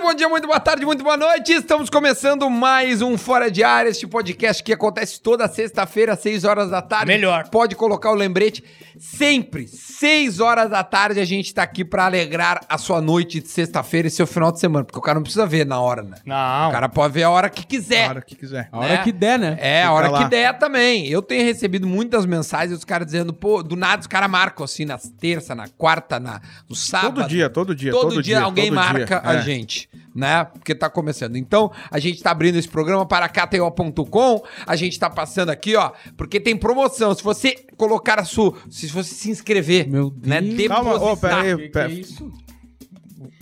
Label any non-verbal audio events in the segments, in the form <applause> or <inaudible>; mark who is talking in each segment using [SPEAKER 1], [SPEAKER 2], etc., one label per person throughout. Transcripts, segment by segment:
[SPEAKER 1] bom dia, muito boa tarde, muito boa noite. Estamos começando mais um Fora de Área, este podcast que acontece toda sexta-feira, às 6 horas da tarde.
[SPEAKER 2] Melhor.
[SPEAKER 1] Pode colocar o lembrete. Sempre, 6 horas da tarde, a gente tá aqui pra alegrar a sua noite de sexta-feira e seu final de semana. Porque o cara não precisa ver na hora, né?
[SPEAKER 2] Não. É.
[SPEAKER 1] O cara pode ver a hora que quiser.
[SPEAKER 3] A hora que quiser.
[SPEAKER 4] A hora
[SPEAKER 1] né?
[SPEAKER 4] que der, né?
[SPEAKER 1] É, a
[SPEAKER 3] Fica
[SPEAKER 1] hora
[SPEAKER 3] lá.
[SPEAKER 1] que der também. Eu tenho recebido muitas mensagens dos caras dizendo, pô, do nada os caras marcam assim, nas terça, na quarta, na, no sábado.
[SPEAKER 3] Todo dia, todo dia,
[SPEAKER 1] Ah, Todo,
[SPEAKER 3] todo
[SPEAKER 1] dia,
[SPEAKER 3] dia,
[SPEAKER 1] alguém
[SPEAKER 3] todo
[SPEAKER 1] marca
[SPEAKER 3] dia.
[SPEAKER 1] a
[SPEAKER 3] É.
[SPEAKER 1] gente, né? Porque tá começando. Então, a gente tá abrindo esse programa para KTO.com. A gente tá passando aqui, ó, porque tem promoção. Se você colocar a sua. Se você se inscrever,
[SPEAKER 4] Meu
[SPEAKER 1] né?
[SPEAKER 4] Deus.
[SPEAKER 1] Depositar.
[SPEAKER 3] Calma, ô, pera aí.
[SPEAKER 4] Que que
[SPEAKER 3] pera-
[SPEAKER 4] é isso?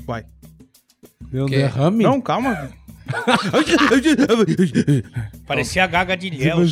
[SPEAKER 3] Vai.
[SPEAKER 4] Meu
[SPEAKER 1] Que?
[SPEAKER 4] derrame?
[SPEAKER 3] Não, calma.
[SPEAKER 1] <laughs>
[SPEAKER 2] Parecia a gaga de Léo.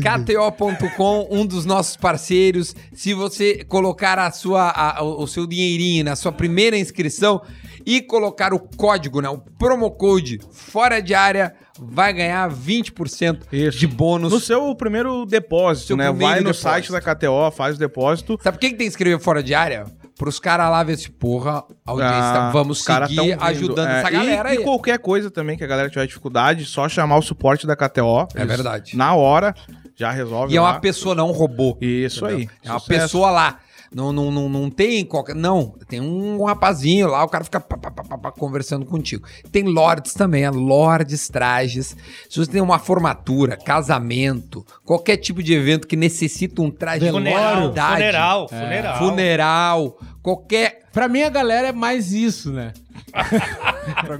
[SPEAKER 1] KTO.com, um dos nossos parceiros. Se você colocar a sua, a- o o seu dinheirinho na sua primeira inscrição e colocar o código, né, o promo code fora de área, vai ganhar 20%
[SPEAKER 3] Isso.
[SPEAKER 1] de bônus.
[SPEAKER 3] No seu primeiro depósito,
[SPEAKER 1] Seu
[SPEAKER 3] né?
[SPEAKER 1] primeiro
[SPEAKER 3] Vai no
[SPEAKER 1] depósito.
[SPEAKER 3] site da KTO, faz o depósito.
[SPEAKER 1] Sabe por que, que tem que escrever fora de área? Pros caras lá ver se, porra, a audiência,
[SPEAKER 3] Ah,
[SPEAKER 1] vamos
[SPEAKER 3] os caras tão
[SPEAKER 1] seguir
[SPEAKER 3] vindo.
[SPEAKER 1] ajudando
[SPEAKER 3] É,
[SPEAKER 1] essa
[SPEAKER 3] e-
[SPEAKER 1] galera
[SPEAKER 3] e,
[SPEAKER 1] aí.
[SPEAKER 3] qualquer coisa também que a galera tiver dificuldade, só chamar o suporte da KTO.
[SPEAKER 1] É verdade.
[SPEAKER 3] Na hora, já resolve.
[SPEAKER 1] E é uma
[SPEAKER 3] lá.
[SPEAKER 1] pessoa, não um robô.
[SPEAKER 3] Isso aí.
[SPEAKER 1] É uma
[SPEAKER 3] Sucesso.
[SPEAKER 1] pessoa lá. Não, não, não, não tem qualquer. Não, tem um rapazinho lá, o cara fica pá, pá, pá, pá, pá, conversando contigo. Tem lords também, é lords, trajes. Se você tem uma formatura, casamento, qualquer tipo de evento que necessita um traje
[SPEAKER 2] Funeral,
[SPEAKER 1] qualidade,
[SPEAKER 2] funeral, funeral.
[SPEAKER 1] É. funeral,
[SPEAKER 2] <laughs>
[SPEAKER 1] qualquer
[SPEAKER 4] <laughs> Pra mim, a galera é mais isso, né?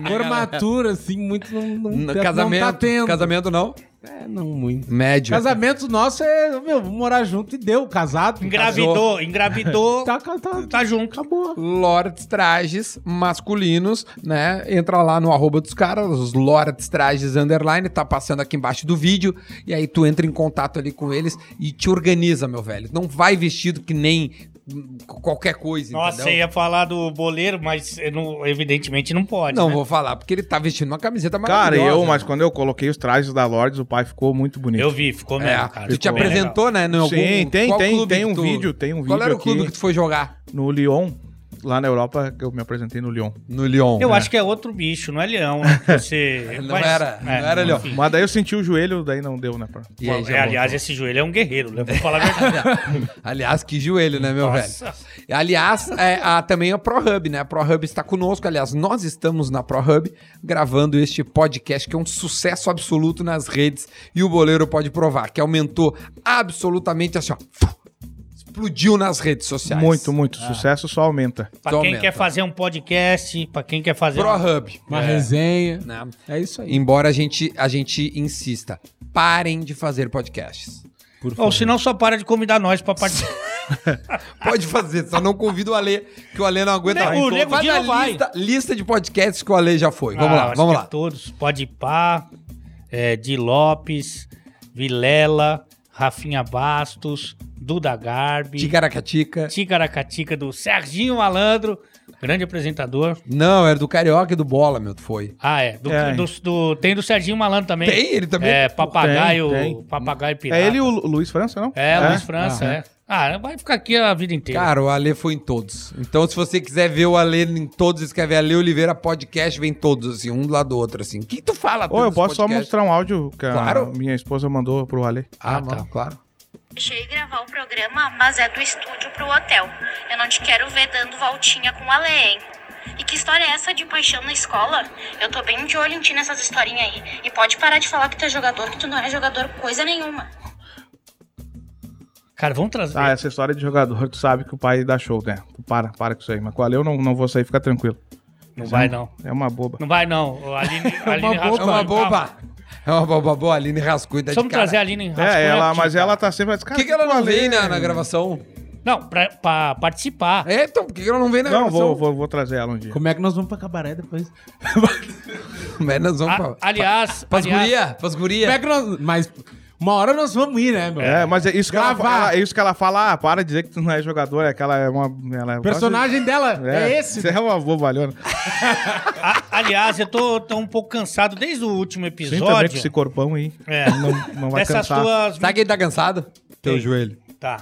[SPEAKER 4] Formatura, assim, muito não, não, tá-
[SPEAKER 1] casamento.
[SPEAKER 4] não tá tendo.
[SPEAKER 1] Casamento não?
[SPEAKER 4] É,
[SPEAKER 1] <laughs>
[SPEAKER 4] não muito.
[SPEAKER 1] Médio.
[SPEAKER 4] Casamento nosso é, meu, vamos morar junto e deu, casado.
[SPEAKER 2] Engravidou,
[SPEAKER 1] <laughs>
[SPEAKER 2] engravidou.
[SPEAKER 4] casou. Tá, tá, tá,
[SPEAKER 2] Tá junto. Acabou.
[SPEAKER 1] Lords Trajes masculinos, né? Entra lá no arroba dos caras, os Lords Trajes Underline, tá passando aqui embaixo do vídeo, e aí tu entra em contato ali com eles e te organiza, meu velho. Não vai vestido que nem hum, qualquer coisa,
[SPEAKER 2] Nossa, é eu
[SPEAKER 1] entendeu?
[SPEAKER 2] ia falar do boleiro, mas eu não- evidentemente não pode.
[SPEAKER 1] Não
[SPEAKER 2] né?
[SPEAKER 1] vou falar, porque ele tá vestindo uma camiseta
[SPEAKER 3] Cara,
[SPEAKER 1] maravilhosa.
[SPEAKER 3] eu, mas quando eu coloquei os trajes da Lords, o pai ficou muito bonito.
[SPEAKER 2] Eu vi, ficou
[SPEAKER 1] É,
[SPEAKER 2] mesmo, cara.
[SPEAKER 1] tu te
[SPEAKER 2] Ficou bem
[SPEAKER 1] apresentou, né? No algum,
[SPEAKER 3] Sim, tem-
[SPEAKER 1] qual
[SPEAKER 3] tem-
[SPEAKER 1] clube
[SPEAKER 3] tem
[SPEAKER 1] que
[SPEAKER 3] um vídeo, tem um
[SPEAKER 1] Qual
[SPEAKER 3] vídeo
[SPEAKER 1] era o
[SPEAKER 3] aqui.
[SPEAKER 1] clube que tu foi jogar?
[SPEAKER 3] No Lyon, lá na Europa, que eu me apresentei no Lyon.
[SPEAKER 1] No Lyon.
[SPEAKER 2] legal. Eu acho que é outro bicho, não é leão. né?
[SPEAKER 1] <laughs>
[SPEAKER 2] Você...
[SPEAKER 1] né? Não
[SPEAKER 2] mas-
[SPEAKER 1] era,
[SPEAKER 2] é,
[SPEAKER 1] não era leão.
[SPEAKER 2] enfim.
[SPEAKER 3] Mas daí eu senti o joelho, daí não deu, né? pra-
[SPEAKER 1] E aí, já
[SPEAKER 2] É, aliás,
[SPEAKER 1] voltou.
[SPEAKER 2] esse joelho é um guerreiro, né? vou falar a
[SPEAKER 1] <laughs>
[SPEAKER 2] verdade.
[SPEAKER 1] Aliás, que joelho, né, meu
[SPEAKER 2] Nossa.
[SPEAKER 1] velho? Aliás, é, a- também a ProHub, né? A ProHub está conosco. Aliás, nós estamos na ProHub gravando este podcast que é um sucesso absoluto nas redes e o Boleiro pode provar, que aumentou absolutamente assim, ó. Explodiu nas redes sociais.
[SPEAKER 3] Muito, muito. Sucesso só aumenta. É
[SPEAKER 2] pra
[SPEAKER 1] Só
[SPEAKER 2] quem
[SPEAKER 1] aumenta.
[SPEAKER 2] quer fazer um podcast, pra quem quer fazer... um-
[SPEAKER 1] ProHub. É,
[SPEAKER 4] Uma resenha.
[SPEAKER 1] Né?
[SPEAKER 4] É isso aí.
[SPEAKER 1] Embora a gente, a gente insista, parem de fazer podcasts.
[SPEAKER 4] Por
[SPEAKER 2] Ou senão só para de convidar nós pra participar.
[SPEAKER 1] Pode fazer, só não convida o Alê, que o Alê não aguenta.
[SPEAKER 2] O Nego- o Nego
[SPEAKER 1] Faz
[SPEAKER 2] Di
[SPEAKER 1] a
[SPEAKER 2] não vai.
[SPEAKER 1] lista, lista de podcasts que o Alê já foi. Vamos
[SPEAKER 2] Ah,
[SPEAKER 1] lá,
[SPEAKER 2] acho
[SPEAKER 1] vamos
[SPEAKER 2] que
[SPEAKER 1] lá.
[SPEAKER 2] Todos, Pode Pá, é, Di Lopes, Vilela, Rafinha Bastos, Duda Garbi,
[SPEAKER 1] Ticaracatica.
[SPEAKER 2] Ticaracatica do Serginho Malandro, grande apresentador.
[SPEAKER 1] Não, era do Carioca e do Bola, meu, tu foi.
[SPEAKER 2] Ah, é. do-
[SPEAKER 3] É.
[SPEAKER 2] do- do- tem do Serginho Malandro também.
[SPEAKER 1] Tem, ele também?
[SPEAKER 2] É, Papagaio,
[SPEAKER 3] Tem, tem.
[SPEAKER 2] Papagaio Pirata.
[SPEAKER 3] É ele e o Lu- Luiz França, não?
[SPEAKER 2] É, Luiz França, é. Ah, vai ficar aqui a vida inteira.
[SPEAKER 1] Cara, o Ale foi em todos. Então, se você quiser ver o Ale em todos, escreve Ale Oliveira Podcast, vem todos, assim, um do lado do outro, assim. O que tu fala,
[SPEAKER 3] Ô, eu
[SPEAKER 1] tantos
[SPEAKER 3] posso só
[SPEAKER 1] podcasts?
[SPEAKER 3] mostrar um áudio que a
[SPEAKER 1] Claro.
[SPEAKER 3] minha esposa mandou pro Ale.
[SPEAKER 1] Ah,
[SPEAKER 2] Ah, tá.
[SPEAKER 1] não, claro.
[SPEAKER 5] Deixei gravar o programa, mas é do estúdio pro hotel. Eu não te quero ver dando voltinha com a Lê, hein? E que história é essa de paixão na escola? Eu tô bem de olho em ti nessas historinhas aí. E pode parar de falar que tu é jogador, que tu não é jogador coisa nenhuma.
[SPEAKER 2] Cara, vamos trazer.
[SPEAKER 1] é.
[SPEAKER 3] Ah, essa história de jogador, tu sabe que o pai dá show, né? Tu para, para com isso aí. Mas com o Ale eu não, não vou sair, fica tranquilo.
[SPEAKER 2] Não vai, não.
[SPEAKER 3] É uma boba.
[SPEAKER 2] Não vai, não.
[SPEAKER 1] <laughs>
[SPEAKER 2] A Aline, a
[SPEAKER 1] É
[SPEAKER 2] Aline
[SPEAKER 1] uma boba, é uma
[SPEAKER 2] Rascunho, calma.
[SPEAKER 1] boba. É uma boba boa, a Aline Rascunho tá de
[SPEAKER 2] Vamos
[SPEAKER 1] cara.
[SPEAKER 2] trazer a Aline né, Rascunho.
[SPEAKER 3] É, ela,
[SPEAKER 2] aqui,
[SPEAKER 3] mas
[SPEAKER 2] cara.
[SPEAKER 3] ela tá sempre...
[SPEAKER 1] Por que, que ela não vem né? na, na
[SPEAKER 3] gravação?
[SPEAKER 1] gravação?
[SPEAKER 2] Não, pra, pra participar.
[SPEAKER 1] É, então, por que, que ela não vem na
[SPEAKER 3] Não,
[SPEAKER 1] gravação?
[SPEAKER 3] vou, vou, vou trazer ela um dia.
[SPEAKER 4] Como é que nós vamos pra cabaré depois?
[SPEAKER 1] Mas nós vamos
[SPEAKER 2] A-
[SPEAKER 1] pra...
[SPEAKER 2] aliás,
[SPEAKER 1] Pras
[SPEAKER 2] aliás,
[SPEAKER 1] guria, pras guria.
[SPEAKER 4] Como é que nós... Mas uma hora nós vamos ir, né, meu?
[SPEAKER 3] É, mas é isso que ela,
[SPEAKER 4] Gravar.
[SPEAKER 3] fala. é isso que ela fala. Ah, para de dizer que tu não é jogador, é que ela é uma... Ela é
[SPEAKER 4] O personagem dela é,
[SPEAKER 3] É,
[SPEAKER 4] esse.
[SPEAKER 3] Você é uma bobalhona.
[SPEAKER 2] a- aliás, eu tô, tô um pouco cansado desde o último
[SPEAKER 3] Sim, também com
[SPEAKER 2] episódio.
[SPEAKER 3] esse corpão aí.
[SPEAKER 2] É.
[SPEAKER 3] Não, não vai
[SPEAKER 2] Dessas
[SPEAKER 3] cansar.
[SPEAKER 2] tuas.
[SPEAKER 1] Sabe quem tá cansado? Teu
[SPEAKER 2] Quem?
[SPEAKER 1] joelho.
[SPEAKER 2] Tá.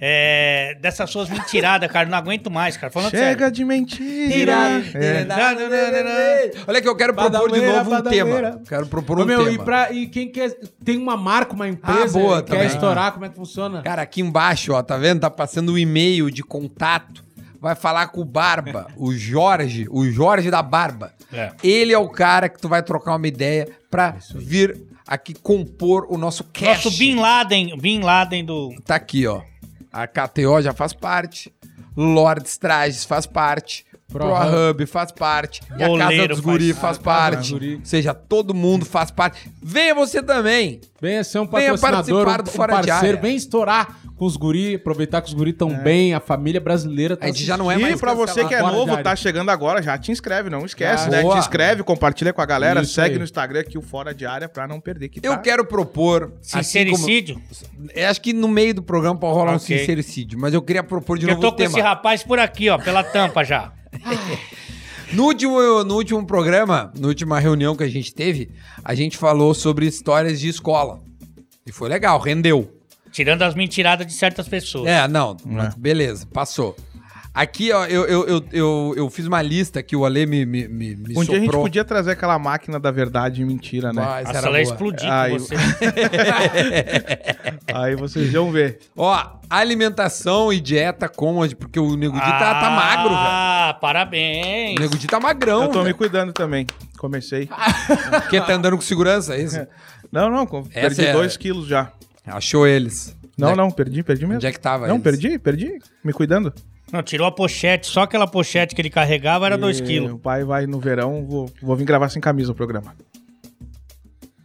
[SPEAKER 2] é, dessas suas mentiradas, cara. Não aguento mais, cara. Falando sério.
[SPEAKER 3] Chega de mentira. É.
[SPEAKER 1] Olha que eu quero propor de
[SPEAKER 4] Badameira,
[SPEAKER 1] novo um
[SPEAKER 4] badameira.
[SPEAKER 1] tema. Quero propor um
[SPEAKER 4] Ô, meu,
[SPEAKER 1] tema.
[SPEAKER 4] E, pra- e quem quer. Tem uma marca, uma empresa
[SPEAKER 1] Ah, boa
[SPEAKER 4] que
[SPEAKER 1] também.
[SPEAKER 4] quer estourar, como é que funciona?
[SPEAKER 1] Cara, aqui embaixo, ó, tá vendo? Tá passando o e-mail de contato. Vai falar com o Barba, o Jorge, o Jorge da Barba.
[SPEAKER 2] É.
[SPEAKER 1] Ele é o cara que tu vai trocar uma ideia pra vir aqui compor o nosso cast.
[SPEAKER 2] Nosso Bin Laden, Bin Laden do.
[SPEAKER 1] Tá aqui, ó. A KTO já faz parte. Lords Trajes faz parte. ProHub faz parte. e a Casa
[SPEAKER 2] Boleiro
[SPEAKER 1] dos Guri faz
[SPEAKER 2] faz-
[SPEAKER 4] a Casa dos
[SPEAKER 1] parte.
[SPEAKER 4] Guri.
[SPEAKER 1] Ou seja, todo mundo faz parte. Venha você também.
[SPEAKER 4] Venha ser um
[SPEAKER 1] Venha
[SPEAKER 4] patrocinador,
[SPEAKER 1] participar
[SPEAKER 4] um,
[SPEAKER 1] do
[SPEAKER 4] um
[SPEAKER 1] Fora de Área.
[SPEAKER 4] parceiro, vem estourar com os guri, aproveitar que os guri
[SPEAKER 3] É.
[SPEAKER 4] estão bem, a família brasileira tá
[SPEAKER 1] A gente já não é
[SPEAKER 3] E
[SPEAKER 1] mais
[SPEAKER 3] pra você
[SPEAKER 1] cancelado.
[SPEAKER 3] que é
[SPEAKER 4] Bora,
[SPEAKER 3] novo,
[SPEAKER 4] Jair.
[SPEAKER 3] tá chegando agora, já te inscreve, não esquece,
[SPEAKER 1] Ah,
[SPEAKER 3] né?
[SPEAKER 1] boa.
[SPEAKER 3] Te inscreve, compartilha com a galera,
[SPEAKER 4] Isso
[SPEAKER 3] segue
[SPEAKER 4] aí.
[SPEAKER 3] no Instagram aqui o Fora de Área pra não perder. Que
[SPEAKER 1] Eu
[SPEAKER 3] tá-
[SPEAKER 1] quero propor. assim como-
[SPEAKER 2] Sincericídio.
[SPEAKER 1] Eu acho que no meio do programa pode rolar um
[SPEAKER 2] Ok.
[SPEAKER 1] sincericídio, mas eu queria propor de
[SPEAKER 2] eu
[SPEAKER 1] novo
[SPEAKER 2] tô
[SPEAKER 1] o
[SPEAKER 2] com
[SPEAKER 1] tema.
[SPEAKER 2] esse rapaz por aqui, ó, pela tampa já.
[SPEAKER 1] No último, no último programa, na última reunião que a gente teve, a gente falou sobre histórias de escola. E foi legal, rendeu.
[SPEAKER 2] Tirando as mentiradas de certas pessoas.
[SPEAKER 1] É, não, beleza, passou. Aqui, ó, eu, eu, eu, eu, eu fiz uma lista que o Ale me, me, me, me
[SPEAKER 3] Um dia a gente
[SPEAKER 1] soprou.
[SPEAKER 3] podia trazer aquela máquina da verdade e mentira, né?
[SPEAKER 1] Mas
[SPEAKER 2] Nossa,
[SPEAKER 1] era
[SPEAKER 2] ela ia
[SPEAKER 1] boa. Ah,
[SPEAKER 2] explodir
[SPEAKER 3] Ai,
[SPEAKER 2] com você.
[SPEAKER 3] Aí vocês vão ver.
[SPEAKER 1] <laughs> Ó, alimentação e dieta comod, porque o Nego Di tá, tá magro, velho.
[SPEAKER 2] Ah,
[SPEAKER 1] O
[SPEAKER 2] parabéns.
[SPEAKER 1] Nego Di tá magrão,
[SPEAKER 3] eu tô
[SPEAKER 1] velho.
[SPEAKER 3] me cuidando também. Comecei.
[SPEAKER 1] <laughs> Porque tá andando com segurança, é isso?
[SPEAKER 3] Não, não, com-
[SPEAKER 1] Essa
[SPEAKER 3] perdi
[SPEAKER 1] é-
[SPEAKER 3] 2 quilos já.
[SPEAKER 1] Achou eles.
[SPEAKER 3] Não, não, perdi, perdi mesmo.
[SPEAKER 1] Onde é que tava
[SPEAKER 3] Não,
[SPEAKER 1] eles?
[SPEAKER 3] perdi, perdi. Me cuidando.
[SPEAKER 2] Não, tirou a pochete, só aquela pochete que ele carregava era 2
[SPEAKER 3] E
[SPEAKER 2] quilos.
[SPEAKER 3] O pai vai no verão, vou, vou vir gravar sem camisa o programa.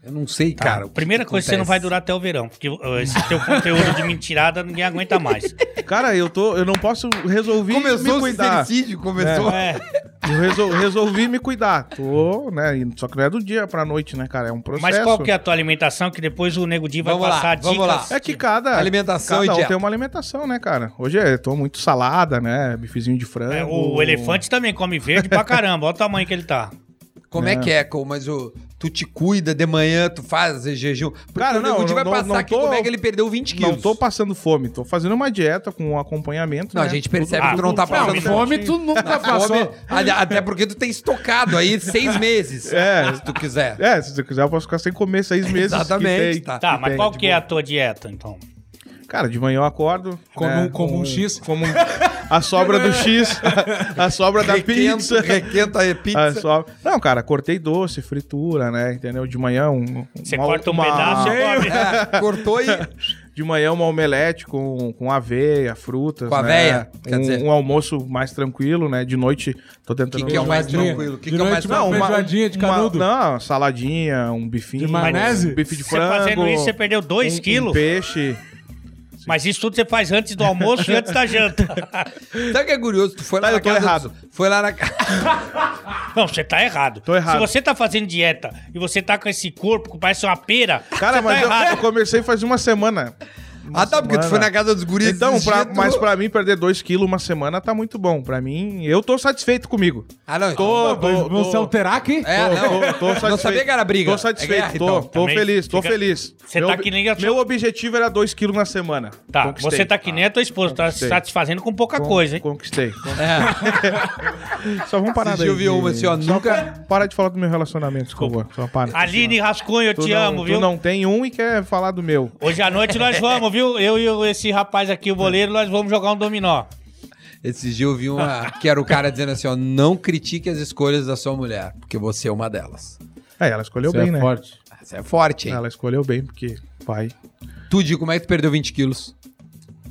[SPEAKER 1] Eu não sei,
[SPEAKER 3] Tá.
[SPEAKER 1] cara. o que
[SPEAKER 2] Primeira
[SPEAKER 1] que
[SPEAKER 2] coisa, você não vai
[SPEAKER 1] acontece.
[SPEAKER 2] durar até o verão, porque uh, esse teu conteúdo de mentirada ninguém aguenta
[SPEAKER 3] <laughs>
[SPEAKER 2] mais.
[SPEAKER 3] Cara, eu tô, eu não posso resolver me
[SPEAKER 1] Começou o
[SPEAKER 3] cuidar.
[SPEAKER 1] sincericídio, começou.
[SPEAKER 2] É,
[SPEAKER 3] Eu resol- resolvi me cuidar. Tô, né? e- Só que não é do dia pra noite, né, cara? É um processo.
[SPEAKER 2] mas qual que é a tua alimentação que depois o Nego Di vai
[SPEAKER 1] Vamos lá,
[SPEAKER 2] passar
[SPEAKER 1] vamos
[SPEAKER 2] dicas?
[SPEAKER 1] lá.
[SPEAKER 3] É que cada.
[SPEAKER 1] Alimentação
[SPEAKER 3] cada
[SPEAKER 1] e
[SPEAKER 3] um
[SPEAKER 1] dieta.
[SPEAKER 3] tem uma alimentação, né, cara? Hoje eu tô muito salada, né? Bifezinho de frango.
[SPEAKER 2] É, o, elefante também come verde pra caramba, olha o tamanho que ele tá.
[SPEAKER 1] Como é. que é, Cole? Mas o, tu te cuida de manhã, tu faz jejum. Porque
[SPEAKER 3] Cara,
[SPEAKER 1] o Nego
[SPEAKER 3] não,
[SPEAKER 1] Di vai
[SPEAKER 3] não-
[SPEAKER 1] passar
[SPEAKER 3] não
[SPEAKER 1] aqui
[SPEAKER 3] tô-
[SPEAKER 1] como é que ele perdeu 20 quilos.
[SPEAKER 3] Não tô passando fome, tô fazendo uma dieta com um acompanhamento.
[SPEAKER 1] Não, a
[SPEAKER 3] né?
[SPEAKER 1] gente percebe
[SPEAKER 2] Ah,
[SPEAKER 1] que tu não tá
[SPEAKER 2] tudo bem.
[SPEAKER 1] passando
[SPEAKER 4] Não,
[SPEAKER 2] Fome
[SPEAKER 1] fome.
[SPEAKER 4] fome tu nunca
[SPEAKER 1] Fome, é
[SPEAKER 4] passou.
[SPEAKER 1] ali- até porque tu tem estocado aí seis meses,
[SPEAKER 3] É.
[SPEAKER 1] se tu quiser.
[SPEAKER 3] É, se você quiser, eu posso ficar sem
[SPEAKER 1] <laughs>
[SPEAKER 3] comer seis meses. que
[SPEAKER 1] Exatamente,
[SPEAKER 3] tem.
[SPEAKER 1] tá.
[SPEAKER 2] Tá,
[SPEAKER 3] Que
[SPEAKER 2] mas
[SPEAKER 3] tem,
[SPEAKER 2] qual
[SPEAKER 3] de
[SPEAKER 2] que é a tua dieta, então?
[SPEAKER 3] Cara, de manhã eu acordo.
[SPEAKER 4] Como
[SPEAKER 3] né,
[SPEAKER 4] um- como um
[SPEAKER 3] com-
[SPEAKER 4] X.
[SPEAKER 3] Como
[SPEAKER 4] <laughs>
[SPEAKER 3] um-
[SPEAKER 1] Então,
[SPEAKER 3] a sobra do X, <laughs> a sobra da pizza. é
[SPEAKER 1] requenta aí,
[SPEAKER 3] A
[SPEAKER 1] pizza.
[SPEAKER 3] sobra- Ah, Não, cara, cortei doce, fritura, né? Entendeu? De manhã um.
[SPEAKER 2] Você
[SPEAKER 3] uma-
[SPEAKER 2] corta um
[SPEAKER 3] uma-
[SPEAKER 2] pedaço e come.
[SPEAKER 1] É, cortou e...
[SPEAKER 3] De manhã uma omelete com, com aveia, frutas.
[SPEAKER 1] Com
[SPEAKER 3] né?
[SPEAKER 1] aveia, quer
[SPEAKER 3] um,
[SPEAKER 1] dizer.
[SPEAKER 3] um almoço mais tranquilo, né? De noite, tô tentando.
[SPEAKER 1] Que que é o mais
[SPEAKER 4] Feijoadinha.
[SPEAKER 1] tranquilo? O que
[SPEAKER 4] De
[SPEAKER 1] que é o
[SPEAKER 4] noite,
[SPEAKER 1] mais
[SPEAKER 4] uma
[SPEAKER 1] tranquilo?
[SPEAKER 4] feijoadinha de canudo.
[SPEAKER 3] Uma, não, saladinha, um bifinho.
[SPEAKER 4] De maionese?
[SPEAKER 3] Um bife de
[SPEAKER 2] Você
[SPEAKER 3] frango.
[SPEAKER 2] fazendo isso, você perdeu dois
[SPEAKER 3] um-
[SPEAKER 2] quilos? <laughs>
[SPEAKER 3] Um peixe.
[SPEAKER 2] Mas isso tudo você faz antes do almoço e antes da
[SPEAKER 3] <laughs>
[SPEAKER 2] janta.
[SPEAKER 1] Sabe o que é curioso? Tu foi lá
[SPEAKER 3] Tá,
[SPEAKER 1] na
[SPEAKER 3] eu tô
[SPEAKER 1] casa
[SPEAKER 3] errado.
[SPEAKER 1] dos- Foi lá na... ca- <laughs>
[SPEAKER 2] Não, você tá errado.
[SPEAKER 3] Tô errado.
[SPEAKER 2] Se você tá fazendo dieta e você tá com esse corpo que parece uma pera,
[SPEAKER 3] Cara,
[SPEAKER 2] você tá
[SPEAKER 3] mas eu, eu <laughs>
[SPEAKER 2] errado.
[SPEAKER 3] comecei faz uma semana.
[SPEAKER 1] Ah, tá, porque tu foi na casa dos guris.
[SPEAKER 3] Então,
[SPEAKER 1] esses
[SPEAKER 3] pra-
[SPEAKER 1] dias, tu-
[SPEAKER 3] mas pra mim, perder 2 quilos uma semana tá muito bom. Pra mim, eu tô satisfeito comigo.
[SPEAKER 1] Ah, não.
[SPEAKER 3] Tô, tô,
[SPEAKER 4] Vão se
[SPEAKER 3] tô, tô,
[SPEAKER 4] alterar aqui?
[SPEAKER 1] É, não.
[SPEAKER 3] tô satisfeito.
[SPEAKER 1] Não sabia que era briga.
[SPEAKER 3] Tô satisfeito,
[SPEAKER 1] É guerra,
[SPEAKER 3] tô,
[SPEAKER 1] então.
[SPEAKER 3] tô
[SPEAKER 2] Também
[SPEAKER 3] feliz, tô
[SPEAKER 2] fica-
[SPEAKER 3] feliz.
[SPEAKER 2] Você tá que nem a-
[SPEAKER 3] Meu objetivo era 2 quilos na semana.
[SPEAKER 2] Tá,
[SPEAKER 3] Conquistei.
[SPEAKER 2] você tá que nem a tua esposa, tá se
[SPEAKER 3] Conquistei.
[SPEAKER 2] satisfazendo com pouca
[SPEAKER 3] Con-
[SPEAKER 2] coisa, hein?
[SPEAKER 3] Conquistei.
[SPEAKER 1] É,
[SPEAKER 3] Só vamos parar
[SPEAKER 1] esses dias eu vi uma assim, ó, nunca...
[SPEAKER 3] Para de falar do meu relacionamento, por favor. Só para.
[SPEAKER 2] Aline Rascunho, eu
[SPEAKER 3] Tu
[SPEAKER 2] te
[SPEAKER 3] não-
[SPEAKER 2] amo, viu?
[SPEAKER 3] Tu não tem um e quer falar do meu.
[SPEAKER 2] Hoje à noite nós vamos, viu? Eu e o- esse rapaz aqui, o boleiro, nós vamos jogar um dominó.
[SPEAKER 1] Esses dias eu vi uma que era o cara dizendo assim, ó, não critique as escolhas da sua mulher, porque você é uma delas.
[SPEAKER 3] É, ela escolheu
[SPEAKER 4] Isso
[SPEAKER 3] bem,
[SPEAKER 4] é
[SPEAKER 3] né?
[SPEAKER 4] forte.
[SPEAKER 1] Essa é forte, hein?
[SPEAKER 3] Ela escolheu bem, porque, pai.
[SPEAKER 1] Tu, Di, como é que tu perdeu 20 quilos?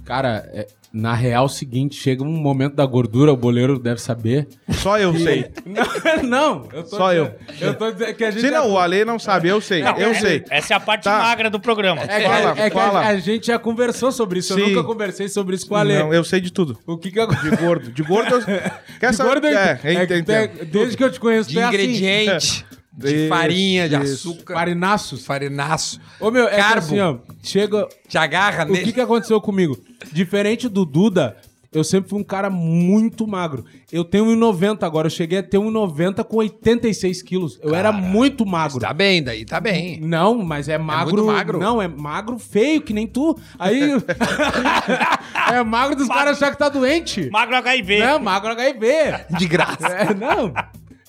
[SPEAKER 4] Cara, é- na real, é o seguinte, chega um momento da gordura, o boleiro
[SPEAKER 1] <laughs>
[SPEAKER 4] deve saber.
[SPEAKER 3] Só eu sei.
[SPEAKER 4] Não, não, eu tô
[SPEAKER 3] Só
[SPEAKER 4] dizendo- Eu tô dizendo que a gente
[SPEAKER 3] Se não,
[SPEAKER 4] é-
[SPEAKER 3] o Ale não sabe, eu sei.
[SPEAKER 2] Não,
[SPEAKER 3] eu
[SPEAKER 2] é-
[SPEAKER 3] sei.
[SPEAKER 2] Essa é a parte
[SPEAKER 3] Tá.
[SPEAKER 2] magra do programa.
[SPEAKER 4] É que,
[SPEAKER 3] Fala,
[SPEAKER 4] é que a-
[SPEAKER 3] fala.
[SPEAKER 4] A, gente já conversou sobre isso. Eu
[SPEAKER 3] Sim.
[SPEAKER 4] nunca conversei sobre
[SPEAKER 2] é-
[SPEAKER 4] isso com a Ale.
[SPEAKER 3] Não, eu sei de tudo.
[SPEAKER 4] O que que acontece?
[SPEAKER 3] De gordo. De gordo
[SPEAKER 1] <laughs>
[SPEAKER 3] eu. Quer saber?
[SPEAKER 4] gordo,
[SPEAKER 3] é,
[SPEAKER 4] é que
[SPEAKER 3] entendo.
[SPEAKER 4] tem- desde que eu te conheço,
[SPEAKER 1] De
[SPEAKER 4] tu é assim. <laughs>
[SPEAKER 1] ingrediente, de
[SPEAKER 3] Isso,
[SPEAKER 1] farinha, de
[SPEAKER 3] isso.
[SPEAKER 1] açúcar,
[SPEAKER 4] Farinaços.
[SPEAKER 1] farinaço.
[SPEAKER 4] Ô, meu, é que
[SPEAKER 1] Carbo.
[SPEAKER 4] assim, ó, chega...
[SPEAKER 1] Te agarra
[SPEAKER 4] O
[SPEAKER 1] nele.
[SPEAKER 4] que, é que aconteceu comigo? Diferente do Duda, eu sempre fui um cara muito magro. Eu tenho 1,90 agora. Eu cheguei a ter 1,90 com 86 quilos. Eu era muito magro.
[SPEAKER 1] Tá bem daí, tá
[SPEAKER 4] <laughs>
[SPEAKER 1] bem.
[SPEAKER 4] Não, mas é magro.
[SPEAKER 1] muito magro. <laughs>
[SPEAKER 4] Não, é magro feio, que nem tu. Aí. é <laughs> é magro dos caras achar que tá doente.
[SPEAKER 2] Magro HIV.
[SPEAKER 4] É, magro HIV.
[SPEAKER 1] De graça.
[SPEAKER 4] É, não.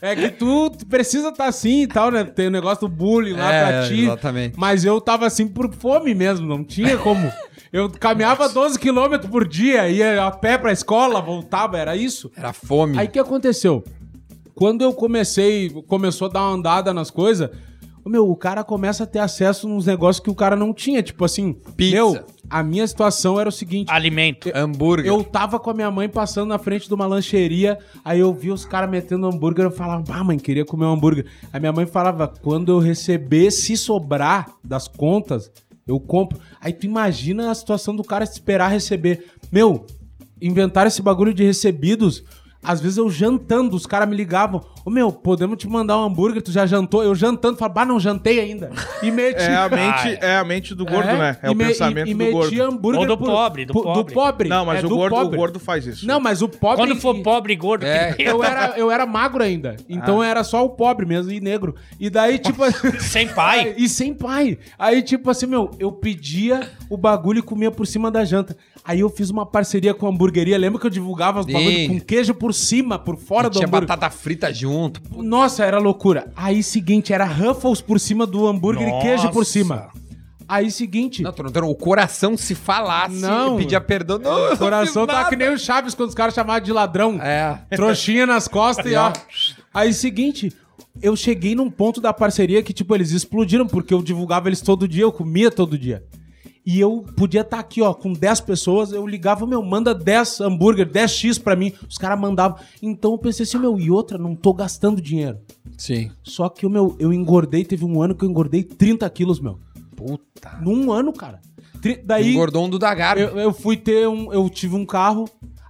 [SPEAKER 4] É que tu precisa estar assim e tal, né? Tem o negócio do bullying lá
[SPEAKER 1] É,
[SPEAKER 4] pra ti.
[SPEAKER 1] exatamente.
[SPEAKER 4] Mas eu tava assim por fome mesmo, não tinha como. Eu caminhava 12 quilômetros por dia, ia a pé pra escola, voltava, era isso.
[SPEAKER 1] Era fome.
[SPEAKER 4] Aí o que aconteceu? Quando eu comecei, começou a dar uma andada nas coisas, ô, meu, o cara começa a ter acesso nos negócios que o cara não tinha. Tipo assim,
[SPEAKER 1] Pizza.
[SPEAKER 4] meu, a minha situação era o seguinte.
[SPEAKER 2] Alimento.
[SPEAKER 1] Hambúrguer.
[SPEAKER 4] Eu tava com a minha mãe passando na frente de uma lancheria, aí eu vi os caras metendo hambúrguer, eu falava, ah, mãe, queria comer um hambúrguer. Aí minha mãe falava, quando eu receber, se sobrar das contas, eu compro. Aí tu imagina a situação do cara esperar receber. Meu, inventaram esse bagulho de recebidos. Às vezes eu jantando, os caras me ligavam, ô meu, podemos te mandar um hambúrguer, tu já jantou? Eu jantando, falava, bah, não jantei ainda. E meio
[SPEAKER 3] É
[SPEAKER 4] <laughs>
[SPEAKER 3] a mente, é a mente do gordo, né? É
[SPEAKER 4] e
[SPEAKER 3] o
[SPEAKER 4] me-
[SPEAKER 3] pensamento
[SPEAKER 4] e, e
[SPEAKER 3] do gordo.
[SPEAKER 4] metia hambúrguer
[SPEAKER 2] Ou do
[SPEAKER 4] por-
[SPEAKER 2] pobre, do
[SPEAKER 4] por-
[SPEAKER 2] pobre.
[SPEAKER 3] Não, mas
[SPEAKER 4] é
[SPEAKER 3] o,
[SPEAKER 4] do
[SPEAKER 3] gordo,
[SPEAKER 4] pobre.
[SPEAKER 3] o gordo faz isso.
[SPEAKER 4] Não, mas o pobre.
[SPEAKER 2] Quando for pobre e gordo, <laughs>
[SPEAKER 1] É.
[SPEAKER 2] que-
[SPEAKER 4] <laughs> Eu era, eu era magro ainda.
[SPEAKER 3] Ah.
[SPEAKER 4] Então era só o pobre mesmo e negro. E daí, tipo.
[SPEAKER 2] sem pai.
[SPEAKER 4] <laughs> E sem pai. Aí, tipo assim, meu, eu pedia o bagulho e comia por cima da janta. Aí eu fiz uma parceria com a hamburgueria. Lembra que eu divulgava os
[SPEAKER 1] Sim.
[SPEAKER 4] bagulhos com queijo por cima, por fora
[SPEAKER 1] E
[SPEAKER 4] do
[SPEAKER 1] tinha
[SPEAKER 4] hambúrguer?
[SPEAKER 1] batata frita junto. Pô,
[SPEAKER 4] Nossa, era loucura. Aí, seguinte, era Ruffles por cima do hambúrguer e queijo por
[SPEAKER 2] Nossa.
[SPEAKER 4] cima. Aí, seguinte.
[SPEAKER 1] Não, tu não, tu não- o coração se falasse
[SPEAKER 4] Não.
[SPEAKER 1] e pedia perdão. Não,
[SPEAKER 4] <laughs>
[SPEAKER 1] eu
[SPEAKER 4] O coração
[SPEAKER 1] não fiz
[SPEAKER 4] tá
[SPEAKER 1] nada.
[SPEAKER 4] que nem o Chaves quando os caras chamavam de ladrão.
[SPEAKER 1] É.
[SPEAKER 4] Trouxinha nas costas e ó. <laughs> Aí, seguinte, eu cheguei num ponto da parceria que, tipo, eles explodiram, porque eu divulgava eles todo dia, eu comia todo dia. E eu podia estar aqui, ó, com 10 pessoas, eu ligava, meu, manda 10 hambúrguer, 10x pra mim. Os caras mandavam. Então eu pensei assim, meu, e outra, não tô gastando dinheiro.
[SPEAKER 1] Sim.
[SPEAKER 4] Só que o meu, eu engordei, teve um ano que eu engordei 30 quilos, meu.
[SPEAKER 1] Puta.
[SPEAKER 4] Num ano, cara. Tri- daí.
[SPEAKER 1] Engordou um do Dagar.
[SPEAKER 4] Eu, eu fui ter um. Eu tive um carro.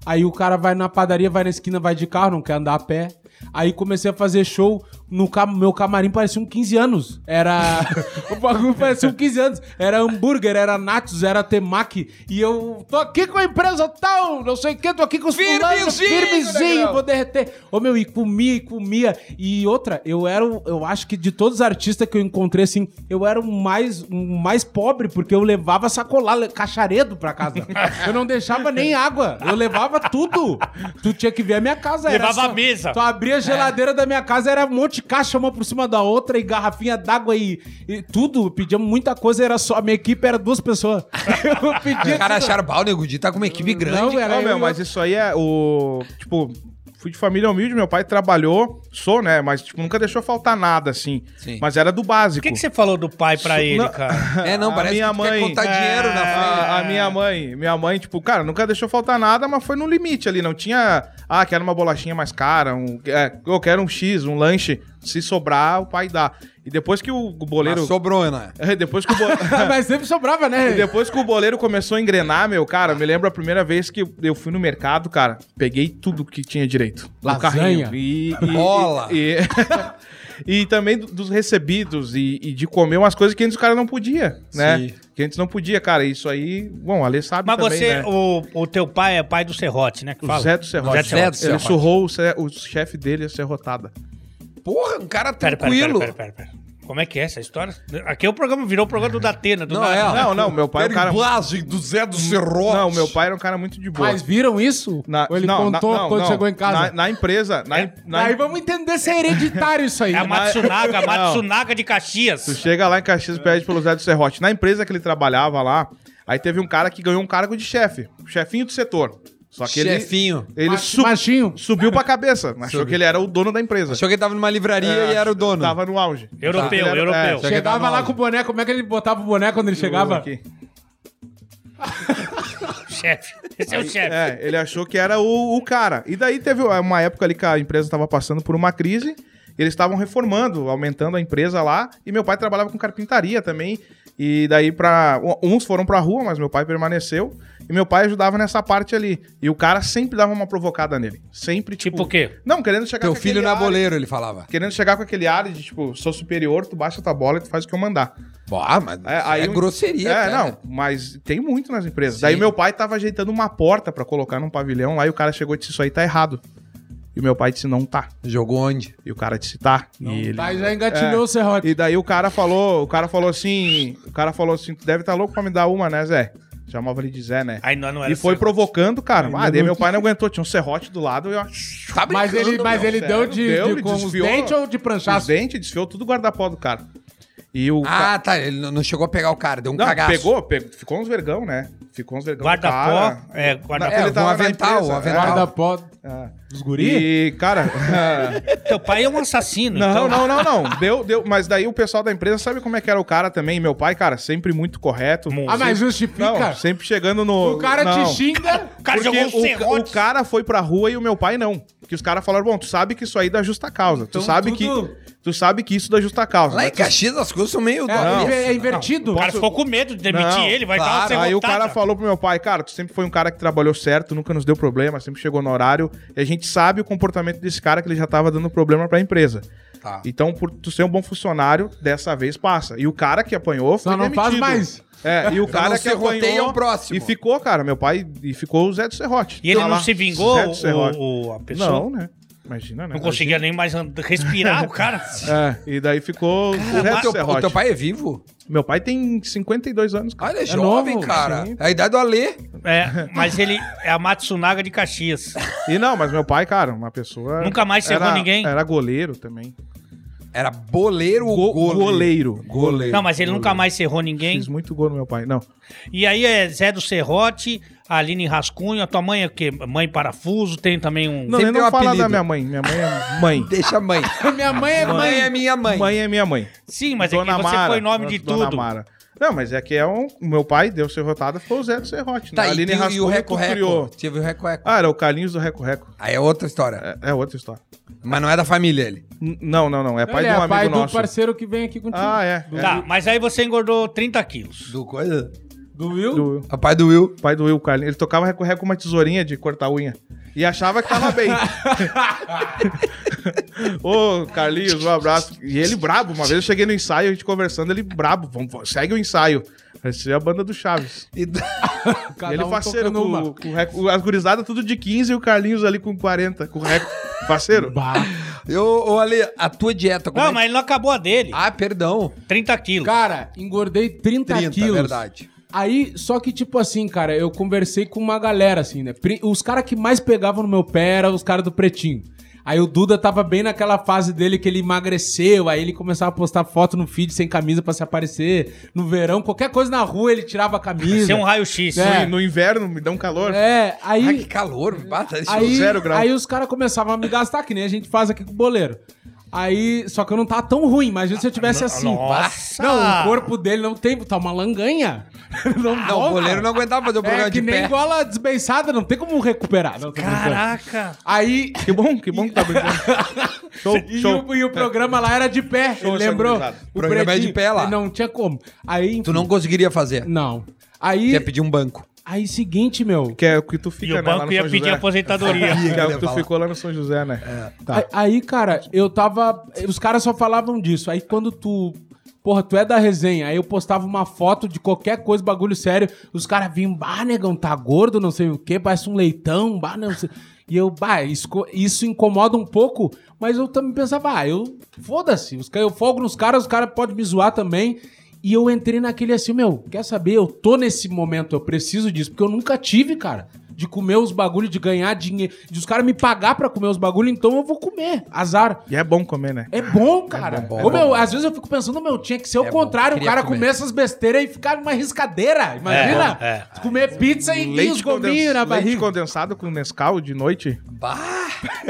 [SPEAKER 4] Aí o cara vai na padaria, vai na esquina, vai de carro, não quer andar a pé. Aí comecei a fazer show no ca- meu camarim, parecia um 15 anos. Era. <laughs> o bagulho parecia um 15 anos. Era hambúrguer, era natos, era temaki. E eu tô aqui com a empresa tal, não sei o que, tô aqui com os fulanos,
[SPEAKER 1] Firmezinho, Negrão.
[SPEAKER 4] firmezinho, vou derreter. Ô meu, e comia, e comia. E outra, eu era, o- eu acho que de todos os artistas que eu encontrei, assim, eu era o mais, o mais pobre, porque eu levava sacolar, le- cacharedo
[SPEAKER 2] <laughs>
[SPEAKER 4] pra casa. eu não deixava nem água, eu levava tudo. Tu tinha que ver a minha casa. era
[SPEAKER 2] Levava
[SPEAKER 4] só-
[SPEAKER 2] a mesa. É.
[SPEAKER 4] Tu abria a geladeira da minha casa, era um monte de caixa uma por cima da outra, e garrafinha d'água e, e tudo. Pedíamos muita coisa, era só, a minha equipe era duas pessoas. <laughs> eu pedia...
[SPEAKER 1] Os caras acharam, "Bah, o Nego Di tá com uma equipe grande.
[SPEAKER 4] Não, era
[SPEAKER 3] Não,
[SPEAKER 4] eu
[SPEAKER 3] meu,
[SPEAKER 4] e
[SPEAKER 3] mas isso aí é o. Tipo, fui de família humilde, meu pai trabalhou, sou, né? Mas, tipo, nunca deixou faltar nada, assim.
[SPEAKER 1] Sim.
[SPEAKER 3] Mas era do
[SPEAKER 2] O
[SPEAKER 3] básico. <laughs>
[SPEAKER 2] que, que você falou do pai pra ele,
[SPEAKER 3] Não.
[SPEAKER 2] cara?
[SPEAKER 1] É, não,
[SPEAKER 3] A
[SPEAKER 1] parece
[SPEAKER 3] minha
[SPEAKER 1] que tu
[SPEAKER 3] mãe- é,
[SPEAKER 1] quer contar dinheiro na frente.
[SPEAKER 3] A, a minha mãe, minha mãe, tipo, cara, nunca deixou faltar nada, mas foi no limite ali. Não tinha, ah, quero uma bolachinha mais cara, um, é, eu quero um X, um lanche. Se sobrar, o pai dá. E depois que o boleiro.
[SPEAKER 1] Mas sobrou, né?
[SPEAKER 3] <laughs> É, depois
[SPEAKER 1] <laughs>
[SPEAKER 3] que o bo-
[SPEAKER 4] <laughs> Mas sempre sobrava,
[SPEAKER 3] E
[SPEAKER 4] né?
[SPEAKER 3] depois que o boleiro começou a engrenar, meu, cara, me lembro a primeira vez que eu fui no mercado, cara, peguei tudo que tinha direito. No
[SPEAKER 4] Lasanha.
[SPEAKER 3] carrinho. E, e-
[SPEAKER 1] Bola.
[SPEAKER 3] E, e <laughs> também do- dos recebidos e, e de comer umas coisas que antes o cara não podia, né?
[SPEAKER 1] Sim.
[SPEAKER 3] Que antes não podia, cara. Isso aí, bom, a Alê sabe
[SPEAKER 2] Mas
[SPEAKER 3] também,
[SPEAKER 2] você,
[SPEAKER 3] né?
[SPEAKER 2] o, o teu pai é pai do Serrote, né? Que
[SPEAKER 3] O Zé do Serrote.
[SPEAKER 2] Zé do Serrote.
[SPEAKER 1] Zé do
[SPEAKER 3] Ele
[SPEAKER 1] Serrote.
[SPEAKER 3] surrou o, ce- o chefe dele a serrotada.
[SPEAKER 1] Porra, um cara
[SPEAKER 2] Pera, pera, pera,
[SPEAKER 1] tranquilo.
[SPEAKER 2] pera, pera, pera. Como é que é essa história? Aqui é o programa, virou o programa do Datena. Do
[SPEAKER 1] Não,
[SPEAKER 2] nada.
[SPEAKER 1] é, ó.
[SPEAKER 3] Não, não, meu pai é um cara...
[SPEAKER 1] Perblagem do Zé do Serrote.
[SPEAKER 3] Não, meu pai era um cara muito de boa.
[SPEAKER 4] Mas viram isso?
[SPEAKER 3] Na-
[SPEAKER 4] Ou ele
[SPEAKER 3] não, na-
[SPEAKER 4] contou
[SPEAKER 3] não,
[SPEAKER 4] quando
[SPEAKER 3] não.
[SPEAKER 4] chegou em casa?
[SPEAKER 3] Na, na empresa... Na,
[SPEAKER 2] É,
[SPEAKER 3] na-
[SPEAKER 4] Aí vamos entender se é hereditário isso aí.
[SPEAKER 2] É a Matsunaga, a
[SPEAKER 3] Não.
[SPEAKER 2] Matsunaga de
[SPEAKER 3] Tu
[SPEAKER 2] Caxias.
[SPEAKER 3] chega lá em Caxias e pede pelo Zé do Serrote. Na empresa que ele trabalhava lá, aí teve um cara que ganhou um cargo de chefe, chefinho do setor. Só que ele-
[SPEAKER 1] Chefinho.
[SPEAKER 3] ele,
[SPEAKER 4] Machi-
[SPEAKER 3] su-
[SPEAKER 4] machinho.
[SPEAKER 3] subiu pra cabeça. Achou que ele era o dono da empresa.
[SPEAKER 1] Achou que ele tava numa livraria
[SPEAKER 3] É,
[SPEAKER 1] e era o dono.
[SPEAKER 3] Tava no auge.
[SPEAKER 2] Europeu,
[SPEAKER 3] Achou que ele era- é,
[SPEAKER 2] europeu.
[SPEAKER 3] achou que ele
[SPEAKER 4] Chegava
[SPEAKER 3] tava
[SPEAKER 4] lá
[SPEAKER 3] no
[SPEAKER 4] com o boné, como é que ele botava o boné quando ele chegava?
[SPEAKER 3] auge. Aqui.
[SPEAKER 2] Chefe. Esse é o chefe.
[SPEAKER 3] É, ele achou que era o, o cara. E daí teve uma época ali que a empresa tava passando por uma crise. Eles estavam reformando, aumentando a empresa lá. E meu pai trabalhava com carpintaria também. E daí para uns foram pra rua, mas meu pai permaneceu. E meu pai ajudava nessa parte ali. E o cara sempre dava uma provocada nele. Sempre tipo,
[SPEAKER 2] Tipo o quê?
[SPEAKER 3] Não, querendo chegar
[SPEAKER 1] Teu
[SPEAKER 3] com
[SPEAKER 1] filho
[SPEAKER 3] aquele
[SPEAKER 1] na
[SPEAKER 3] ar-
[SPEAKER 1] boleiro, ele falava.
[SPEAKER 3] Querendo chegar com aquele ar de tipo, sou superior, tu baixa tua bola e tu faz o que eu mandar.
[SPEAKER 1] Ah, mas é,
[SPEAKER 3] aí
[SPEAKER 1] é
[SPEAKER 3] um-
[SPEAKER 1] grosseria,
[SPEAKER 3] É,
[SPEAKER 1] cara.
[SPEAKER 3] não, mas tem muito nas empresas.
[SPEAKER 1] Sim.
[SPEAKER 3] Daí meu pai tava ajeitando uma porta pra colocar num pavilhão lá e o cara chegou e disse: Isso aí tá errado. E meu pai disse: Não tá.
[SPEAKER 1] Jogou onde?
[SPEAKER 3] E o cara disse: Tá.
[SPEAKER 4] Não,
[SPEAKER 3] e, ele-
[SPEAKER 4] Aí já engatilhou
[SPEAKER 3] É.
[SPEAKER 4] o serrote.
[SPEAKER 3] e daí o cara falou: O cara falou assim: O cara falou assim: Tu deve tá louco pra me dar uma, né, Zé? Chamava ele de Zé, né?
[SPEAKER 2] Aí nós não era
[SPEAKER 3] E foi
[SPEAKER 2] certo.
[SPEAKER 3] provocando, cara.
[SPEAKER 4] Aí
[SPEAKER 3] Ah,
[SPEAKER 4] não-
[SPEAKER 3] daí meu pai não aguentou, tinha um serrote do lado, eu
[SPEAKER 1] Tá
[SPEAKER 4] Mas
[SPEAKER 1] brincando,
[SPEAKER 4] ele, mas
[SPEAKER 1] meu.
[SPEAKER 4] ele
[SPEAKER 3] sério,
[SPEAKER 4] deu de,
[SPEAKER 3] deu,
[SPEAKER 4] de
[SPEAKER 3] ele
[SPEAKER 4] com os
[SPEAKER 3] desfiou.
[SPEAKER 4] dentes ou de
[SPEAKER 3] os
[SPEAKER 4] pranchaço?
[SPEAKER 3] dentes, desfiou tudo o guarda-pó do cara. E o ca-
[SPEAKER 1] Ah, tá. Ele não não chegou a pegar o cara, deu um
[SPEAKER 3] Não,
[SPEAKER 1] cagaço.
[SPEAKER 3] pegou, pegou, ficou uns vergão, né? Ficou uns vergão. do cara.
[SPEAKER 2] Guarda-pó. É, guarda-pó.
[SPEAKER 1] É,
[SPEAKER 3] ele
[SPEAKER 1] um
[SPEAKER 3] tava na
[SPEAKER 1] avental,
[SPEAKER 3] empresa,
[SPEAKER 1] um avental.
[SPEAKER 4] Guarda-pó
[SPEAKER 3] Ah.
[SPEAKER 4] dos guri?
[SPEAKER 3] E, cara.
[SPEAKER 2] Teu pai é um assassino. então.
[SPEAKER 3] não, não, não, não. Deu, deu. Mas daí o pessoal da empresa sabe como é que era o cara também. E Meu pai, cara, sempre muito correto.
[SPEAKER 2] Monstro.
[SPEAKER 4] Ah, mas justifica.
[SPEAKER 3] Não, sempre chegando no.
[SPEAKER 4] o cara
[SPEAKER 3] não.
[SPEAKER 4] te xinga.
[SPEAKER 2] O cara
[SPEAKER 3] Porque
[SPEAKER 2] jogou um
[SPEAKER 3] o, ca- o
[SPEAKER 2] serrote.
[SPEAKER 3] cara foi pra rua e o meu pai não. Porque os caras falaram, bom, tu sabe que isso aí dá justa causa.
[SPEAKER 4] Então,
[SPEAKER 3] tu sabe
[SPEAKER 4] tudo-
[SPEAKER 3] que. Tu sabe que isso dá justa causa.
[SPEAKER 1] Lá
[SPEAKER 3] Mas
[SPEAKER 1] em Caxias as coisas são meio...
[SPEAKER 4] É,
[SPEAKER 1] doidas.
[SPEAKER 4] é invertido.
[SPEAKER 2] O cara ficou com medo de demitir
[SPEAKER 3] Não,
[SPEAKER 2] ele, vai
[SPEAKER 1] claro.
[SPEAKER 2] dar uma
[SPEAKER 3] Aí o
[SPEAKER 2] serrotada.
[SPEAKER 3] cara falou pro meu pai, cara, tu sempre foi um cara que trabalhou certo, nunca nos deu problema, sempre chegou no horário. E a gente sabe o comportamento desse cara que ele já tava dando problema pra empresa.
[SPEAKER 1] Tá.
[SPEAKER 3] Então, por tu ser um bom funcionário, dessa vez passa. E o cara que apanhou foi
[SPEAKER 4] Só não
[SPEAKER 3] demitido.
[SPEAKER 4] faz mais.
[SPEAKER 3] É,
[SPEAKER 1] <laughs>
[SPEAKER 3] e o cara
[SPEAKER 1] não
[SPEAKER 3] que
[SPEAKER 1] serroteia
[SPEAKER 3] apanhou...
[SPEAKER 1] o próximo.
[SPEAKER 3] E ficou, cara, meu pai... E ficou o Zé do Serrote.
[SPEAKER 2] E ele
[SPEAKER 3] Tá
[SPEAKER 2] não
[SPEAKER 3] lá,
[SPEAKER 2] se vingou,
[SPEAKER 3] Zé do Serrote.
[SPEAKER 2] o, o- a pessoa.
[SPEAKER 3] Não, né? Imagina, né?
[SPEAKER 2] Não conseguia nem mais and- respirar, o cara.
[SPEAKER 3] É, e daí ficou o
[SPEAKER 1] O
[SPEAKER 3] Zé do
[SPEAKER 1] teu, o
[SPEAKER 3] Serrote.
[SPEAKER 1] teu pai é vivo?
[SPEAKER 3] Meu pai tem 52 anos, cara.
[SPEAKER 1] Olha, é jovem,
[SPEAKER 4] novo,
[SPEAKER 1] cara.
[SPEAKER 3] sim.
[SPEAKER 1] É a idade do Alê.
[SPEAKER 2] É, <laughs> mas ele é a Matsunaga de Caxias.
[SPEAKER 3] E não, mas meu pai, cara, uma pessoa...
[SPEAKER 2] Nunca mais cerrou
[SPEAKER 3] era-
[SPEAKER 2] ninguém.
[SPEAKER 3] Era goleiro também.
[SPEAKER 1] Era boleiro ou
[SPEAKER 3] Go-
[SPEAKER 1] goleiro?
[SPEAKER 3] goleiro.
[SPEAKER 1] Goleiro.
[SPEAKER 2] Não, mas ele nunca mais cerrou ninguém.
[SPEAKER 3] Fiz muito gol no meu pai. Não.
[SPEAKER 2] E aí é Zé do Serrote, Aline Rascunho, a tua mãe é o quê? Mãe Parafuso, tem também um...
[SPEAKER 1] Sempre
[SPEAKER 3] Não, eu
[SPEAKER 1] tem um
[SPEAKER 3] não fala
[SPEAKER 1] apelido.
[SPEAKER 3] da minha mãe. Minha mãe é mãe.
[SPEAKER 1] <laughs> Deixa a mãe.
[SPEAKER 4] Minha mãe é mãe.
[SPEAKER 1] mãe é minha mãe.
[SPEAKER 3] Mãe é minha mãe.
[SPEAKER 2] Sim, mas é que você foi nome de
[SPEAKER 3] Dona
[SPEAKER 2] tudo.
[SPEAKER 3] Mara. Não, mas é que é um. o Meu pai deu serrotada, ficou o Zé do Serrote.
[SPEAKER 1] Tá,
[SPEAKER 3] né?
[SPEAKER 1] e,
[SPEAKER 3] Aline
[SPEAKER 1] tem- e o
[SPEAKER 3] Rascunho
[SPEAKER 1] Reco
[SPEAKER 3] que criou.
[SPEAKER 1] Reco. Tive o Reco Reco.
[SPEAKER 3] Ah, era o Carlinhos do Reco Reco.
[SPEAKER 1] Aí é outra história.
[SPEAKER 3] É, é outra história.
[SPEAKER 1] Mas não é da família ele.
[SPEAKER 3] N- Não, não, não. É pai
[SPEAKER 4] Ele
[SPEAKER 3] de um
[SPEAKER 4] é
[SPEAKER 3] amigo
[SPEAKER 4] pai do
[SPEAKER 3] nosso.
[SPEAKER 4] parceiro que vem aqui contigo.
[SPEAKER 3] Ah, é. é.
[SPEAKER 2] Tá, mas aí você engordou 30 quilos.
[SPEAKER 1] Do coisa?
[SPEAKER 4] Do Will?
[SPEAKER 3] Do,
[SPEAKER 1] O pai do Will.
[SPEAKER 3] pai do Will Carlinhos. Ele tocava Reco Reco com uma tesourinha de cortar unha. E achava que tava bem. Ô, Carlinhos, um abraço. E ele brabo. Uma vez eu cheguei no ensaio, a gente conversando, ele brabo. Vamos, vamos, segue o ensaio. Parecia a banda do Chaves.
[SPEAKER 1] E <laughs> do-
[SPEAKER 4] Cada
[SPEAKER 3] ele é
[SPEAKER 4] um
[SPEAKER 3] parceiro
[SPEAKER 4] tocando
[SPEAKER 3] com,
[SPEAKER 4] uma.
[SPEAKER 3] com o Reco. As gurizadas tudo de 15 e o Carlinhos ali com 40, com o Reco. Parceiro?
[SPEAKER 4] Bah.
[SPEAKER 1] Eu, ô, Ale, a tua dieta como é
[SPEAKER 2] Não,
[SPEAKER 1] que-
[SPEAKER 2] mas ele não acabou a dele.
[SPEAKER 1] Ah, perdão.
[SPEAKER 2] 30 quilos.
[SPEAKER 4] Cara, engordei 30,
[SPEAKER 1] 30,
[SPEAKER 4] quilos.
[SPEAKER 1] verdade.
[SPEAKER 4] Aí, só que tipo assim, cara, eu conversei com uma galera, assim, né? Pri- Os caras que mais pegavam no meu pé eram os caras do Pretinho. Aí o Duda tava bem naquela fase dele que ele emagreceu, aí ele começava a postar foto no feed sem camisa pra se aparecer. No verão, qualquer coisa na rua ele tirava a camisa.
[SPEAKER 2] Você é um raio-x.
[SPEAKER 4] É.
[SPEAKER 3] No inverno me dá um calor.
[SPEAKER 4] É, aí...
[SPEAKER 1] Ah, que calor. Bata,
[SPEAKER 4] Aí,
[SPEAKER 3] zero grau.
[SPEAKER 4] aí os caras começavam a me gastar, que nem a gente faz aqui com o boleiro. Aí, só que eu não tava tão ruim, imagina se eu
[SPEAKER 1] Ah,
[SPEAKER 4] tivesse assim.
[SPEAKER 2] nossa!
[SPEAKER 4] Não, o corpo dele não tem, tá uma langanha. <laughs> Não,
[SPEAKER 1] Não, Ah, o
[SPEAKER 4] volta.
[SPEAKER 1] goleiro não aguentava fazer o programa
[SPEAKER 4] É que
[SPEAKER 1] de
[SPEAKER 4] nem
[SPEAKER 1] pé.
[SPEAKER 4] gola desbeiçada, não tem como recuperar. Não, tô brincando.
[SPEAKER 2] Caraca!
[SPEAKER 4] Aí,
[SPEAKER 3] Que bom, que bom que tá brincando. show,
[SPEAKER 4] <laughs> e,
[SPEAKER 3] show.
[SPEAKER 4] O, e o programa lá era de pé,
[SPEAKER 3] Show, essa
[SPEAKER 4] lembrou?
[SPEAKER 3] gurizada.
[SPEAKER 1] O programa é
[SPEAKER 4] Pretinho,
[SPEAKER 1] de pé lá.
[SPEAKER 4] Não tinha como. Aí,
[SPEAKER 1] Tu não conseguiria fazer.
[SPEAKER 4] não. Aí,
[SPEAKER 1] Ia pedir um banco.
[SPEAKER 4] aí seguinte, meu.
[SPEAKER 3] Que é o que tu
[SPEAKER 2] E
[SPEAKER 3] fica
[SPEAKER 2] o
[SPEAKER 3] né, lá
[SPEAKER 2] banco
[SPEAKER 3] no
[SPEAKER 2] ia
[SPEAKER 3] São
[SPEAKER 2] pedir
[SPEAKER 3] José.
[SPEAKER 2] aposentadoria.
[SPEAKER 3] Que é o que tu
[SPEAKER 1] Fala.
[SPEAKER 3] ficou lá no São José, né? Tá.
[SPEAKER 4] É. Aí- Aí, cara, eu tava. Os caras só falavam disso. Aí quando tu. Porra, tu é da resenha. Aí eu postava uma foto de qualquer coisa, bagulho sério. Os caras vinham, bah, negão, tá gordo, não sei o quê, parece um leitão, bah, não sei. E eu, bah, isso, co- isso incomoda um pouco, mas eu também pensava, ah, eu. Foda-se, os ca- eu folgo nos caras, os caras podem me zoar também. E eu entrei naquele assim, meu, quer saber? Eu tô nesse momento, eu preciso disso, porque eu nunca tive, cara, de comer os bagulhos, de ganhar dinheiro, de os caras me pagar pra comer os bagulhos, então eu vou comer. Azar.
[SPEAKER 3] E é bom comer, né?
[SPEAKER 4] É bom, cara.
[SPEAKER 1] bom, é
[SPEAKER 4] Ô, meu,
[SPEAKER 1] bom.
[SPEAKER 4] às vezes eu fico pensando, meu, tinha que ser o
[SPEAKER 1] É bom,
[SPEAKER 4] contrário, o
[SPEAKER 1] queria
[SPEAKER 4] cara
[SPEAKER 1] comer.
[SPEAKER 4] comer. essas besteiras e ficar numa riscadeira. Imagina?
[SPEAKER 2] É, é.
[SPEAKER 4] Comer pizza e e os
[SPEAKER 3] conden-
[SPEAKER 4] gominhos na
[SPEAKER 3] leite
[SPEAKER 4] barriga.
[SPEAKER 3] condensado com Nescau de noite.
[SPEAKER 1] Bah!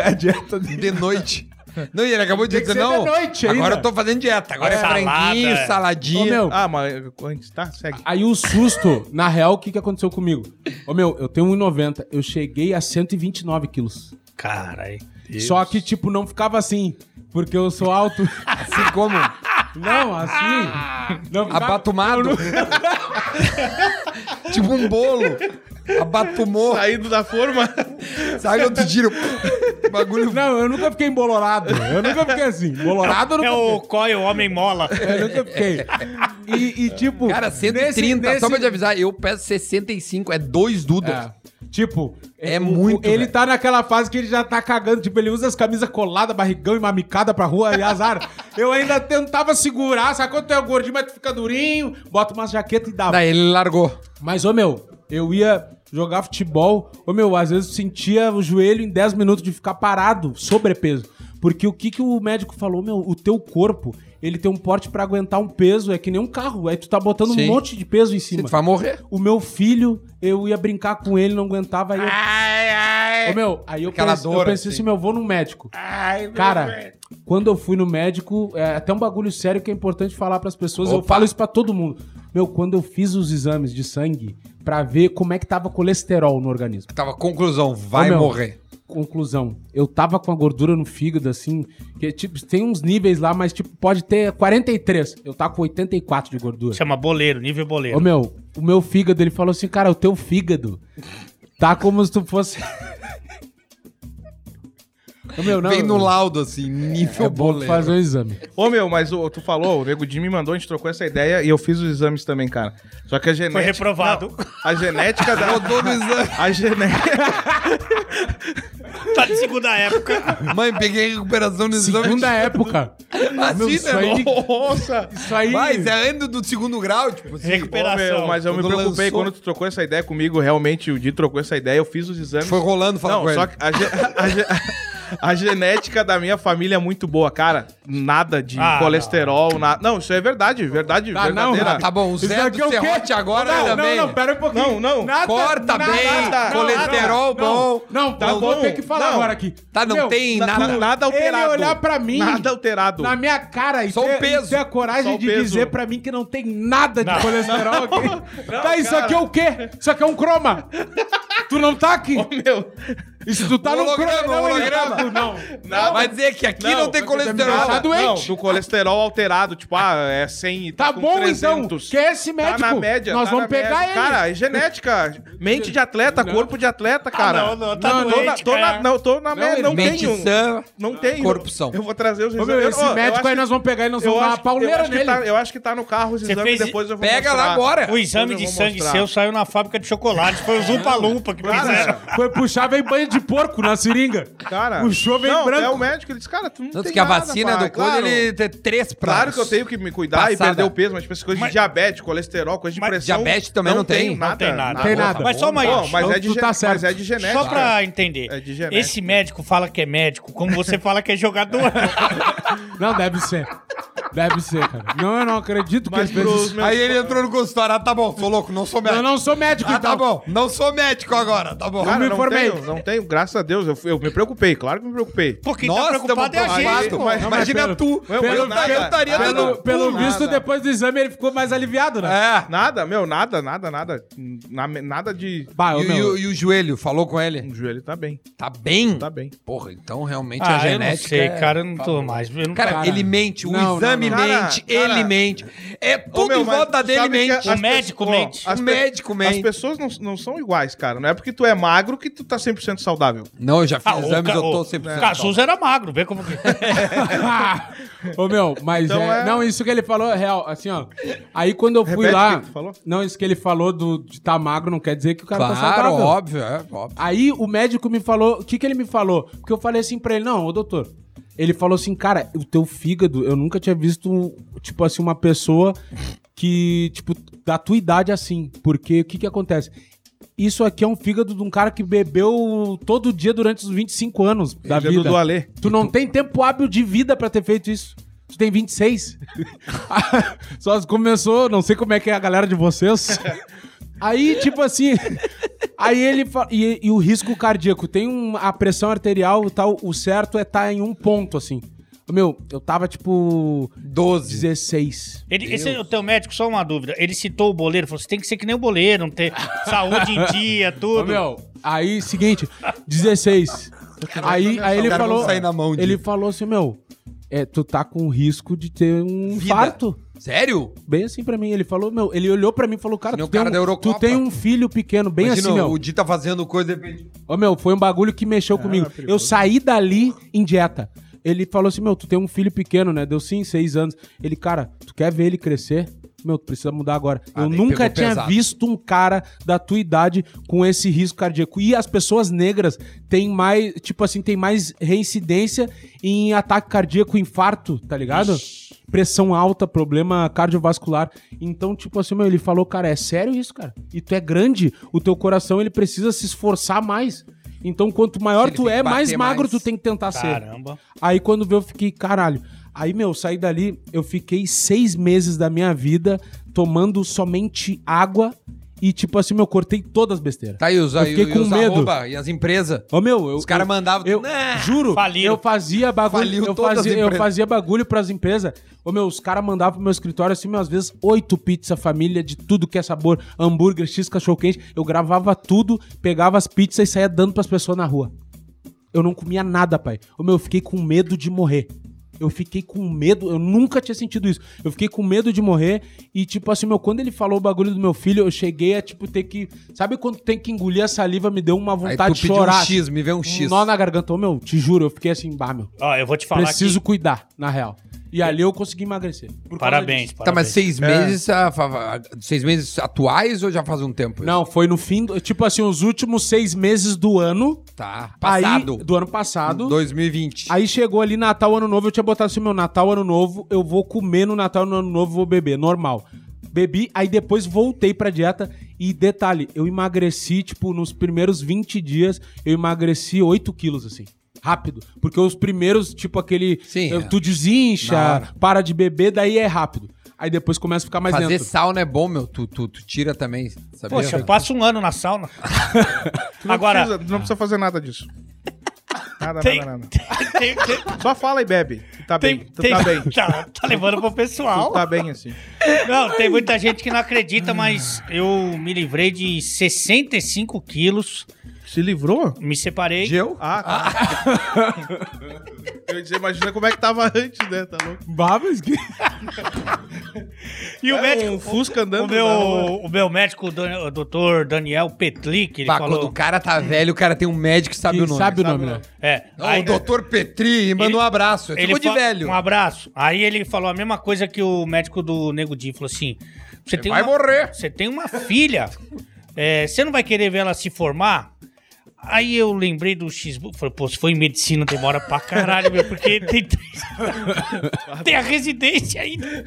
[SPEAKER 4] A <laughs> dieta dele.
[SPEAKER 1] De noite. Não, e ele acabou de
[SPEAKER 4] Tem que
[SPEAKER 1] dizer,
[SPEAKER 4] ser
[SPEAKER 1] não.
[SPEAKER 4] de noite
[SPEAKER 1] agora
[SPEAKER 4] ainda.
[SPEAKER 1] eu tô fazendo dieta. Agora é,
[SPEAKER 2] Salada,
[SPEAKER 1] franguinho,
[SPEAKER 2] é.
[SPEAKER 1] saladinha.
[SPEAKER 4] Ô, meu,
[SPEAKER 3] Ah, mas antes, tá? Segue.
[SPEAKER 4] Aí o susto, na real, o que, que aconteceu comigo? Ô meu, eu tenho 1,90, eu cheguei a 129 quilos.
[SPEAKER 2] Caralho.
[SPEAKER 4] Só que, tipo, não ficava assim, porque eu sou
[SPEAKER 1] <laughs>
[SPEAKER 4] alto.
[SPEAKER 1] Assim
[SPEAKER 4] <laughs>
[SPEAKER 1] como
[SPEAKER 4] não, assim. Não ficava...
[SPEAKER 1] abatumado. <laughs> tipo um bolo. Abatumou.
[SPEAKER 3] <laughs> Saindo da forma.
[SPEAKER 1] Sai outro tiro. Bagulho.
[SPEAKER 4] Não, eu nunca fiquei embolorado. Eu nunca fiquei assim. Embolorado eu nunca
[SPEAKER 2] É o Coy, o homem mola.
[SPEAKER 4] Eu nunca fiquei. E, e, tipo.
[SPEAKER 1] Cara, 130.
[SPEAKER 4] nesse-
[SPEAKER 1] Só pra te
[SPEAKER 4] nesse-
[SPEAKER 1] avisar, eu peso 65. É dois Dudas.
[SPEAKER 4] É, Tipo,
[SPEAKER 1] É
[SPEAKER 4] o-
[SPEAKER 1] muito,
[SPEAKER 4] Ele
[SPEAKER 1] velho.
[SPEAKER 4] tá naquela fase que ele já tá cagando. Tipo, ele usa as camisas coladas, barrigão e mamicada pra rua e azar. Eu ainda tentava segurar, sabe quando tu é gordinho, mas tu fica durinho, bota umas jaquetas e dá.
[SPEAKER 1] Daí ele largou.
[SPEAKER 4] Mas, ô meu, Eu ia jogar futebol, ô meu, às vezes eu sentia o joelho em 10 minutos de ficar parado, sobrepeso. Porque o que, que o médico falou, meu, o teu corpo, ele tem um porte pra aguentar um peso, é que nem um carro, aí tu tá botando
[SPEAKER 1] Sim.
[SPEAKER 4] um monte de peso em cima.
[SPEAKER 1] Você vai morrer.
[SPEAKER 4] O meu filho, eu ia brincar com ele, não aguentava, aí eu... Ô, meu, aí eu
[SPEAKER 1] É, Aquela
[SPEAKER 4] pensei, eu
[SPEAKER 1] dor,
[SPEAKER 4] pensei
[SPEAKER 1] assim.
[SPEAKER 4] assim, meu, eu vou no médico. Cara, quando eu fui no médico, é até um bagulho sério que é importante falar pras pessoas, eu
[SPEAKER 1] Opa.
[SPEAKER 4] falo isso pra todo mundo. Meu, quando eu fiz os exames de sangue pra ver como é que tava colesterol no organismo.
[SPEAKER 1] Tava conclusão, vai
[SPEAKER 4] Ô, meu,
[SPEAKER 1] morrer.
[SPEAKER 4] Conclusão, eu tava com a gordura no fígado, assim, que tipo, tem uns níveis lá, mas tipo, pode ter 43. Eu tava com 84 de gordura.
[SPEAKER 2] Chama boleiro, nível
[SPEAKER 4] Ô
[SPEAKER 2] boleiro.
[SPEAKER 4] meu, o meu fígado, ele falou assim, cara, o teu fígado tá como se tu fosse. <laughs> Ô meu, não.
[SPEAKER 1] Vem no laudo, assim, nível
[SPEAKER 4] é bom tu
[SPEAKER 1] boleiro.
[SPEAKER 4] fazer um exame.
[SPEAKER 3] <laughs> Ô meu, mas o, tu falou, o Nego Di me mandou, a gente trocou essa ideia e eu fiz os exames também, cara. Só que a genética.
[SPEAKER 2] Foi reprovado.
[SPEAKER 3] A <laughs> genética da.
[SPEAKER 1] Rodou no exame.
[SPEAKER 3] A genética.
[SPEAKER 2] <laughs> Tá de segunda época.
[SPEAKER 1] Mãe, peguei recuperação no exame.
[SPEAKER 4] Segunda
[SPEAKER 1] <laughs>
[SPEAKER 4] época.
[SPEAKER 1] Assim,
[SPEAKER 4] Meu, isso
[SPEAKER 1] né?
[SPEAKER 3] <laughs>
[SPEAKER 4] aí-
[SPEAKER 3] Nossa!
[SPEAKER 4] Isso aí.
[SPEAKER 1] Mas é ano do segundo grau, tipo assim.
[SPEAKER 3] Ô,
[SPEAKER 2] Recuperação.
[SPEAKER 3] meu, mas eu me
[SPEAKER 1] Quando
[SPEAKER 3] preocupei
[SPEAKER 1] lançou-
[SPEAKER 3] quando tu trocou essa ideia comigo, realmente o Di trocou essa ideia, eu fiz os exames.
[SPEAKER 1] Foi rolando, fala
[SPEAKER 3] Não,
[SPEAKER 1] com
[SPEAKER 3] só
[SPEAKER 1] ele.
[SPEAKER 3] que a, ge- <laughs> a ge- a genética da minha família é muito boa, cara. Nada de
[SPEAKER 2] Ah,
[SPEAKER 3] colesterol, nada. Não, isso é verdade, verdade,
[SPEAKER 4] Ah, não,
[SPEAKER 3] verdadeira.
[SPEAKER 1] Tá bom, o
[SPEAKER 4] Isso
[SPEAKER 1] Zé do
[SPEAKER 4] daqui é o quê?
[SPEAKER 1] Serrote agora
[SPEAKER 4] não,
[SPEAKER 1] também.
[SPEAKER 4] Não, não, pera um pouquinho.
[SPEAKER 3] Não, não.
[SPEAKER 1] Corta bem,
[SPEAKER 3] nada,
[SPEAKER 1] colesterol bom.
[SPEAKER 4] Não,
[SPEAKER 3] Tá
[SPEAKER 4] eu
[SPEAKER 3] bom.
[SPEAKER 4] vou ter que falar
[SPEAKER 3] Não.
[SPEAKER 4] agora aqui.
[SPEAKER 1] Tá, não
[SPEAKER 4] Meu,
[SPEAKER 1] tem
[SPEAKER 3] Na-
[SPEAKER 1] nada.
[SPEAKER 3] na- nada alterado.
[SPEAKER 4] Ele olhar pra mim.
[SPEAKER 3] Nada alterado.
[SPEAKER 4] Na minha cara e
[SPEAKER 1] Só o
[SPEAKER 4] ter,
[SPEAKER 1] peso.
[SPEAKER 4] e ter a coragem
[SPEAKER 3] Só o
[SPEAKER 4] de
[SPEAKER 3] peso.
[SPEAKER 4] dizer pra mim que não tem nada de
[SPEAKER 2] Não.
[SPEAKER 4] colesterol aqui. tá, isso
[SPEAKER 3] cara.
[SPEAKER 4] aqui é o quê? Isso aqui é um croma. tu não tá aqui.
[SPEAKER 3] Meu,
[SPEAKER 4] Isso tu tá no
[SPEAKER 1] Holograma,
[SPEAKER 4] croma. Não, ele tá-
[SPEAKER 1] holograma.
[SPEAKER 4] não.
[SPEAKER 3] nada.
[SPEAKER 1] Vai dizer que aqui não, tem
[SPEAKER 4] deixar
[SPEAKER 1] colesterol.
[SPEAKER 4] Tá doente.
[SPEAKER 3] Não, do colesterol alterado, tipo, ah, é 100 e
[SPEAKER 4] Tá
[SPEAKER 3] com
[SPEAKER 4] bom, então.
[SPEAKER 3] 300.
[SPEAKER 4] Que é esse
[SPEAKER 3] Tá
[SPEAKER 4] médico.
[SPEAKER 3] na média,
[SPEAKER 4] Nós
[SPEAKER 3] tá na
[SPEAKER 4] vamos
[SPEAKER 3] média.
[SPEAKER 4] pegar ele.
[SPEAKER 3] Cara, é
[SPEAKER 4] <laughs>
[SPEAKER 3] genética. Mente de atleta, corpo de
[SPEAKER 4] Ah,
[SPEAKER 3] atleta, cara.
[SPEAKER 2] não, não, tá
[SPEAKER 3] tô na,
[SPEAKER 2] doente,
[SPEAKER 3] tô na,
[SPEAKER 2] cara.
[SPEAKER 3] não, tô na média,
[SPEAKER 1] ele-
[SPEAKER 3] não
[SPEAKER 1] mente
[SPEAKER 3] tenho.
[SPEAKER 1] sã,
[SPEAKER 3] Não tenho.
[SPEAKER 1] corpo são.
[SPEAKER 3] Eu vou trazer os
[SPEAKER 4] Ô,
[SPEAKER 3] exames.
[SPEAKER 4] meu, esse
[SPEAKER 3] Ó, eu
[SPEAKER 4] médico
[SPEAKER 3] acho
[SPEAKER 4] aí
[SPEAKER 3] que-
[SPEAKER 4] nós vamos pegar ele, nós
[SPEAKER 3] eu
[SPEAKER 4] vamos dar uma
[SPEAKER 3] acho- eu
[SPEAKER 4] pauleira
[SPEAKER 3] acho que
[SPEAKER 4] nele.
[SPEAKER 3] tá- eu acho que tá no carro os exames,
[SPEAKER 2] fez-
[SPEAKER 3] depois eu vou
[SPEAKER 1] Pega lá
[SPEAKER 3] mostrar.
[SPEAKER 1] agora.
[SPEAKER 2] O exame
[SPEAKER 3] Eu
[SPEAKER 2] de
[SPEAKER 3] vou
[SPEAKER 2] sangue
[SPEAKER 3] mostrar.
[SPEAKER 2] seu saiu na fábrica de chocolate. Foi os umpa-lumpa que
[SPEAKER 3] Cara,
[SPEAKER 2] fizeram.
[SPEAKER 4] Foi puxar, veio banho de porco na seringa.
[SPEAKER 3] Cara,
[SPEAKER 4] Puxou, veio
[SPEAKER 3] não,
[SPEAKER 4] branco.
[SPEAKER 3] É o médico, ele disse, cara, tu não
[SPEAKER 1] Tanto
[SPEAKER 3] tem
[SPEAKER 1] que a
[SPEAKER 3] nada,
[SPEAKER 1] vacina
[SPEAKER 3] pai.
[SPEAKER 1] do Cone,
[SPEAKER 3] Claro.
[SPEAKER 1] ele tem três pratos.
[SPEAKER 3] Claro que eu tenho que me cuidar e
[SPEAKER 1] Passada.
[SPEAKER 3] perder o peso, mas tipo, essas coisas
[SPEAKER 2] Mas-
[SPEAKER 3] de diabetes, colesterol, coisa de
[SPEAKER 2] Mas
[SPEAKER 3] pressão.
[SPEAKER 1] diabetes também não tem.
[SPEAKER 3] tenho
[SPEAKER 1] Não
[SPEAKER 3] nada,
[SPEAKER 2] tem nada. Tá
[SPEAKER 4] Tem nada.
[SPEAKER 2] Mas só uma-
[SPEAKER 3] Bom, mas,
[SPEAKER 4] Então
[SPEAKER 3] é de
[SPEAKER 4] tu
[SPEAKER 3] gen-
[SPEAKER 4] tá certo.
[SPEAKER 3] mas é de genética.
[SPEAKER 2] Só pra entender.
[SPEAKER 3] É de genética.
[SPEAKER 2] Esse médico fala que é médico, como você fala que é jogador.
[SPEAKER 4] Não, deve ser. Deve ser, cara. Não, eu não acredito que
[SPEAKER 3] Mas
[SPEAKER 4] às vezes...
[SPEAKER 3] pros
[SPEAKER 1] Aí ele entrou no consultório. Ah, tá bom, sou louco, não sou médico.
[SPEAKER 4] Eu não sou médico,
[SPEAKER 1] Ah,
[SPEAKER 4] então.
[SPEAKER 1] tá bom, não sou médico agora, tá bom.
[SPEAKER 3] Cara,
[SPEAKER 4] me
[SPEAKER 3] não
[SPEAKER 4] informei.
[SPEAKER 3] tenho, não tenho, graças a Deus, eu, fui- eu me preocupei, claro que me preocupei.
[SPEAKER 2] Porque
[SPEAKER 1] Nós
[SPEAKER 2] tá preocupado é
[SPEAKER 1] tamo
[SPEAKER 2] a gente.
[SPEAKER 1] preocupados.
[SPEAKER 2] pô.
[SPEAKER 1] Mas
[SPEAKER 4] Não,
[SPEAKER 1] imagina tu.
[SPEAKER 3] Eu-
[SPEAKER 1] Pelo-
[SPEAKER 3] eu nada,
[SPEAKER 1] eu estaria
[SPEAKER 3] nada.
[SPEAKER 1] dando
[SPEAKER 4] Pelo,
[SPEAKER 1] um
[SPEAKER 4] pelo
[SPEAKER 1] pulo.
[SPEAKER 4] visto,
[SPEAKER 3] nada.
[SPEAKER 4] depois do exame, ele ficou mais aliviado, né?
[SPEAKER 1] É.
[SPEAKER 3] Nada, meu, nada, nada, nada. Na- nada de.
[SPEAKER 4] Bah, ô,
[SPEAKER 1] E,
[SPEAKER 4] meu, <laughs>
[SPEAKER 1] o- e o joelho, falou com
[SPEAKER 3] O
[SPEAKER 1] ele?
[SPEAKER 3] joelho tá bem,
[SPEAKER 1] Tá bem?
[SPEAKER 3] tá bem.
[SPEAKER 1] Porra, então realmente a
[SPEAKER 2] Ah, eu não
[SPEAKER 1] genética.
[SPEAKER 2] sei,
[SPEAKER 1] é-
[SPEAKER 2] cara, eu não tô mais. Eu não
[SPEAKER 1] Cara,
[SPEAKER 2] tô-
[SPEAKER 4] Cara,
[SPEAKER 1] ele mente, o
[SPEAKER 4] não,
[SPEAKER 1] exame
[SPEAKER 3] não, não.
[SPEAKER 1] mente,
[SPEAKER 3] Cara, cara.
[SPEAKER 1] ele mente. É tudo
[SPEAKER 3] Ô, meu,
[SPEAKER 1] em
[SPEAKER 3] mas
[SPEAKER 1] volta
[SPEAKER 3] tu
[SPEAKER 1] dele
[SPEAKER 3] sabe que
[SPEAKER 1] mente.
[SPEAKER 2] O
[SPEAKER 3] as
[SPEAKER 2] médico
[SPEAKER 3] pessoas-
[SPEAKER 2] mente.
[SPEAKER 3] ó, as
[SPEAKER 1] O
[SPEAKER 3] pe-
[SPEAKER 1] médico mente.
[SPEAKER 3] As pessoas não, não são iguais, cara. Não é porque tu é magro que tu tá 100% saudável.
[SPEAKER 1] Não, eu já fiz
[SPEAKER 2] Ah, o
[SPEAKER 1] exames,
[SPEAKER 2] Ca-
[SPEAKER 1] eu tô
[SPEAKER 2] o-
[SPEAKER 1] sempre.
[SPEAKER 2] o Cazuza era magro, vê como que...
[SPEAKER 4] <laughs> Ô, meu, mas
[SPEAKER 3] Então
[SPEAKER 4] é,
[SPEAKER 3] é-
[SPEAKER 4] Não, isso que ele falou é real. Assim, ó. Aí quando eu fui
[SPEAKER 3] Repete
[SPEAKER 4] lá.
[SPEAKER 3] o que tu falou.
[SPEAKER 4] Não, isso que ele falou do, de tá magro não quer dizer que o cara tá
[SPEAKER 1] Claro,
[SPEAKER 4] saudável.
[SPEAKER 1] óbvio, é, óbvio.
[SPEAKER 4] Aí o médico me falou. O que, que ele me falou? Porque eu falei assim pra ele: não, ô doutor. Ele falou assim, cara, o teu fígado, eu nunca tinha visto, um- tipo assim, uma pessoa que, tipo, da tua idade assim. Porque o que que acontece? Isso aqui é um fígado de um cara que bebeu todo dia durante os 25 anos da
[SPEAKER 3] Fígado
[SPEAKER 4] vida.
[SPEAKER 3] do Alê.
[SPEAKER 4] Tu não tem tempo hábil de vida pra ter feito isso. Tu tem 26. <laughs> Só começou, não sei como é que é a galera de vocês. Aí, tipo assim. Aí ele fa- e, e o risco cardíaco, tem um, a pressão arterial e tal, o certo é estar em um ponto, assim. Meu, eu tava tipo
[SPEAKER 1] 12.
[SPEAKER 4] 16.
[SPEAKER 2] Ele, esse é o teu médico, só uma dúvida. Ele citou o boleiro, falou assim, tem que ser que nem o boleiro, não ter saúde em dia, tudo.
[SPEAKER 4] Ô, meu, aí, seguinte, 16. Aí, aí ele
[SPEAKER 1] Os caras vão
[SPEAKER 4] falou.
[SPEAKER 1] sair na mão de-
[SPEAKER 4] ele falou assim, meu, é, tu tá com risco de ter um
[SPEAKER 1] Vida.
[SPEAKER 4] infarto.
[SPEAKER 1] Sério?
[SPEAKER 4] bem assim pra mim. Ele falou, meu, ele olhou pra mim e falou, cara,
[SPEAKER 1] Que nem
[SPEAKER 4] tu
[SPEAKER 1] o
[SPEAKER 4] tem,
[SPEAKER 1] cara da
[SPEAKER 4] um,
[SPEAKER 1] Eurocopa.
[SPEAKER 4] tu tem um filho pequeno, bem
[SPEAKER 1] Imagina,
[SPEAKER 4] assim, meu.
[SPEAKER 1] o Di tá fazendo coisa de repente.
[SPEAKER 4] Ô, meu, foi um bagulho que mexeu comigo. Eu saí dali em dieta. Ele falou assim, meu, tu tem um filho pequeno, né? Deu sim, seis anos. Ele, cara, tu quer ver ele crescer? Meu, tu precisa mudar agora.
[SPEAKER 1] Ah,
[SPEAKER 4] eu
[SPEAKER 1] daí
[SPEAKER 4] nunca
[SPEAKER 1] pegou
[SPEAKER 4] tinha
[SPEAKER 1] pesado.
[SPEAKER 4] visto um cara da tua idade com esse risco cardíaco. E as pessoas negras têm mais, tipo assim, tem mais reincidência em ataque cardíaco, infarto, tá ligado? Pressão alta, problema cardiovascular. Então, tipo assim, meu, ele falou, cara, é sério isso, cara? E tu é grande, o teu coração ele precisa se esforçar mais. Então, quanto maior
[SPEAKER 1] Ele
[SPEAKER 4] tu
[SPEAKER 1] tem que
[SPEAKER 4] é, mais
[SPEAKER 1] bater
[SPEAKER 4] magro
[SPEAKER 1] mais.
[SPEAKER 4] tu tem que tentar ser.
[SPEAKER 2] Caramba.
[SPEAKER 4] Aí quando veio, eu fiquei, caralho. Aí, meu, saí dali, eu fiquei seis meses da minha vida tomando somente água e, tipo assim, meu, cortei todas as besteiras.
[SPEAKER 1] Tá aí os,
[SPEAKER 4] Eu
[SPEAKER 1] aí,
[SPEAKER 4] fiquei com
[SPEAKER 1] os
[SPEAKER 4] medo.
[SPEAKER 1] arroba e as empresas.
[SPEAKER 4] Ô, meu, eu,
[SPEAKER 1] Os caras
[SPEAKER 4] eu-
[SPEAKER 1] mandavam.
[SPEAKER 4] eu
[SPEAKER 1] Né?
[SPEAKER 4] juro,
[SPEAKER 2] Faliram.
[SPEAKER 4] eu fazia
[SPEAKER 1] Faliu
[SPEAKER 4] bagulho, eu
[SPEAKER 1] todas as
[SPEAKER 4] fazia, eu
[SPEAKER 1] empresas.
[SPEAKER 4] fazia bagulho pras empresas. Ô, meu, os caras mandavam pro meu escritório assim, meu, às vezes oito pizza família de tudo que é sabor, hambúrguer, x cachorro quente. Eu gravava tudo, pegava as pizzas e saía dando pras pessoas na rua. Eu não comia nada, pai. Ô, meu, eu fiquei com medo de morrer. Eu fiquei com medo, eu nunca tinha sentido isso. Eu fiquei com medo de morrer e, tipo assim, meu, quando ele falou o bagulho do meu filho, eu cheguei a, tipo, ter que. Sabe quando tem que engolir a saliva? Me deu uma
[SPEAKER 1] Aí tu
[SPEAKER 4] vontade de
[SPEAKER 1] pediu
[SPEAKER 4] chorar.
[SPEAKER 1] um X, me vê um X.
[SPEAKER 4] Um nó na garganta. Ô, meu, te juro, eu fiquei assim, bah, meu.
[SPEAKER 2] Ó, eu vou te falar
[SPEAKER 4] preciso
[SPEAKER 2] que...
[SPEAKER 4] cuidar, na real. E ali eu consegui emagrecer. por causa
[SPEAKER 2] Parabéns,
[SPEAKER 4] disso.
[SPEAKER 1] Tá, mas
[SPEAKER 2] parabéns. É.
[SPEAKER 1] seis meses. ah, fa- fa- Seis meses atuais ou já faz um tempo? isso?
[SPEAKER 4] Não, foi no fim, do, tipo assim, os últimos seis meses do ano.
[SPEAKER 1] Tá.
[SPEAKER 4] Passado.
[SPEAKER 1] Passado.
[SPEAKER 4] do ano passado.
[SPEAKER 1] 2020.
[SPEAKER 4] Aí chegou ali Natal, Ano Novo, eu tinha botado assim, meu, Natal, Ano Novo, eu vou comer no Natal, no Ano Novo, vou beber, normal. Bebi, aí depois voltei pra dieta e detalhe, eu emagreci, tipo, nos primeiros 20 dias, eu emagreci 8 quilos, assim. Rápido. Porque os primeiros, tipo, aquele...
[SPEAKER 1] Sim,
[SPEAKER 4] eh,
[SPEAKER 1] é.
[SPEAKER 4] Tu
[SPEAKER 1] Na
[SPEAKER 4] desincha,
[SPEAKER 1] hora.
[SPEAKER 4] para de beber, daí é rápido. Aí depois começa a ficar mais
[SPEAKER 1] Fazer
[SPEAKER 4] lento.
[SPEAKER 1] sauna é bom, meu. Tu, tu, tu tira também, sabia?
[SPEAKER 2] Poxa, eu passo um ano na sauna.
[SPEAKER 3] Tu <laughs> não
[SPEAKER 2] Agora,
[SPEAKER 3] precisa- tu não precisa fazer nada disso. Nada,
[SPEAKER 2] tem,
[SPEAKER 3] nada, nada.
[SPEAKER 2] <laughs> tem, tem,
[SPEAKER 3] Só fala e bebe. Tá
[SPEAKER 2] tem,
[SPEAKER 3] bem. Tu
[SPEAKER 2] tem-
[SPEAKER 3] tá bem.
[SPEAKER 2] <laughs>
[SPEAKER 3] Tu
[SPEAKER 2] Tá, tá levando pro pessoal.
[SPEAKER 3] tá bem assim.
[SPEAKER 2] Não, tem muita gente que não acredita, mas eu me livrei de 65 quilos.
[SPEAKER 3] Se livrou?
[SPEAKER 2] Me separei.
[SPEAKER 1] eu?
[SPEAKER 3] Ah, tá. <laughs> Eu ia dizer, imagina como é que tava antes, né? Tá louco?
[SPEAKER 4] Babas <laughs> que...
[SPEAKER 2] E o
[SPEAKER 3] É,
[SPEAKER 2] médico.
[SPEAKER 3] um Fusca andando né?
[SPEAKER 2] O
[SPEAKER 3] na rua.
[SPEAKER 2] meu,
[SPEAKER 1] né?
[SPEAKER 2] o meu médico, o dan- o doutor Daniel Petlick, ele
[SPEAKER 1] Bah,
[SPEAKER 2] falou.
[SPEAKER 1] quando o cara tá velho, o cara tem um médico que sabe
[SPEAKER 4] Quem
[SPEAKER 1] o nome.
[SPEAKER 4] sabe o nome, né?
[SPEAKER 2] É,
[SPEAKER 1] Não,
[SPEAKER 2] aí-
[SPEAKER 1] o doutor Petri manda
[SPEAKER 2] ele-
[SPEAKER 1] um abraço. É tipo de
[SPEAKER 2] fa-
[SPEAKER 1] velho.
[SPEAKER 2] Um abraço. Aí ele falou a mesma coisa que o médico do Nego Di, falou assim: você tem
[SPEAKER 1] vai
[SPEAKER 2] uma-
[SPEAKER 1] morrer."
[SPEAKER 2] Você tem uma filha. é, você não vai querer ver ela se formar? Aí eu lembrei do x Falei, pô, se for em medicina demora pra caralho, meu, porque tem, <laughs> tem a residência ainda.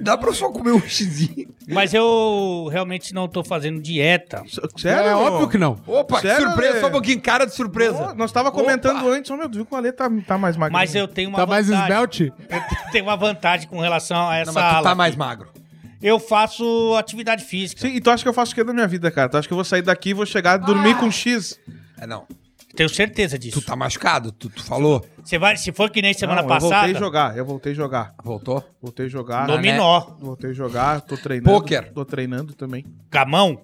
[SPEAKER 1] Dá pra eu só comer um xizinho.
[SPEAKER 2] Mas eu realmente não tô fazendo dieta.
[SPEAKER 3] Sério?
[SPEAKER 4] é óbvio que não.
[SPEAKER 1] Opa, que
[SPEAKER 3] Sério,
[SPEAKER 1] surpresa.
[SPEAKER 3] Ale?
[SPEAKER 1] Só um pouquinho, cara de
[SPEAKER 3] Ó,
[SPEAKER 1] surpresa.
[SPEAKER 3] nós tava comentando antes, ó, meu, tu viu que o Ale tá, tá mais magro.
[SPEAKER 2] Mas eu tenho uma
[SPEAKER 4] Tá mais
[SPEAKER 2] vantagem.
[SPEAKER 4] esmalte?
[SPEAKER 2] <laughs> Eu tenho uma vantagem com relação a essa
[SPEAKER 1] Não, mas tu
[SPEAKER 2] ala.
[SPEAKER 1] tá mais magro.
[SPEAKER 2] Eu faço atividade física.
[SPEAKER 3] Sim, e tu acha que eu faço o que da minha vida, cara? Tu acha que eu vou sair daqui e vou chegar e dormir com X?
[SPEAKER 1] É, não.
[SPEAKER 2] Tenho certeza disso.
[SPEAKER 1] Tu tá machucado, tu, tu falou.
[SPEAKER 2] Você vai, se for que nem semana
[SPEAKER 3] Não, Eu
[SPEAKER 2] passada,
[SPEAKER 3] voltei jogar, né? eu voltei jogar.
[SPEAKER 1] Voltou?
[SPEAKER 3] Voltei jogar.
[SPEAKER 2] dominó,
[SPEAKER 3] Voltei jogar, tô treinando.
[SPEAKER 1] Pôquer.
[SPEAKER 3] Tô treinando também.
[SPEAKER 2] camão.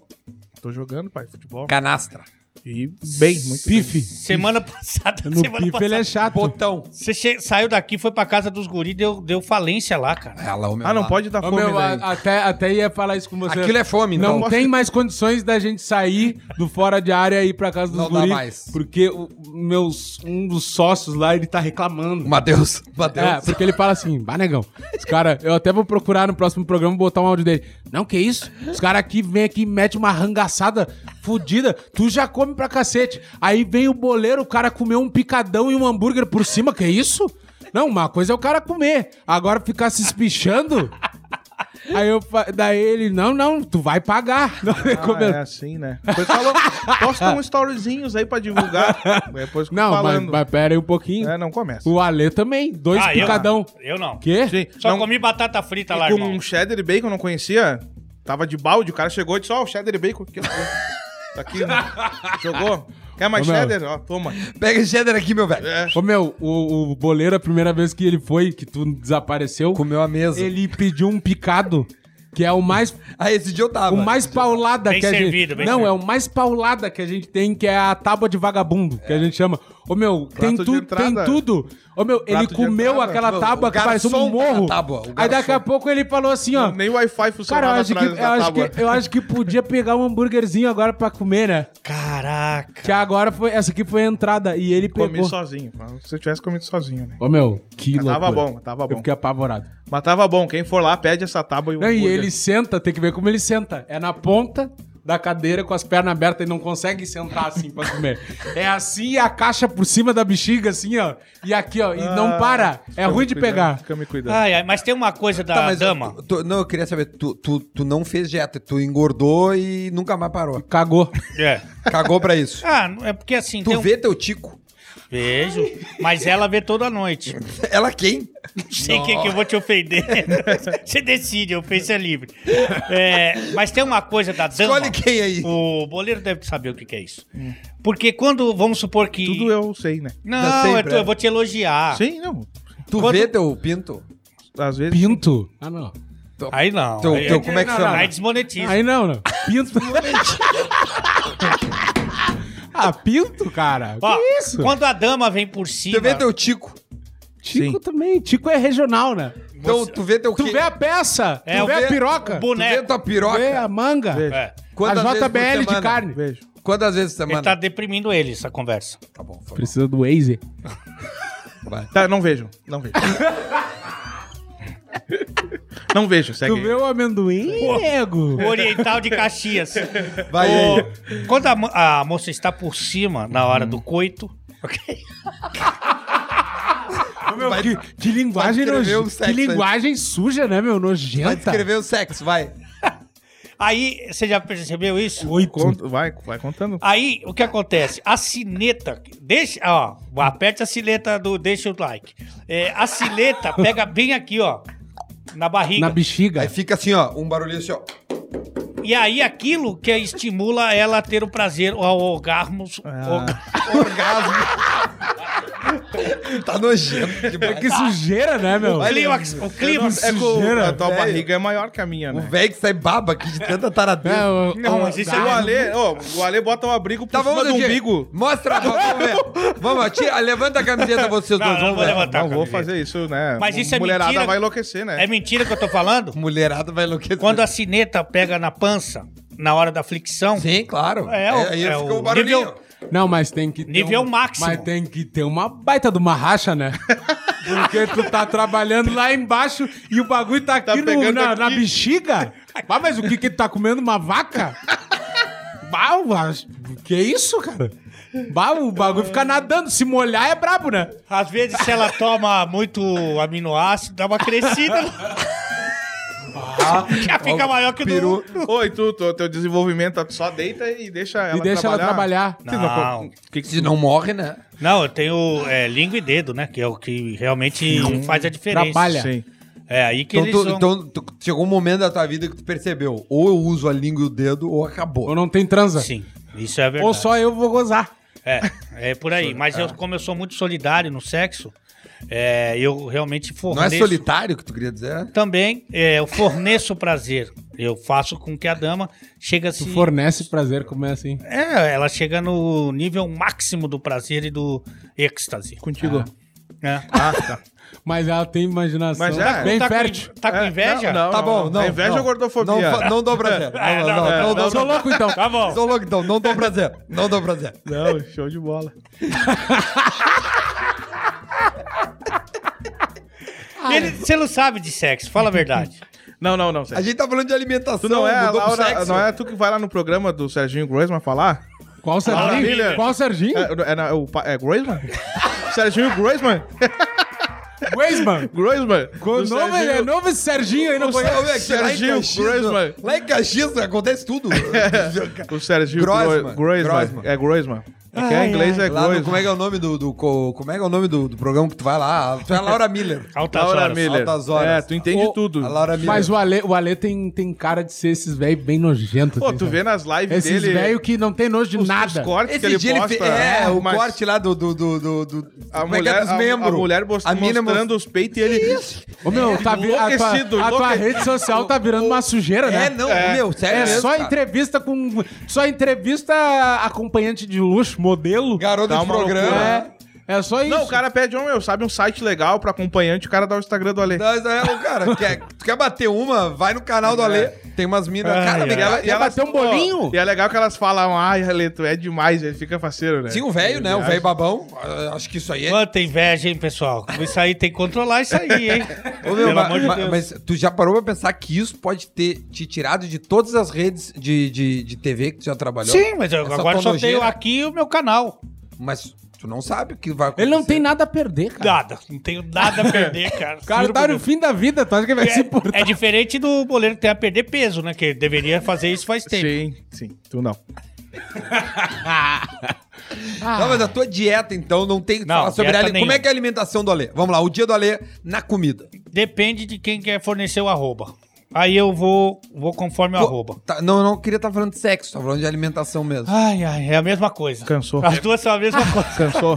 [SPEAKER 3] Tô jogando, pai, futebol.
[SPEAKER 1] Canastra.
[SPEAKER 3] E bem, muito bem.
[SPEAKER 4] Pife.
[SPEAKER 2] Semana passada,
[SPEAKER 4] No
[SPEAKER 2] semana
[SPEAKER 4] pife ele é
[SPEAKER 2] passada.
[SPEAKER 4] chato.
[SPEAKER 1] Botão.
[SPEAKER 2] Você che- saiu daqui, foi pra casa dos guris, deu, deu falência lá, cara.
[SPEAKER 1] Ah, lá, o meu
[SPEAKER 3] Ah, não
[SPEAKER 1] lá.
[SPEAKER 3] pode dar
[SPEAKER 4] Ô,
[SPEAKER 3] fome
[SPEAKER 4] meu,
[SPEAKER 3] daí.
[SPEAKER 4] a- até, até ia falar isso com você.
[SPEAKER 1] Aquilo é fome,
[SPEAKER 4] Não
[SPEAKER 1] então.
[SPEAKER 4] tem mais condições da gente sair do fora de área e ir pra casa dos
[SPEAKER 1] Não dá
[SPEAKER 4] guri,
[SPEAKER 1] mais.
[SPEAKER 4] Porque o, meus, um dos sócios lá, ele tá reclamando.
[SPEAKER 1] Matheus, Matheus.
[SPEAKER 4] É, porque ele fala assim, bah, negão, os cara, eu até vou procurar no próximo programa botar um áudio dele. Não, que isso? Os caras aqui vem aqui e mete uma rangaçada fodida, tu já come pra cacete. Aí vem o boleiro, o cara comeu um picadão e um hambúrguer por cima, que isso? Não, uma coisa é o cara comer, agora ficar se espichando... Aí eu, fa- daí ele, não, não, tu vai pagar. Não, ele
[SPEAKER 3] Ah,
[SPEAKER 4] comeu-
[SPEAKER 3] é assim, né? Depois falou, posta uns storyzinhos aí pra divulgar. Depois fico
[SPEAKER 4] não mas,
[SPEAKER 3] falando.
[SPEAKER 4] mas pera aí um pouquinho.
[SPEAKER 3] É, não começa.
[SPEAKER 4] O Ale também, dois
[SPEAKER 2] Ah, eu-
[SPEAKER 4] picadão.
[SPEAKER 2] Eu não.
[SPEAKER 4] Quê?
[SPEAKER 3] Sim,
[SPEAKER 2] Só
[SPEAKER 3] não-
[SPEAKER 2] comi batata frita lá,
[SPEAKER 3] com
[SPEAKER 2] irmão.
[SPEAKER 3] um cheddar e bacon eu não conhecia, tava de balde, o cara chegou e disse, ó, o cheddar e bacon aqui, ó. Tá aqui,
[SPEAKER 4] <laughs>
[SPEAKER 3] né? jogou. Quer mais
[SPEAKER 4] Ô, meu.
[SPEAKER 3] cheddar? Ó, toma.
[SPEAKER 1] Pega esse cheddar aqui, meu velho.
[SPEAKER 3] É.
[SPEAKER 4] Ô meu, o, o boleiro, a primeira vez que ele foi, que tu desapareceu,
[SPEAKER 1] Comeu a mesa.
[SPEAKER 4] ele pediu um picado, que é o mais.
[SPEAKER 1] Ah, esse dia eu tava.
[SPEAKER 4] O mais paulada
[SPEAKER 2] Bem
[SPEAKER 4] que a
[SPEAKER 2] servido,
[SPEAKER 4] gente.
[SPEAKER 2] bem
[SPEAKER 4] Não,
[SPEAKER 2] servido.
[SPEAKER 4] é o mais paulada que a gente tem, que é a tábua de vagabundo, que a gente chama. Ô, meu, tem,
[SPEAKER 3] de
[SPEAKER 4] tu, tem
[SPEAKER 3] entrada.
[SPEAKER 4] tudo. Ô, meu, ele
[SPEAKER 3] Prato de
[SPEAKER 4] comeu
[SPEAKER 3] entrada.
[SPEAKER 4] aquela
[SPEAKER 1] Não,
[SPEAKER 4] tábua
[SPEAKER 1] o
[SPEAKER 4] que parecia um
[SPEAKER 1] garçom
[SPEAKER 4] morro.
[SPEAKER 1] da tábua, o
[SPEAKER 4] Aí daqui a
[SPEAKER 1] garçom.
[SPEAKER 4] pouco ele falou assim, ó.
[SPEAKER 3] Nem o Wi-Fi funcionava
[SPEAKER 4] Cara, eu acho, que,
[SPEAKER 3] atrás
[SPEAKER 4] eu,
[SPEAKER 3] da
[SPEAKER 4] acho
[SPEAKER 3] tábua.
[SPEAKER 4] que, eu acho que podia pegar um hambúrguerzinho agora pra comer, né?
[SPEAKER 2] Caraca.
[SPEAKER 4] Que agora foi. Essa aqui foi a entrada. E ele pegou.
[SPEAKER 3] Comi sozinho. Se eu tivesse comido sozinho, né?
[SPEAKER 4] Ô, meu, que
[SPEAKER 3] Mas
[SPEAKER 4] loucura.
[SPEAKER 3] tava bom, tava
[SPEAKER 4] Eu
[SPEAKER 3] bom.
[SPEAKER 4] fiquei apavorado.
[SPEAKER 3] Mas tava bom. Quem for lá, pede essa tábua e o
[SPEAKER 4] Não, e
[SPEAKER 3] hambúrguer.
[SPEAKER 4] ele senta, tem que ver como ele senta. É na ponta da cadeira com as pernas abertas e não consegue sentar assim pra
[SPEAKER 3] <laughs>
[SPEAKER 4] comer. É assim e a caixa por cima da bexiga, assim, ó. E aqui, ó. E não
[SPEAKER 3] Ah,
[SPEAKER 4] para. É
[SPEAKER 3] fica me
[SPEAKER 4] ruim de
[SPEAKER 3] cuidando,
[SPEAKER 4] pegar.
[SPEAKER 3] Fica me cuidando.
[SPEAKER 2] Ai, ai, mas tem uma coisa da
[SPEAKER 1] Tá, mas
[SPEAKER 2] dama.
[SPEAKER 1] tu- tu- não, eu queria saber, tu, tu, tu não fez dieta, tu engordou e nunca mais parou.
[SPEAKER 4] Cagou.
[SPEAKER 2] É.
[SPEAKER 1] Cagou pra isso.
[SPEAKER 2] Ah, não- é porque assim, tem
[SPEAKER 1] Tu
[SPEAKER 2] um
[SPEAKER 1] vê teu tico?
[SPEAKER 2] beijo, mas ela vê toda noite.
[SPEAKER 1] Ela quem?
[SPEAKER 2] sei quem que eu vou te
[SPEAKER 1] <laughs>
[SPEAKER 2] ofender. Você decide, a ofensa é livre. É, mas tem uma coisa da dama.
[SPEAKER 1] Escolhe quem aí.
[SPEAKER 2] O boleiro deve saber o que, que é isso. Porque quando, vamos supor que...
[SPEAKER 3] Tudo eu sei, né?
[SPEAKER 1] Dá
[SPEAKER 2] Não,
[SPEAKER 1] sempre,
[SPEAKER 2] é tu,
[SPEAKER 1] é.
[SPEAKER 2] eu vou te
[SPEAKER 4] Ah.
[SPEAKER 2] elogiar.
[SPEAKER 3] Sim, não.
[SPEAKER 1] Tu
[SPEAKER 2] Quando-
[SPEAKER 1] vê teu pinto?
[SPEAKER 3] Às vezes.
[SPEAKER 4] Pinto. Ah, não.
[SPEAKER 2] Aí não.
[SPEAKER 1] Teu-
[SPEAKER 2] aí,
[SPEAKER 1] teu- como é que
[SPEAKER 2] não,
[SPEAKER 1] chama?
[SPEAKER 2] não, Aí desmonetiza.
[SPEAKER 4] Aí não, não.
[SPEAKER 3] <laughs>
[SPEAKER 4] Pinto. ah, pinto, cara?
[SPEAKER 2] Ó,
[SPEAKER 4] que isso?
[SPEAKER 2] Quando a dama vem por cima...
[SPEAKER 1] Tu vê teu tico?
[SPEAKER 4] Tico também. Tico é regional, né?
[SPEAKER 1] Então tu vê teu
[SPEAKER 4] Tu
[SPEAKER 1] quê?
[SPEAKER 4] vê a peça.
[SPEAKER 2] É,
[SPEAKER 4] tu
[SPEAKER 2] eu
[SPEAKER 4] vê a
[SPEAKER 2] ve-
[SPEAKER 4] piroca.
[SPEAKER 1] Tu vê
[SPEAKER 2] o boneco.
[SPEAKER 1] tua
[SPEAKER 4] Tu vê a
[SPEAKER 1] piroca?
[SPEAKER 4] manga.
[SPEAKER 3] Vejo.
[SPEAKER 2] É.
[SPEAKER 1] Quantas
[SPEAKER 4] a
[SPEAKER 1] vezes por
[SPEAKER 4] JBL de
[SPEAKER 1] semana?
[SPEAKER 4] carne.
[SPEAKER 3] Vejo.
[SPEAKER 1] Quantas vezes por
[SPEAKER 2] Ele
[SPEAKER 1] semana?
[SPEAKER 2] tá deprimindo ele, essa conversa.
[SPEAKER 1] Tá bom, foi
[SPEAKER 4] Precisa do Waze.
[SPEAKER 1] bom. Vai.
[SPEAKER 3] Tá, não vejo. Não
[SPEAKER 4] <laughs>
[SPEAKER 3] vejo. não vejo, segue.
[SPEAKER 4] Tu
[SPEAKER 3] aí.
[SPEAKER 4] vê o amendoim, nego?
[SPEAKER 2] O Oriental de Caxias.
[SPEAKER 1] Vai
[SPEAKER 2] O-
[SPEAKER 1] aí.
[SPEAKER 2] Quando a, mo- a moça está por cima na hora do coito,
[SPEAKER 1] Vai-
[SPEAKER 4] Que, que linguagem,
[SPEAKER 1] Vai descrever
[SPEAKER 4] noje-
[SPEAKER 1] o sexo
[SPEAKER 4] que linguagem suja, né, meu?
[SPEAKER 1] Vai
[SPEAKER 4] Nojenta.
[SPEAKER 1] descrever o sexo, vai.
[SPEAKER 2] aí você já percebeu isso?
[SPEAKER 1] um
[SPEAKER 4] Oito.
[SPEAKER 3] Conta- vai, vai contando.
[SPEAKER 4] Ah,
[SPEAKER 2] Aí o que acontece? A sineta, deixa, ó, aperte a sineta do deixa o like. É, a sineta pega bem aqui, ó, na barriga.
[SPEAKER 4] Na bexiga.
[SPEAKER 1] Aí fica assim, ó, um barulhinho assim, ó.
[SPEAKER 2] E aí aquilo que estimula ela a ter o prazer ao orgasmo.
[SPEAKER 3] Ah.
[SPEAKER 2] orga-
[SPEAKER 1] Orgasmo. tá nojento
[SPEAKER 2] <laughs>
[SPEAKER 1] demais.
[SPEAKER 4] Que sujeira, né, meu?
[SPEAKER 1] Vai-
[SPEAKER 2] clímax, o clímax.
[SPEAKER 3] É que o- a tua
[SPEAKER 1] Velho.
[SPEAKER 3] barriga é maior que a minha,
[SPEAKER 1] O
[SPEAKER 3] né?
[SPEAKER 1] velho que sai baba aqui de tanta taradeza.
[SPEAKER 4] É, o-
[SPEAKER 2] Não,
[SPEAKER 4] o-
[SPEAKER 2] mas isso é
[SPEAKER 3] O
[SPEAKER 4] Ah,
[SPEAKER 3] Ale, ó, o Ale bota o abrigo
[SPEAKER 4] Tá
[SPEAKER 3] por cima do
[SPEAKER 1] Diego.
[SPEAKER 3] umbigo.
[SPEAKER 1] Tá, Mostra, vamos
[SPEAKER 2] <laughs>
[SPEAKER 1] ver. Vamos, atira, levanta a camiseta vocês
[SPEAKER 2] Não,
[SPEAKER 1] dois,
[SPEAKER 2] não
[SPEAKER 1] vamos
[SPEAKER 2] vou
[SPEAKER 1] ver.
[SPEAKER 2] levantar.
[SPEAKER 3] Não
[SPEAKER 2] a
[SPEAKER 3] vou
[SPEAKER 2] camiseta.
[SPEAKER 3] fazer isso, né?
[SPEAKER 2] Mas isso é
[SPEAKER 3] Mulherada
[SPEAKER 2] mentira.
[SPEAKER 3] vai enlouquecer, né?
[SPEAKER 2] É mentira que eu tô falando?
[SPEAKER 1] Mulherada vai enlouquecer.
[SPEAKER 2] Quando a sineta pega na pança, na hora da fricção,
[SPEAKER 1] Sim, claro.
[SPEAKER 2] É, o-
[SPEAKER 1] aí
[SPEAKER 2] é
[SPEAKER 1] fica
[SPEAKER 2] o
[SPEAKER 1] o barulhinho.
[SPEAKER 2] nível-
[SPEAKER 4] Não, mas tem que ter.
[SPEAKER 2] Nível
[SPEAKER 4] um-
[SPEAKER 2] máximo.
[SPEAKER 4] Mas tem que ter uma baita de uma racha, né? Porque tu tá trabalhando lá embaixo e o bagulho tá aqui,
[SPEAKER 3] Tá
[SPEAKER 4] no-
[SPEAKER 3] pegando
[SPEAKER 4] na,
[SPEAKER 3] aqui.
[SPEAKER 4] na bexiga. Bah, mas o que que tu tá comendo? Uma vaca? Bah, eu acho- que isso, cara? Bah, o bagulho fica nadando. Se molhar é brabo, né?
[SPEAKER 2] às vezes se ela toma muito aminoácido, dá uma crescida. já fica
[SPEAKER 1] Ah, ó,
[SPEAKER 2] maior que o
[SPEAKER 1] peru.
[SPEAKER 2] do...
[SPEAKER 3] Oi, tu, tu- teu desenvolvimento, tu só deita e deixa ela
[SPEAKER 4] e deixa ela trabalhar.
[SPEAKER 3] Vocês não-
[SPEAKER 2] Não.
[SPEAKER 3] Que que-
[SPEAKER 1] Se não morre, né?
[SPEAKER 2] Não, eu tenho é, língua e dedo, né? Que é o que realmente faz a diferença.
[SPEAKER 4] Trabalha.
[SPEAKER 3] Sim.
[SPEAKER 2] É aí que
[SPEAKER 1] Então,
[SPEAKER 2] eles
[SPEAKER 1] tu,
[SPEAKER 2] vão...
[SPEAKER 1] então tu- chegou um momento da tua vida que tu percebeu, ou eu uso a língua e o dedo, ou acabou.
[SPEAKER 4] Ou não tem transa.
[SPEAKER 2] Sim, isso é verdade.
[SPEAKER 4] Ou só eu vou gozar.
[SPEAKER 2] É, é por aí. Mas eu, como eu sou muito solidário no sexo, é, eu realmente forneço...
[SPEAKER 1] Não é solitário que tu queria dizer?
[SPEAKER 2] Também, é, eu forneço prazer. Eu faço com que a dama chegue a
[SPEAKER 4] Tu
[SPEAKER 2] se...
[SPEAKER 4] fornece prazer, como é assim?
[SPEAKER 2] É, ela chega no nível máximo do prazer e do êxtase.
[SPEAKER 3] Contigo.
[SPEAKER 2] né?
[SPEAKER 3] Ah, tá.
[SPEAKER 4] Mas ela tem imaginação
[SPEAKER 3] Mas é.
[SPEAKER 4] bem
[SPEAKER 2] tá
[SPEAKER 4] fértil.
[SPEAKER 2] Com, tá com
[SPEAKER 3] É,
[SPEAKER 2] inveja?
[SPEAKER 3] Não,
[SPEAKER 1] tá
[SPEAKER 3] não,
[SPEAKER 1] bom,
[SPEAKER 3] não.
[SPEAKER 1] não.
[SPEAKER 3] É inveja
[SPEAKER 1] não.
[SPEAKER 3] ou gordofobia?
[SPEAKER 1] Não, fa- não dou prazer.
[SPEAKER 3] <laughs>
[SPEAKER 2] É,
[SPEAKER 1] Não, não,
[SPEAKER 2] não,
[SPEAKER 1] não,
[SPEAKER 2] é,
[SPEAKER 1] não dou
[SPEAKER 4] Sou
[SPEAKER 1] prazer.
[SPEAKER 4] louco, então.
[SPEAKER 2] Tá bom.
[SPEAKER 1] Sou louco, então. Não dou prazer. Não dou prazer.
[SPEAKER 3] <laughs> Não, show de bola.
[SPEAKER 2] Ele- você não sabe de sexo, fala a verdade.
[SPEAKER 3] Não, não, não.
[SPEAKER 1] A
[SPEAKER 3] Sérgio.
[SPEAKER 1] gente tá falando de alimentação.
[SPEAKER 3] Tu não é, a
[SPEAKER 1] mudou pro
[SPEAKER 3] Laura,
[SPEAKER 1] sexo.
[SPEAKER 3] não é tu que vai lá no programa do Serginho Groisman falar?
[SPEAKER 4] Qual o Serginho?
[SPEAKER 3] Maravilha.
[SPEAKER 4] Qual o Serginho?
[SPEAKER 3] É, é, não, é o pa- é Groisman? Serginho Groisman? É
[SPEAKER 4] Weisman.
[SPEAKER 1] <laughs>
[SPEAKER 3] Groisman?
[SPEAKER 4] Qual
[SPEAKER 3] Do
[SPEAKER 4] novo,
[SPEAKER 3] Serginho-
[SPEAKER 4] é novo esse Serginho aí, não
[SPEAKER 1] Ô,
[SPEAKER 4] conhece.
[SPEAKER 1] é que lá em
[SPEAKER 3] Serginho
[SPEAKER 1] Caxias,
[SPEAKER 3] Groisman. É,
[SPEAKER 1] Lá em Caxias acontece
[SPEAKER 3] <laughs>
[SPEAKER 1] tudo.
[SPEAKER 3] O Serginho
[SPEAKER 1] Groisman. Groisman.
[SPEAKER 3] Groisman. Groisman. É Groisman. É que é em inglês é
[SPEAKER 1] Lá no,
[SPEAKER 3] Groisman.
[SPEAKER 1] como é que é o nome do, do co- como é que é o nome do, do programa que tu vai lá? Tu é a Laura Miller.
[SPEAKER 2] Altas
[SPEAKER 3] Laura
[SPEAKER 2] horas.
[SPEAKER 3] Miller.
[SPEAKER 1] Altas horas.
[SPEAKER 3] É, tu entende
[SPEAKER 4] Ô,
[SPEAKER 3] tudo.
[SPEAKER 1] A Laura Miller.
[SPEAKER 4] Mas o Ale, o Ale tem, tem cara de ser esses velhos bem nojentos.
[SPEAKER 3] Pô,
[SPEAKER 4] assim,
[SPEAKER 3] tu
[SPEAKER 4] sabe?
[SPEAKER 3] vê nas lives
[SPEAKER 4] Esses
[SPEAKER 3] dele...
[SPEAKER 4] velhos que não tem nojo de
[SPEAKER 3] os- os
[SPEAKER 4] nada.
[SPEAKER 3] cortes que
[SPEAKER 1] né? esse
[SPEAKER 3] ele
[SPEAKER 1] dia ele
[SPEAKER 3] posta. né?
[SPEAKER 1] fez, é, o
[SPEAKER 3] mas
[SPEAKER 1] corte lá do do do, do, do
[SPEAKER 3] A
[SPEAKER 1] como é que é
[SPEAKER 3] mulher,
[SPEAKER 1] dos
[SPEAKER 3] a- a,
[SPEAKER 1] membros.
[SPEAKER 3] mulher most-
[SPEAKER 1] mina
[SPEAKER 3] mostrando os peitos e ele...
[SPEAKER 4] Ô, meu, tá vi- a, tua,
[SPEAKER 3] Enlouquecido,
[SPEAKER 4] a tua
[SPEAKER 3] enlouque-
[SPEAKER 4] rede social tá virando uma sujeira, né?
[SPEAKER 1] É, não, meu, sério
[SPEAKER 4] É
[SPEAKER 1] mesmo,
[SPEAKER 4] só
[SPEAKER 1] cara.
[SPEAKER 4] entrevista com. Só entrevista acompanhante de luxo, modelo.
[SPEAKER 1] Garota
[SPEAKER 4] Tá
[SPEAKER 1] de
[SPEAKER 4] uma
[SPEAKER 1] programa.
[SPEAKER 4] loucura. É, é só isso.
[SPEAKER 3] Não, o cara pede, ô meu, sabe um site legal pra acompanhante, o cara dá o Instagram do Ale.
[SPEAKER 1] Não, isso aí é o cara, quer, tu quer bater uma? Vai no canal
[SPEAKER 3] É.
[SPEAKER 1] do Ale. Tem umas minas.
[SPEAKER 2] Ai,
[SPEAKER 1] Cara,
[SPEAKER 2] ai.
[SPEAKER 1] me
[SPEAKER 3] ela-
[SPEAKER 1] ela,
[SPEAKER 4] Quer
[SPEAKER 3] elas-
[SPEAKER 4] bater um bolinho?
[SPEAKER 3] E é legal que elas falam, ai, Ale, tu é demais, ele fica faceiro, né?
[SPEAKER 1] Tinha o velho, né? O velho babão. Ah, Acho que isso aí é.
[SPEAKER 2] Quanta inveja, hein, pessoal? Isso aí tem que controlar isso aí, hein?
[SPEAKER 1] Ô, meu, ma- ma- mas tu já parou pra pensar que isso pode ter te tirado de todas as redes de, de, de TV que tu já trabalhou?
[SPEAKER 2] Sim, mas eu-
[SPEAKER 1] Essa é-
[SPEAKER 2] agora só
[SPEAKER 1] tonojeira.
[SPEAKER 2] tenho aqui o meu canal.
[SPEAKER 1] Mas tu não sabe o que vai acontecer.
[SPEAKER 4] Ele não tem nada a perder, cara.
[SPEAKER 2] Nada. Não tenho nada a perder, cara.
[SPEAKER 4] O cara
[SPEAKER 2] Juro
[SPEAKER 4] tá
[SPEAKER 2] por
[SPEAKER 4] no
[SPEAKER 2] Deus.
[SPEAKER 4] fim da vida, tu acha que ele vai se importar?
[SPEAKER 2] é, é diferente do goleiro que tem a perder peso, né? Que ele deveria fazer isso faz tempo.
[SPEAKER 3] Sim, é assim, sim, tu não.
[SPEAKER 1] Não, mas a tua dieta, então, não tem que
[SPEAKER 2] Ah. Não,
[SPEAKER 1] falar sobre
[SPEAKER 2] dieta
[SPEAKER 1] ela. Como
[SPEAKER 2] nenhuma. Então,
[SPEAKER 1] é que é a alimentação do Ale? Vamos lá, o dia do Ale na comida.
[SPEAKER 2] Depende de quem quer fornecer o arroba. Aí eu vou, vou conforme o arroba.
[SPEAKER 1] Tá- não, não queria estar falando de sexo, tá falando de alimentação mesmo.
[SPEAKER 2] Ai, ai, é a mesma coisa.
[SPEAKER 3] Cansou.
[SPEAKER 2] As duas são a mesma coisa. <laughs>
[SPEAKER 3] Cansou.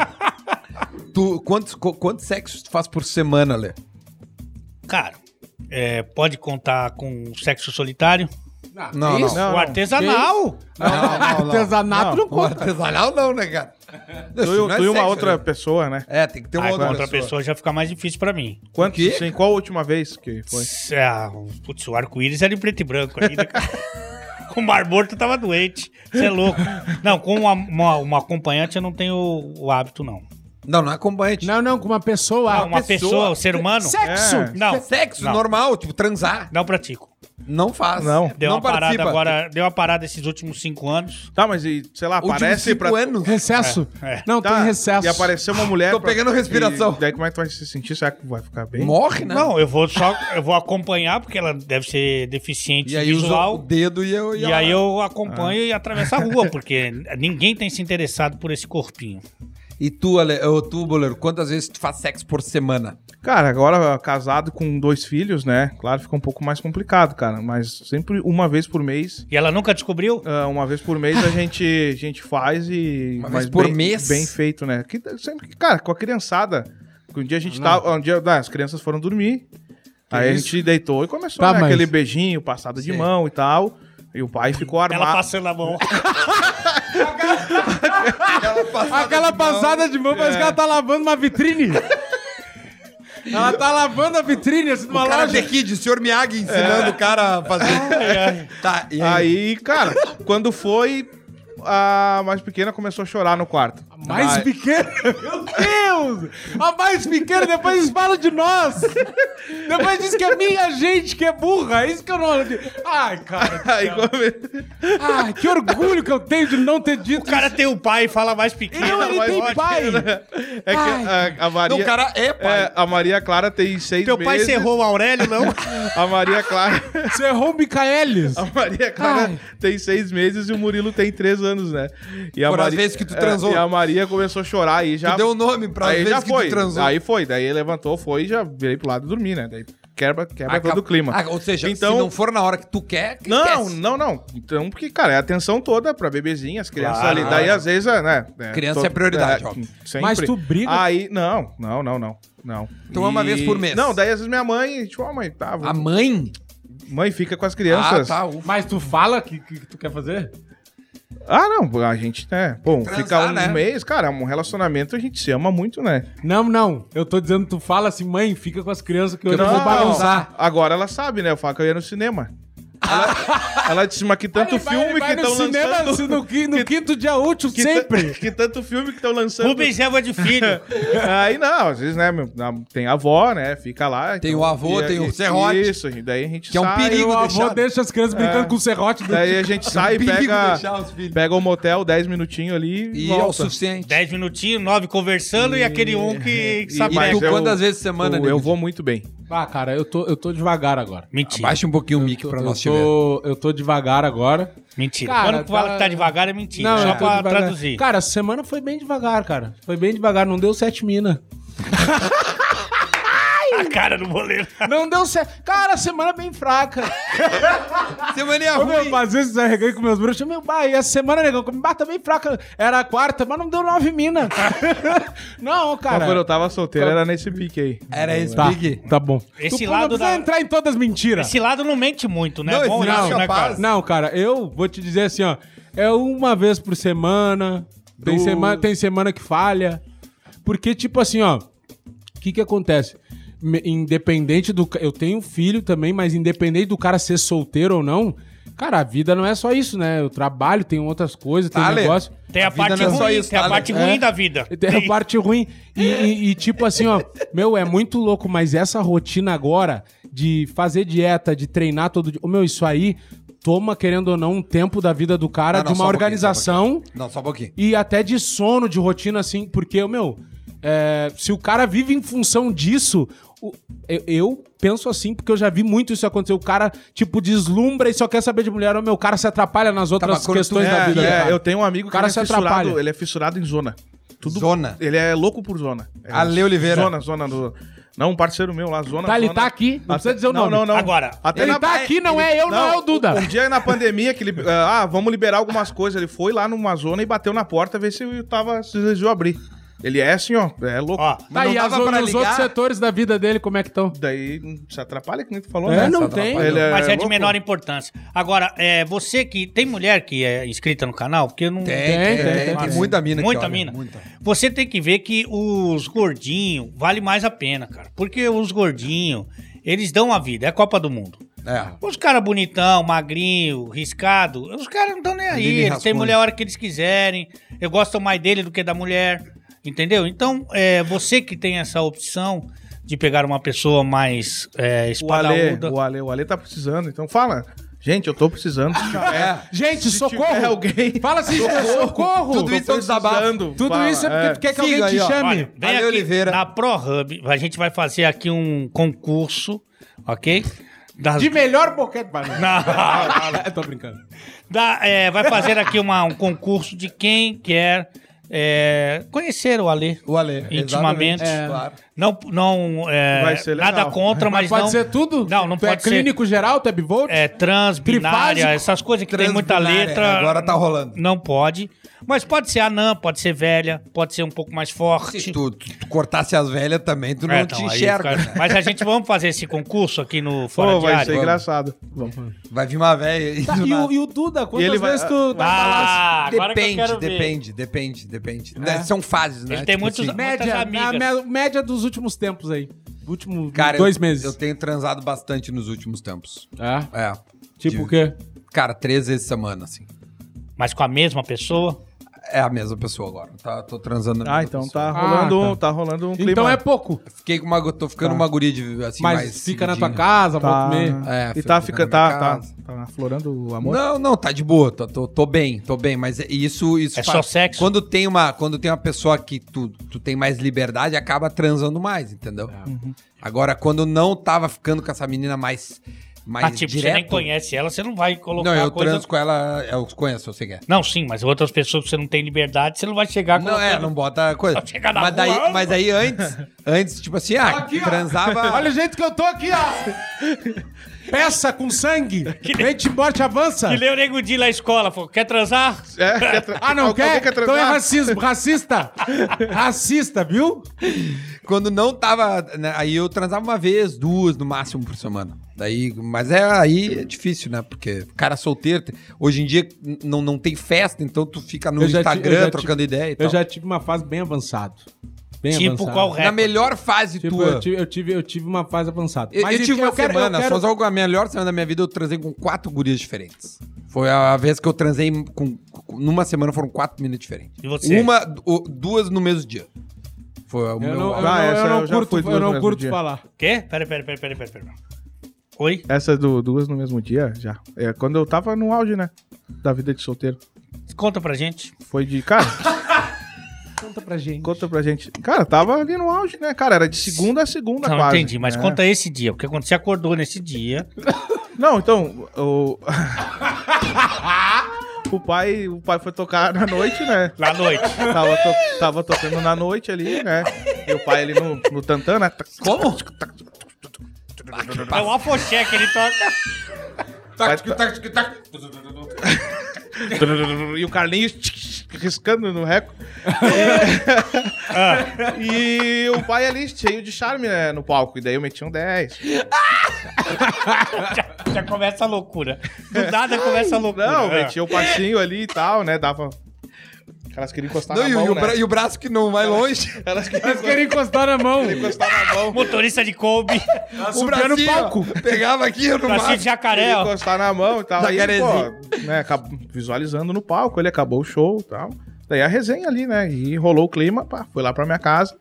[SPEAKER 1] Tu, quantos, co- quantos sexos tu faz por semana, Ale?
[SPEAKER 2] Cara, é, pode contar com o sexo solitário.
[SPEAKER 1] <laughs>
[SPEAKER 3] Ah,
[SPEAKER 1] Não,
[SPEAKER 4] isso?
[SPEAKER 3] Não,
[SPEAKER 2] o
[SPEAKER 3] não.
[SPEAKER 2] artesanal.
[SPEAKER 1] Não, não, não.
[SPEAKER 4] <laughs> Artesanato não,
[SPEAKER 3] Não,
[SPEAKER 1] O
[SPEAKER 4] conta.
[SPEAKER 1] artesanal não, né, cara?
[SPEAKER 3] Tu,
[SPEAKER 1] Isso
[SPEAKER 3] e-
[SPEAKER 1] não é
[SPEAKER 3] tu e uma
[SPEAKER 1] sexo,
[SPEAKER 3] outra
[SPEAKER 1] né?
[SPEAKER 3] pessoa, né?
[SPEAKER 1] É, tem que ter uma
[SPEAKER 2] Aí Ah, com
[SPEAKER 1] outra,
[SPEAKER 2] outra
[SPEAKER 1] pessoa.
[SPEAKER 2] pessoa já fica mais difícil pra mim.
[SPEAKER 3] Quanto,
[SPEAKER 1] quê?
[SPEAKER 3] sim, qual a última vez que foi?
[SPEAKER 2] Cê- ah, putz, o arco-íris era em preto e branco ainda. cara. <laughs> o Mar Morto tava doente. Você é louco. Não, com uma, uma- uma acompanhante eu não tenho o, o hábito, não.
[SPEAKER 1] Não, não é acompanhante.
[SPEAKER 4] Não, não, com uma pessoa.
[SPEAKER 2] Ah, uma pessoa,
[SPEAKER 1] pessoa.
[SPEAKER 2] o ser humano?
[SPEAKER 4] Sexo!
[SPEAKER 3] É.
[SPEAKER 2] Não.
[SPEAKER 1] Sexo
[SPEAKER 2] não,
[SPEAKER 1] normal, tipo, transar.
[SPEAKER 2] Não pratico.
[SPEAKER 1] Não faz.
[SPEAKER 3] Não.
[SPEAKER 2] Deu
[SPEAKER 1] não
[SPEAKER 2] uma parada
[SPEAKER 1] participa.
[SPEAKER 2] agora, deu uma parada esses últimos cinco anos.
[SPEAKER 3] Tá, mas e, sei lá,
[SPEAKER 1] Últimos
[SPEAKER 3] aparece
[SPEAKER 1] cinco
[SPEAKER 3] pra.
[SPEAKER 1] anos.
[SPEAKER 4] Recesso?
[SPEAKER 2] É, é.
[SPEAKER 4] Não,
[SPEAKER 3] Tá,
[SPEAKER 4] tem recesso.
[SPEAKER 3] E apareceu uma mulher.
[SPEAKER 1] Tô
[SPEAKER 3] pra-
[SPEAKER 1] pegando respiração.
[SPEAKER 3] E daí como é que tu vai se sentir? Será que vai ficar bem?
[SPEAKER 1] Morre, né?
[SPEAKER 2] Não, eu vou só, eu vou acompanhar, porque ela deve ser deficiente
[SPEAKER 1] E aí usa o
[SPEAKER 2] visual.
[SPEAKER 1] dedo e eu...
[SPEAKER 2] E aí eu acompanho e atravesso a rua, porque ninguém tem se interessado por esse corpinho.
[SPEAKER 1] E tu, Ale... ô, tu, Boleiro, quantas vezes tu faz sexo por semana?
[SPEAKER 3] Cara, agora casado com dois filhos, né? Claro, fica um pouco mais complicado, cara. Mas sempre uma vez por mês.
[SPEAKER 2] E ela nunca descobriu?
[SPEAKER 3] ah, uma vez por mês a gente, a gente faz e.
[SPEAKER 1] Uma
[SPEAKER 3] mas
[SPEAKER 1] vez por
[SPEAKER 3] bem,
[SPEAKER 1] mês?
[SPEAKER 3] Bem feito, né? Que, sempre, que- cara, com a criançada. que Um dia a gente tava. Um dia, ah, as crianças foram dormir. aí a gente deitou e começou
[SPEAKER 4] Tá,
[SPEAKER 3] né,
[SPEAKER 4] mas-
[SPEAKER 3] aquele beijinho, passada de mão e tal. E o pai ficou armado.
[SPEAKER 2] Ela passando a mão.
[SPEAKER 1] Aquela passada,
[SPEAKER 4] Aquela passada de mão parece que ela tá lavando uma vitrine. ela tá lavando a vitrine, assim, numa
[SPEAKER 1] O cara The
[SPEAKER 4] loja.
[SPEAKER 1] Kid, o senhor Miyagi ensinando o cara a fazer... Tá, e aí?
[SPEAKER 3] Aí, cara, quando foi, a mais pequena começou a chorar no quarto.
[SPEAKER 4] Mais
[SPEAKER 1] Vai.
[SPEAKER 4] pequena, <laughs> meu Deus! A mais pequena, depois eles falam de nós! Depois diz que é minha gente que é burra, é isso que eu não. Ai, cara,
[SPEAKER 3] Aí come-
[SPEAKER 4] ai, que orgulho que eu tenho de não ter dito.
[SPEAKER 2] O cara tem um pai e fala mais pequeno.
[SPEAKER 4] Não, ele
[SPEAKER 2] mais
[SPEAKER 4] tem
[SPEAKER 2] forte.
[SPEAKER 4] pai!
[SPEAKER 3] <laughs> É
[SPEAKER 4] Ai.
[SPEAKER 3] que a, a Maria.
[SPEAKER 1] Não, o cara é, pai.
[SPEAKER 3] é, a Maria Clara tem seis
[SPEAKER 2] Teu
[SPEAKER 3] meses.
[SPEAKER 2] pai cerrou o Aurélio, não?
[SPEAKER 3] A Maria
[SPEAKER 1] <laughs>
[SPEAKER 3] Clara.
[SPEAKER 4] Você errou o Micaelis!
[SPEAKER 3] A Maria Clara
[SPEAKER 4] Ai.
[SPEAKER 3] tem seis meses e o Murilo tem três anos, né? E a
[SPEAKER 1] Por as
[SPEAKER 3] Maria-
[SPEAKER 1] vezes que tu
[SPEAKER 3] é,
[SPEAKER 1] transou.
[SPEAKER 3] e a Maria começou a chorar e
[SPEAKER 1] Tu
[SPEAKER 3] já.
[SPEAKER 1] deu o nome pra
[SPEAKER 3] aí
[SPEAKER 1] vezes
[SPEAKER 3] já
[SPEAKER 1] que
[SPEAKER 3] foi.
[SPEAKER 1] tu transou.
[SPEAKER 3] Aí foi. Daí levantou, foi e já virei pro lado e dormi, né? Daí quebra, quebra
[SPEAKER 1] Acaba-
[SPEAKER 3] todo o clima.
[SPEAKER 1] Ah, ou seja,
[SPEAKER 3] então,
[SPEAKER 1] se não for na hora que tu quer, que
[SPEAKER 3] Não,
[SPEAKER 1] esquece.
[SPEAKER 3] não, não. Então, porque, cara, é atenção toda pra bebezinha, as crianças
[SPEAKER 2] Claro.
[SPEAKER 3] ali. Daí, às vezes, é, né? é,
[SPEAKER 1] Criança é prioridade,
[SPEAKER 3] é,
[SPEAKER 1] óbvio.
[SPEAKER 3] sempre.
[SPEAKER 4] Mas tu briga?
[SPEAKER 3] Aí, não, não, não, não. Não.
[SPEAKER 1] Então é uma vez por mês.
[SPEAKER 3] Não, daí às vezes minha mãe, tipo, ó, mãe, tá,
[SPEAKER 1] A mãe?
[SPEAKER 3] mãe fica com as crianças. Ah,
[SPEAKER 1] Ah, tá. ufa.
[SPEAKER 4] Mas tu fala o que, que, que tu quer fazer?
[SPEAKER 3] Ah, não, a gente, né? Bom,
[SPEAKER 1] Transar,
[SPEAKER 3] fica um
[SPEAKER 1] né?
[SPEAKER 3] mês, cara, um relacionamento a gente se ama muito, né?
[SPEAKER 4] Não, não. Eu tô dizendo, tu fala assim, mãe, fica com as crianças que eu não,
[SPEAKER 3] Não,
[SPEAKER 4] vou bagunçar.
[SPEAKER 3] Agora ela sabe, né? Eu falo que eu ia no cinema. Ela, ela disse, mas que tanto
[SPEAKER 4] Ele vai-
[SPEAKER 3] filme
[SPEAKER 4] ele vai
[SPEAKER 3] que estão
[SPEAKER 4] no cinema
[SPEAKER 3] lançando.
[SPEAKER 4] assim, no, qui- no quinto dia útil,
[SPEAKER 3] que ta-
[SPEAKER 4] sempre.
[SPEAKER 3] Que tanto filme que estão lançando.
[SPEAKER 2] Rubens Eva de Filho.
[SPEAKER 3] Aí não, às vezes, né, meu, na- tem a avó, né, fica lá.
[SPEAKER 1] Tem o avô, tem o serrote.
[SPEAKER 3] Isso, e daí a gente
[SPEAKER 1] Que é um
[SPEAKER 3] sai,
[SPEAKER 1] perigo.
[SPEAKER 4] O avô
[SPEAKER 1] deixado.
[SPEAKER 4] deixa as crianças brincando com o serrote. Do
[SPEAKER 3] Daí
[SPEAKER 1] <laughs>
[SPEAKER 3] a gente sai,
[SPEAKER 1] um perigo
[SPEAKER 3] pega,
[SPEAKER 1] deixar os filhos.
[SPEAKER 3] pega o motel, 10 minutinhos ali e,
[SPEAKER 1] E é o
[SPEAKER 3] volta.
[SPEAKER 1] suficiente.
[SPEAKER 2] Dez minutinhos, nove conversando e, aquele um que
[SPEAKER 3] E-
[SPEAKER 2] sabe
[SPEAKER 1] mas
[SPEAKER 2] mais.
[SPEAKER 1] tu- quantas vezes semana,
[SPEAKER 3] Eu,
[SPEAKER 1] nego?
[SPEAKER 3] eu vou muito bem. Então,
[SPEAKER 4] Ah, cara, eu tô, eu tô devagar agora.
[SPEAKER 2] Mentira,
[SPEAKER 1] Baixa um pouquinho o
[SPEAKER 4] Eu
[SPEAKER 1] mic
[SPEAKER 4] tô-
[SPEAKER 1] pra
[SPEAKER 4] eu
[SPEAKER 1] nós te ver.
[SPEAKER 4] tô, Eu tô devagar agora.
[SPEAKER 2] mentira.
[SPEAKER 4] Cara,
[SPEAKER 2] Quando tu fala
[SPEAKER 4] tá-
[SPEAKER 2] que tá devagar é mentira,
[SPEAKER 4] eu
[SPEAKER 2] só
[SPEAKER 4] tô
[SPEAKER 2] pra
[SPEAKER 4] devagar.
[SPEAKER 2] traduzir.
[SPEAKER 4] Cara, essa semana foi bem devagar, cara. Foi bem devagar, não deu sete mina.
[SPEAKER 2] A cara do boleiro.
[SPEAKER 4] Não deu sete. Cara, semana bem fraca.
[SPEAKER 1] Semana é
[SPEAKER 4] Ô, meu,
[SPEAKER 1] ruim.
[SPEAKER 4] mas às vezes eu arreguei com meus bruxos. Meu, bah, e essa semana, negão, como bah, tá bem fraca. Era a quarta, mas não deu
[SPEAKER 2] <laughs>
[SPEAKER 4] nove mina. não,
[SPEAKER 3] Mas quando eu
[SPEAKER 4] cara.
[SPEAKER 3] tava solteiro, era nesse pique aí.
[SPEAKER 1] Era esse
[SPEAKER 4] Tá,
[SPEAKER 1] Big.
[SPEAKER 4] tá bom.
[SPEAKER 2] Esse
[SPEAKER 4] tu,
[SPEAKER 2] lado
[SPEAKER 4] não precisa
[SPEAKER 2] da-
[SPEAKER 4] entrar em todas as mentiras.
[SPEAKER 2] Esse lado não mente muito, né?
[SPEAKER 1] Não,
[SPEAKER 2] Bom
[SPEAKER 1] esse não,
[SPEAKER 2] isso, né,
[SPEAKER 1] capaz.
[SPEAKER 2] cara?
[SPEAKER 4] Não, cara, eu vou te dizer assim, ó. É uma vez por semana, Tem,
[SPEAKER 1] Do-
[SPEAKER 4] semana, tem semana que falha. Porque, tipo assim, ó. O que que acontece? Me- Independente do. ca- Eu tenho filho também, mas independente do cara ser solteiro ou não. Cara, a vida não é só isso, né? Eu trabalho, tenho outras coisas, tem
[SPEAKER 1] Tá, Lê?
[SPEAKER 4] negócio.
[SPEAKER 2] Tem a,
[SPEAKER 1] A vida
[SPEAKER 2] parte
[SPEAKER 1] não é só
[SPEAKER 2] ruim,
[SPEAKER 1] isso,
[SPEAKER 2] tem a
[SPEAKER 1] tá,
[SPEAKER 2] parte
[SPEAKER 1] né?
[SPEAKER 2] ruim
[SPEAKER 4] É.
[SPEAKER 2] da vida.
[SPEAKER 4] E Tem a parte ruim. E, e- e, tipo assim, ó, meu, é muito louco, mas essa rotina agora de fazer dieta, de treinar todo dia. Ô, meu, isso aí toma, querendo ou não, um tempo da vida do cara,
[SPEAKER 1] Não, não,
[SPEAKER 4] de uma
[SPEAKER 1] só um pouquinho, só um
[SPEAKER 4] organização
[SPEAKER 1] Não, só um pouquinho.
[SPEAKER 4] e até de sono, de rotina, assim, porque, ô, meu, é, se o cara vive em função disso. o- Eu, eu penso assim, porque eu já vi muito isso acontecer. O cara, tipo, deslumbra e só quer saber de mulher. Ô, meu, o cara se atrapalha nas outras
[SPEAKER 1] mas quando tu
[SPEAKER 4] questões
[SPEAKER 1] é-
[SPEAKER 4] da vida.
[SPEAKER 3] é,
[SPEAKER 4] cara.
[SPEAKER 3] eu tenho um amigo
[SPEAKER 4] O cara
[SPEAKER 3] que
[SPEAKER 4] se
[SPEAKER 3] ele é fissurado,
[SPEAKER 4] atrapalha.
[SPEAKER 3] ele é fissurado em zona. Tudo,
[SPEAKER 1] Zona?
[SPEAKER 3] Ele é louco por zona. É,
[SPEAKER 1] Ale Oliveira.
[SPEAKER 3] Zona, zona. Do, não, um parceiro meu lá, zona.
[SPEAKER 4] Tá, ele
[SPEAKER 3] zona.
[SPEAKER 4] tá aqui, não precisa dizer o
[SPEAKER 3] não,
[SPEAKER 4] nome.
[SPEAKER 3] Não, não,
[SPEAKER 2] Agora,
[SPEAKER 3] Até
[SPEAKER 4] ele
[SPEAKER 3] na-
[SPEAKER 4] tá aqui, não é eu, não, é o Duda.
[SPEAKER 3] Um dia na pandemia que ele. ah, ah, vamos liberar algumas coisas. Ele foi lá numa zona e bateu na porta ver se eu tava. Se desejou abrir. Ele é assim, ó. É louco.
[SPEAKER 2] Ó,
[SPEAKER 1] Mas
[SPEAKER 4] Tá,
[SPEAKER 1] não
[SPEAKER 4] e as
[SPEAKER 1] dava
[SPEAKER 4] o-
[SPEAKER 1] pra
[SPEAKER 4] os
[SPEAKER 1] ligar?
[SPEAKER 4] outros setores da vida dele, como é que estão?
[SPEAKER 3] Daí hum, se atrapalha, que nem tu falou,
[SPEAKER 4] É,
[SPEAKER 3] né?
[SPEAKER 4] não
[SPEAKER 3] Se
[SPEAKER 4] tem.
[SPEAKER 3] atrapalha. Ele
[SPEAKER 2] Mas é, de
[SPEAKER 3] louco.
[SPEAKER 2] menor importância. Agora, é, você que. Tem mulher que é inscrita no canal? Porque eu não.
[SPEAKER 1] Tem, tem, tem,
[SPEAKER 4] tem,
[SPEAKER 1] tem,
[SPEAKER 4] tem.
[SPEAKER 1] muita mina que
[SPEAKER 2] Muita
[SPEAKER 1] olha,
[SPEAKER 2] mina.
[SPEAKER 1] Muita.
[SPEAKER 2] Você tem que ver que os gordinhos vale mais a pena, cara. Porque os gordinhos, eles dão a vida. É a Copa do Mundo.
[SPEAKER 1] É.
[SPEAKER 2] Os caras bonitão, magrinho, riscado, os caras não estão nem aí.
[SPEAKER 1] Lili
[SPEAKER 2] Eles
[SPEAKER 1] Rascunho.
[SPEAKER 2] têm mulher a hora que eles quiserem. Eu gosto mais dele do que da mulher. Entendeu? Então, é, você que tem essa opção de pegar uma pessoa mais é,
[SPEAKER 3] O Ale,
[SPEAKER 2] espadaúda.
[SPEAKER 3] o Ale, o Ale tá precisando, então fala. Gente, eu
[SPEAKER 2] <laughs>
[SPEAKER 3] tô precisando. Se tiver-
[SPEAKER 4] Gente,
[SPEAKER 3] Se
[SPEAKER 4] socorro!
[SPEAKER 3] tiver alguém-
[SPEAKER 4] Fala assim, socorro!
[SPEAKER 1] Tudo
[SPEAKER 4] Tudo,
[SPEAKER 1] isso é um desabafo.
[SPEAKER 3] precisando, fala.
[SPEAKER 4] isso é porque tu quer que
[SPEAKER 1] Siga
[SPEAKER 4] alguém
[SPEAKER 1] aí,
[SPEAKER 4] te
[SPEAKER 1] ó.
[SPEAKER 4] chame.
[SPEAKER 2] Olha, vem
[SPEAKER 1] Ale
[SPEAKER 2] aqui
[SPEAKER 1] Oliveira.
[SPEAKER 2] na ProHub. A gente vai fazer aqui um concurso, ok? Das- <laughs>
[SPEAKER 4] De melhor boquete pra mim.
[SPEAKER 2] Na-
[SPEAKER 1] <laughs>
[SPEAKER 4] Eu tô brincando.
[SPEAKER 2] da- é, vai fazer aqui uma- um concurso de quem quer é, conhecer o Ale.
[SPEAKER 1] O Ale. exatamente,
[SPEAKER 2] Intimamente.
[SPEAKER 1] É. Claro.
[SPEAKER 2] Não, não é,
[SPEAKER 3] Vai ser legal.
[SPEAKER 2] nada contra, mas,
[SPEAKER 4] Pode
[SPEAKER 2] não,
[SPEAKER 4] ser tudo?
[SPEAKER 2] Não, não
[SPEAKER 4] tu
[SPEAKER 2] pode
[SPEAKER 4] é
[SPEAKER 2] ser.
[SPEAKER 4] clínico geral, tu é bivolt?
[SPEAKER 2] É trans, binária,
[SPEAKER 4] Trifásico?
[SPEAKER 2] essas coisas que tem muita
[SPEAKER 1] Transbinária,
[SPEAKER 2] letra.
[SPEAKER 1] agora tá rolando.
[SPEAKER 2] Não pode. Mas pode ser anã, pode ser velha, pode ser um pouco mais forte.
[SPEAKER 1] Se tu, tu cortasse as velhas também, tu
[SPEAKER 2] É,
[SPEAKER 1] não
[SPEAKER 2] então,
[SPEAKER 1] te
[SPEAKER 2] aí
[SPEAKER 1] enxerga.
[SPEAKER 2] fica-
[SPEAKER 1] né?
[SPEAKER 2] Mas a gente vamos fazer esse concurso aqui no Fora
[SPEAKER 3] Pô,
[SPEAKER 2] de
[SPEAKER 3] vai
[SPEAKER 2] Área?
[SPEAKER 3] ser engraçado. Vamos.
[SPEAKER 1] <laughs> Vai vir uma velha. aí do
[SPEAKER 4] Tá, e,
[SPEAKER 1] nada.
[SPEAKER 4] o, e o Duda, quantas
[SPEAKER 3] E ele vai-
[SPEAKER 4] vezes tu tá falando
[SPEAKER 2] Ah, agora que eu
[SPEAKER 1] assim, Depende,
[SPEAKER 2] quero ver. É.
[SPEAKER 1] depende, depende, depende. Né, São fases, né?
[SPEAKER 2] Ele tem muitos-
[SPEAKER 1] assim,
[SPEAKER 2] muitas
[SPEAKER 4] média,
[SPEAKER 2] amigas.
[SPEAKER 4] a me- média dos últimos tempos aí? Último
[SPEAKER 1] cara,
[SPEAKER 4] dois
[SPEAKER 1] eu-
[SPEAKER 4] meses.
[SPEAKER 1] Eu tenho transado bastante nos últimos tempos.
[SPEAKER 4] É?
[SPEAKER 1] É.
[SPEAKER 4] Tipo
[SPEAKER 1] De-
[SPEAKER 4] o quê?
[SPEAKER 1] Cara, três vezes semana, assim.
[SPEAKER 2] Mas com a mesma pessoa?
[SPEAKER 1] É a mesma pessoa agora. Tá, tô transando a mesma
[SPEAKER 3] Ah, então tá
[SPEAKER 1] pessoa.
[SPEAKER 4] Ah,
[SPEAKER 3] rolando, um,
[SPEAKER 4] tá.
[SPEAKER 3] tá rolando um clima.
[SPEAKER 4] Então é pouco.
[SPEAKER 1] Fiquei com uma. go- Tô ficando uma guria de. Assim,
[SPEAKER 4] Tá. mas
[SPEAKER 1] mais
[SPEAKER 4] fica na
[SPEAKER 1] seguidinha.
[SPEAKER 4] tua casa,
[SPEAKER 3] tá,
[SPEAKER 4] volta e meia.
[SPEAKER 1] É,
[SPEAKER 3] e
[SPEAKER 1] fica
[SPEAKER 3] tá
[SPEAKER 1] na
[SPEAKER 3] ficando,
[SPEAKER 1] minha
[SPEAKER 3] tá, tá,
[SPEAKER 1] casa.
[SPEAKER 3] tá aflorando o amor.
[SPEAKER 1] Não, não, tá de boa, tô, tô, tô bem, tô bem, mas é- isso... isso
[SPEAKER 2] É só sexo?
[SPEAKER 1] Quando tem uma, quando tem uma pessoa que tu, tu tem mais liberdade, acaba transando mais, entendeu?
[SPEAKER 4] É.
[SPEAKER 2] Uhum.
[SPEAKER 1] Agora, quando não tava ficando com essa menina mais, mais
[SPEAKER 2] ah, tipo,
[SPEAKER 1] direto...
[SPEAKER 2] você nem conhece ela, você não vai colocar
[SPEAKER 1] Não, eu
[SPEAKER 2] coisa...
[SPEAKER 1] transo com ela, eu conheço, eu sei que é.
[SPEAKER 2] Não, sim, mas outras pessoas que você não tem liberdade, você não vai chegar
[SPEAKER 1] Não, é, não bota coisa.
[SPEAKER 2] Tá Só chega na
[SPEAKER 1] Mas,
[SPEAKER 2] rua,
[SPEAKER 1] daí,
[SPEAKER 2] ó.
[SPEAKER 1] mas aí antes, antes, tipo assim, ah,
[SPEAKER 4] Aqui, ó.
[SPEAKER 1] transava...
[SPEAKER 4] <laughs> Olha o jeito que eu tô aqui, ó. Peça com sangue.
[SPEAKER 2] <laughs>
[SPEAKER 4] Mente morte avança.
[SPEAKER 2] Que nem o Nego Di lá na escola, falou, quer transar?
[SPEAKER 3] É, quer tra-
[SPEAKER 4] Ah, não
[SPEAKER 3] Alguém
[SPEAKER 4] quer? então é
[SPEAKER 3] transar?
[SPEAKER 4] racismo, racista. racista, viu?
[SPEAKER 1] Quando não tava. né, aí eu transava uma vez, duas no máximo por semana. Daí, mas é, aí é difícil, né? Porque cara solteiro, te- hoje em dia n- não, não tem festa, então tu fica no
[SPEAKER 4] Eu já ti- eu
[SPEAKER 1] Instagram
[SPEAKER 4] já ti-
[SPEAKER 1] trocando ideia e
[SPEAKER 4] Eu
[SPEAKER 1] tal.
[SPEAKER 4] já tive uma fase bem avançada. Bem
[SPEAKER 2] Tipo
[SPEAKER 4] avançada.
[SPEAKER 2] qual
[SPEAKER 1] Na melhor fase
[SPEAKER 4] Tipo,
[SPEAKER 1] tua.
[SPEAKER 4] eu tive, eu, tive, eu tive uma fase avançada.
[SPEAKER 1] Eu, eu
[SPEAKER 4] e
[SPEAKER 1] tive uma
[SPEAKER 4] quero- eu
[SPEAKER 1] semana,
[SPEAKER 4] quero-
[SPEAKER 1] só só a melhor semana da minha vida eu transei com quatro gurias diferentes. Foi a vez que eu transei com, com- numa semana foram quatro meninas diferentes.
[SPEAKER 2] E você?
[SPEAKER 1] Uma, du- duas no mesmo dia. Foi o
[SPEAKER 4] Eu
[SPEAKER 1] meu.
[SPEAKER 4] não, eu
[SPEAKER 1] auge.
[SPEAKER 4] não-
[SPEAKER 3] Ah,
[SPEAKER 4] eu
[SPEAKER 3] essa
[SPEAKER 4] não
[SPEAKER 3] eu já
[SPEAKER 4] curto,
[SPEAKER 3] fui
[SPEAKER 4] eu
[SPEAKER 3] duas
[SPEAKER 4] não
[SPEAKER 3] vezes no
[SPEAKER 4] curto
[SPEAKER 3] dia.
[SPEAKER 4] falar.
[SPEAKER 2] Quê? Pera, pera, pera, pera, pera, pera. Oi?
[SPEAKER 3] Essas do- duas no mesmo dia, já. É quando eu tava no auge, né? Da vida de solteiro.
[SPEAKER 2] Conta pra gente.
[SPEAKER 3] Foi de. Cara,
[SPEAKER 4] <laughs> Conta pra gente.
[SPEAKER 3] conta pra gente. Cara, tava ali no auge, né? Cara, era de segunda a segunda,
[SPEAKER 2] Não,
[SPEAKER 3] quase.
[SPEAKER 2] entendi, mas
[SPEAKER 3] né?
[SPEAKER 2] conta esse dia, o que aconteceu, você acordou nesse dia.
[SPEAKER 3] Não, então, o. <laughs> o pai, o pai foi tocar na noite, né?
[SPEAKER 2] Na <laughs> noite.
[SPEAKER 3] Tava, to- tava tocando na noite ali, né? E o pai ali no, no tantã, né?
[SPEAKER 1] Como?
[SPEAKER 2] É o afoxé que ele tá- toca.
[SPEAKER 3] tá. <laughs> E o Carlinhos riscando no reco. e o pai ali cheio de charme, né? No palco. E daí eu meti um 10.
[SPEAKER 2] Já começa a loucura. Do nada começa a loucura.
[SPEAKER 3] Não,
[SPEAKER 2] É.
[SPEAKER 3] metia o passinho ali e tal, né? Dava. Elas queriam encostar
[SPEAKER 1] Não,
[SPEAKER 3] na
[SPEAKER 1] e, o-
[SPEAKER 3] mão,
[SPEAKER 1] e o
[SPEAKER 3] né?
[SPEAKER 1] bra- e o braço que não vai longe.
[SPEAKER 3] Elas
[SPEAKER 4] Eles
[SPEAKER 3] queriam
[SPEAKER 4] querem encostar na mão.
[SPEAKER 1] <laughs>
[SPEAKER 3] encostar na mão.
[SPEAKER 2] Motorista de
[SPEAKER 3] <laughs>
[SPEAKER 2] Kombi,
[SPEAKER 1] o bracinho, ó, Pegava aqui no
[SPEAKER 2] bracinho
[SPEAKER 1] mato.
[SPEAKER 2] de
[SPEAKER 3] Ele
[SPEAKER 2] jacaré, ó.
[SPEAKER 3] encostar na mão e tal. Aí,
[SPEAKER 1] Jacarezinho.
[SPEAKER 3] pô, né, acab- visualizando no palco, ele acabou o show e tal. Daí a resenha ali, né? E rolou o clima, pá, fui lá pra minha casa.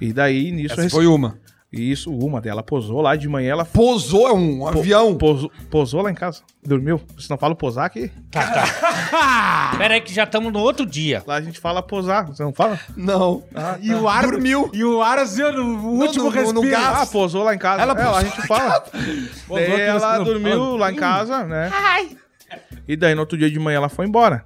[SPEAKER 3] E daí nisso eu
[SPEAKER 1] Essa
[SPEAKER 3] rece-
[SPEAKER 1] foi uma.
[SPEAKER 3] Isso, uma dela posou lá de manhã, ela
[SPEAKER 1] Pousou é um avião.
[SPEAKER 3] posou, posou lá em casa. Dormiu. Vocês não falam posar aqui?
[SPEAKER 2] Tá, tá. Pera aí que já estamos no outro dia.
[SPEAKER 3] Lá a gente fala posar, você não fala?
[SPEAKER 1] Não.
[SPEAKER 2] Ah, tá.
[SPEAKER 4] E o ar.
[SPEAKER 1] Dormiu.
[SPEAKER 4] E o ar assim, ó, no o último
[SPEAKER 1] no- no-
[SPEAKER 4] respiro.
[SPEAKER 1] no gasto.
[SPEAKER 3] Ah, posou lá em casa.
[SPEAKER 1] Ela
[SPEAKER 3] Ela é, lá a gente fala.
[SPEAKER 4] Posou
[SPEAKER 3] daí
[SPEAKER 4] que
[SPEAKER 3] ela
[SPEAKER 4] você não
[SPEAKER 3] dormiu
[SPEAKER 4] fala.
[SPEAKER 3] lá em casa, né? E daí no outro dia de manhã ela foi embora.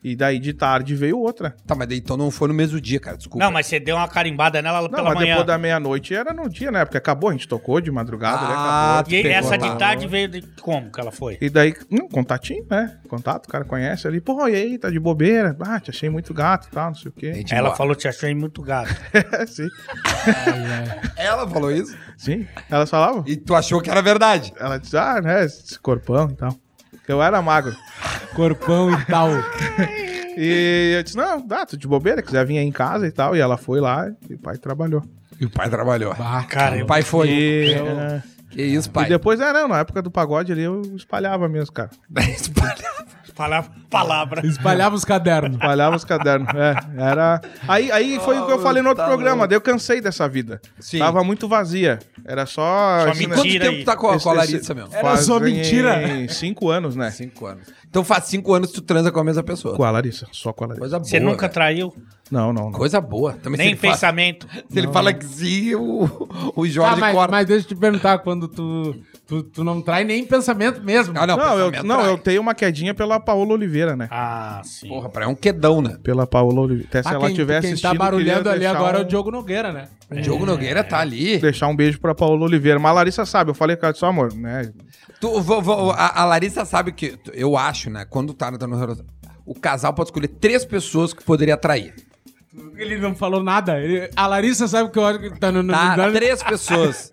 [SPEAKER 3] E daí de tarde veio outra.
[SPEAKER 1] Tá, mas daí então não foi no mesmo dia, cara. Desculpa.
[SPEAKER 2] Não, mas você deu uma carimbada nela
[SPEAKER 3] Não,
[SPEAKER 2] pela
[SPEAKER 3] mas
[SPEAKER 2] manhã.
[SPEAKER 3] depois da meia-noite era no dia, né? Porque acabou, a gente tocou de madrugada, né?
[SPEAKER 1] Ah,
[SPEAKER 3] Acabou.
[SPEAKER 2] E
[SPEAKER 1] Pegou
[SPEAKER 2] essa
[SPEAKER 3] Tá
[SPEAKER 1] lá.
[SPEAKER 2] de tarde veio de como que ela foi?
[SPEAKER 3] E daí, não, contatinho, né? Contato, o cara conhece ali. Pô, e aí, tá de bobeira? Ah, te achei muito gato e tal, não sei o quê.
[SPEAKER 1] Gente,
[SPEAKER 2] Ela
[SPEAKER 1] boa.
[SPEAKER 2] falou que te achei muito gato.
[SPEAKER 3] <laughs> sim,
[SPEAKER 1] Ela falou isso?
[SPEAKER 3] sim. Elas falavam?
[SPEAKER 1] E tu achou que era verdade?
[SPEAKER 3] Ela disse, ah, né? Esse corpão e tal. Eu era magro.
[SPEAKER 4] Corpão e tal.
[SPEAKER 3] E eu disse, não, dá, tô de bobeira, quiser vir aí em casa e tal. E ela foi lá e o pai trabalhou.
[SPEAKER 1] E o pai trabalhou.
[SPEAKER 4] Bah,
[SPEAKER 2] Cara,
[SPEAKER 1] O
[SPEAKER 2] eu...
[SPEAKER 1] pai foi.
[SPEAKER 3] E,
[SPEAKER 1] Que isso,
[SPEAKER 3] e
[SPEAKER 1] pai.
[SPEAKER 3] depois, é, não, na época do pagode ali eu espalhava mesmo, cara.
[SPEAKER 1] <laughs> tá
[SPEAKER 2] falar palavra.
[SPEAKER 4] Espalhava os cadernos.
[SPEAKER 3] Espalhava os cadernos. É, era. Aí, aí foi o que eu falei no outro programa. Daí eu cansei dessa vida.
[SPEAKER 1] Tá Sim.
[SPEAKER 3] Tava muito vazia. Era só.
[SPEAKER 2] Só
[SPEAKER 3] esse
[SPEAKER 2] mentira.
[SPEAKER 1] Quanto
[SPEAKER 3] negócio-
[SPEAKER 1] tempo
[SPEAKER 2] aí.
[SPEAKER 1] tu tá com a, com a
[SPEAKER 3] esse-
[SPEAKER 1] Larissa mesmo?
[SPEAKER 4] Era só
[SPEAKER 3] fazem
[SPEAKER 4] mentira.
[SPEAKER 3] Cinco anos,
[SPEAKER 2] É.
[SPEAKER 3] né?
[SPEAKER 1] Cinco anos. Então faz cinco anos que tu transa com a mesma pessoa.
[SPEAKER 3] Com a Larissa. Só com a Larissa.
[SPEAKER 1] Coisa boa.
[SPEAKER 2] Você nunca
[SPEAKER 1] velho.
[SPEAKER 2] traiu,
[SPEAKER 3] Não, não, não.
[SPEAKER 1] Coisa boa. Também se
[SPEAKER 2] nem
[SPEAKER 1] ele fala-
[SPEAKER 2] pensamento.
[SPEAKER 1] se ele fala que sim, o, o
[SPEAKER 4] Tá,
[SPEAKER 1] Jorge
[SPEAKER 4] mas,
[SPEAKER 1] corta.
[SPEAKER 4] mas deixa eu te perguntar, quando tu, tu, tu não trai nem pensamento mesmo.
[SPEAKER 1] Ah, não,
[SPEAKER 3] Não, eu,
[SPEAKER 1] pensamento
[SPEAKER 3] não
[SPEAKER 1] trai.
[SPEAKER 3] eu tenho uma quedinha pela Paola Oliveira, né?
[SPEAKER 2] Ah, sim.
[SPEAKER 1] Porra, pra é um quedão, né?
[SPEAKER 3] Pela Paola Oliveira. Até se
[SPEAKER 4] Ah,
[SPEAKER 3] ela
[SPEAKER 4] quem,
[SPEAKER 3] tivesse
[SPEAKER 4] quem tá barulhando ali
[SPEAKER 1] um-
[SPEAKER 4] agora é o Diogo Nogueira, né?
[SPEAKER 1] O Diogo Nogueira tá ali.
[SPEAKER 3] um Deixar um beijo pra Paola Oliveira. Mas a Larissa sabe, eu falei com ela só, amor, né?
[SPEAKER 1] Tu, vo- vo- a, a Larissa sabe que tu- eu acho, né? Quando tá no tá no relacionamento, o casal pode escolher três pessoas que poderia atrair.
[SPEAKER 4] Ele não falou nada. Ele- a Larissa sabe que eu acho que tá no... no
[SPEAKER 1] Tá?
[SPEAKER 4] no-
[SPEAKER 1] Três pessoas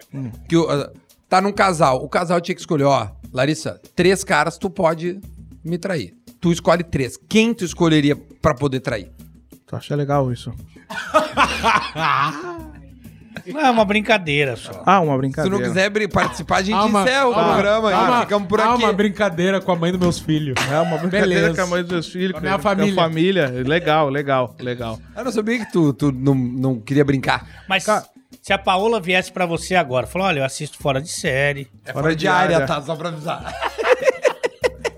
[SPEAKER 1] que o- tá num casal. O casal tinha que escolher, ó, Larissa, três caras tu pode me trair. Tu escolhe três. Quem tu escolheria pra poder trair?
[SPEAKER 3] Tu acha legal isso?
[SPEAKER 2] Não, é uma brincadeira só.
[SPEAKER 3] Ah, uma
[SPEAKER 1] Se tu
[SPEAKER 3] brincadeira.
[SPEAKER 1] não
[SPEAKER 3] <laughs>
[SPEAKER 1] quiser abrir- participar, a gente
[SPEAKER 4] Calma,
[SPEAKER 1] encerra o
[SPEAKER 4] calma,
[SPEAKER 1] programa
[SPEAKER 4] calma,
[SPEAKER 1] e ficamos por
[SPEAKER 4] calma,
[SPEAKER 1] aqui.
[SPEAKER 4] uma brincadeira com a mãe dos meus filhos.
[SPEAKER 3] É uma brincadeira
[SPEAKER 4] Beleza.
[SPEAKER 3] com a mãe dos meus filhos.
[SPEAKER 4] Com a
[SPEAKER 3] Com
[SPEAKER 4] minha
[SPEAKER 3] a família.
[SPEAKER 4] família.
[SPEAKER 3] Legal, legal, legal.
[SPEAKER 1] Eu não sabia que tu, tu não, não queria brincar.
[SPEAKER 2] Mas se a Paola viesse pra você agora, falou, olha, eu assisto fora de série.
[SPEAKER 1] É
[SPEAKER 3] Fora
[SPEAKER 1] fora de
[SPEAKER 3] de
[SPEAKER 1] área,
[SPEAKER 3] área.
[SPEAKER 1] tá? Só pra avisar.
[SPEAKER 2] <laughs>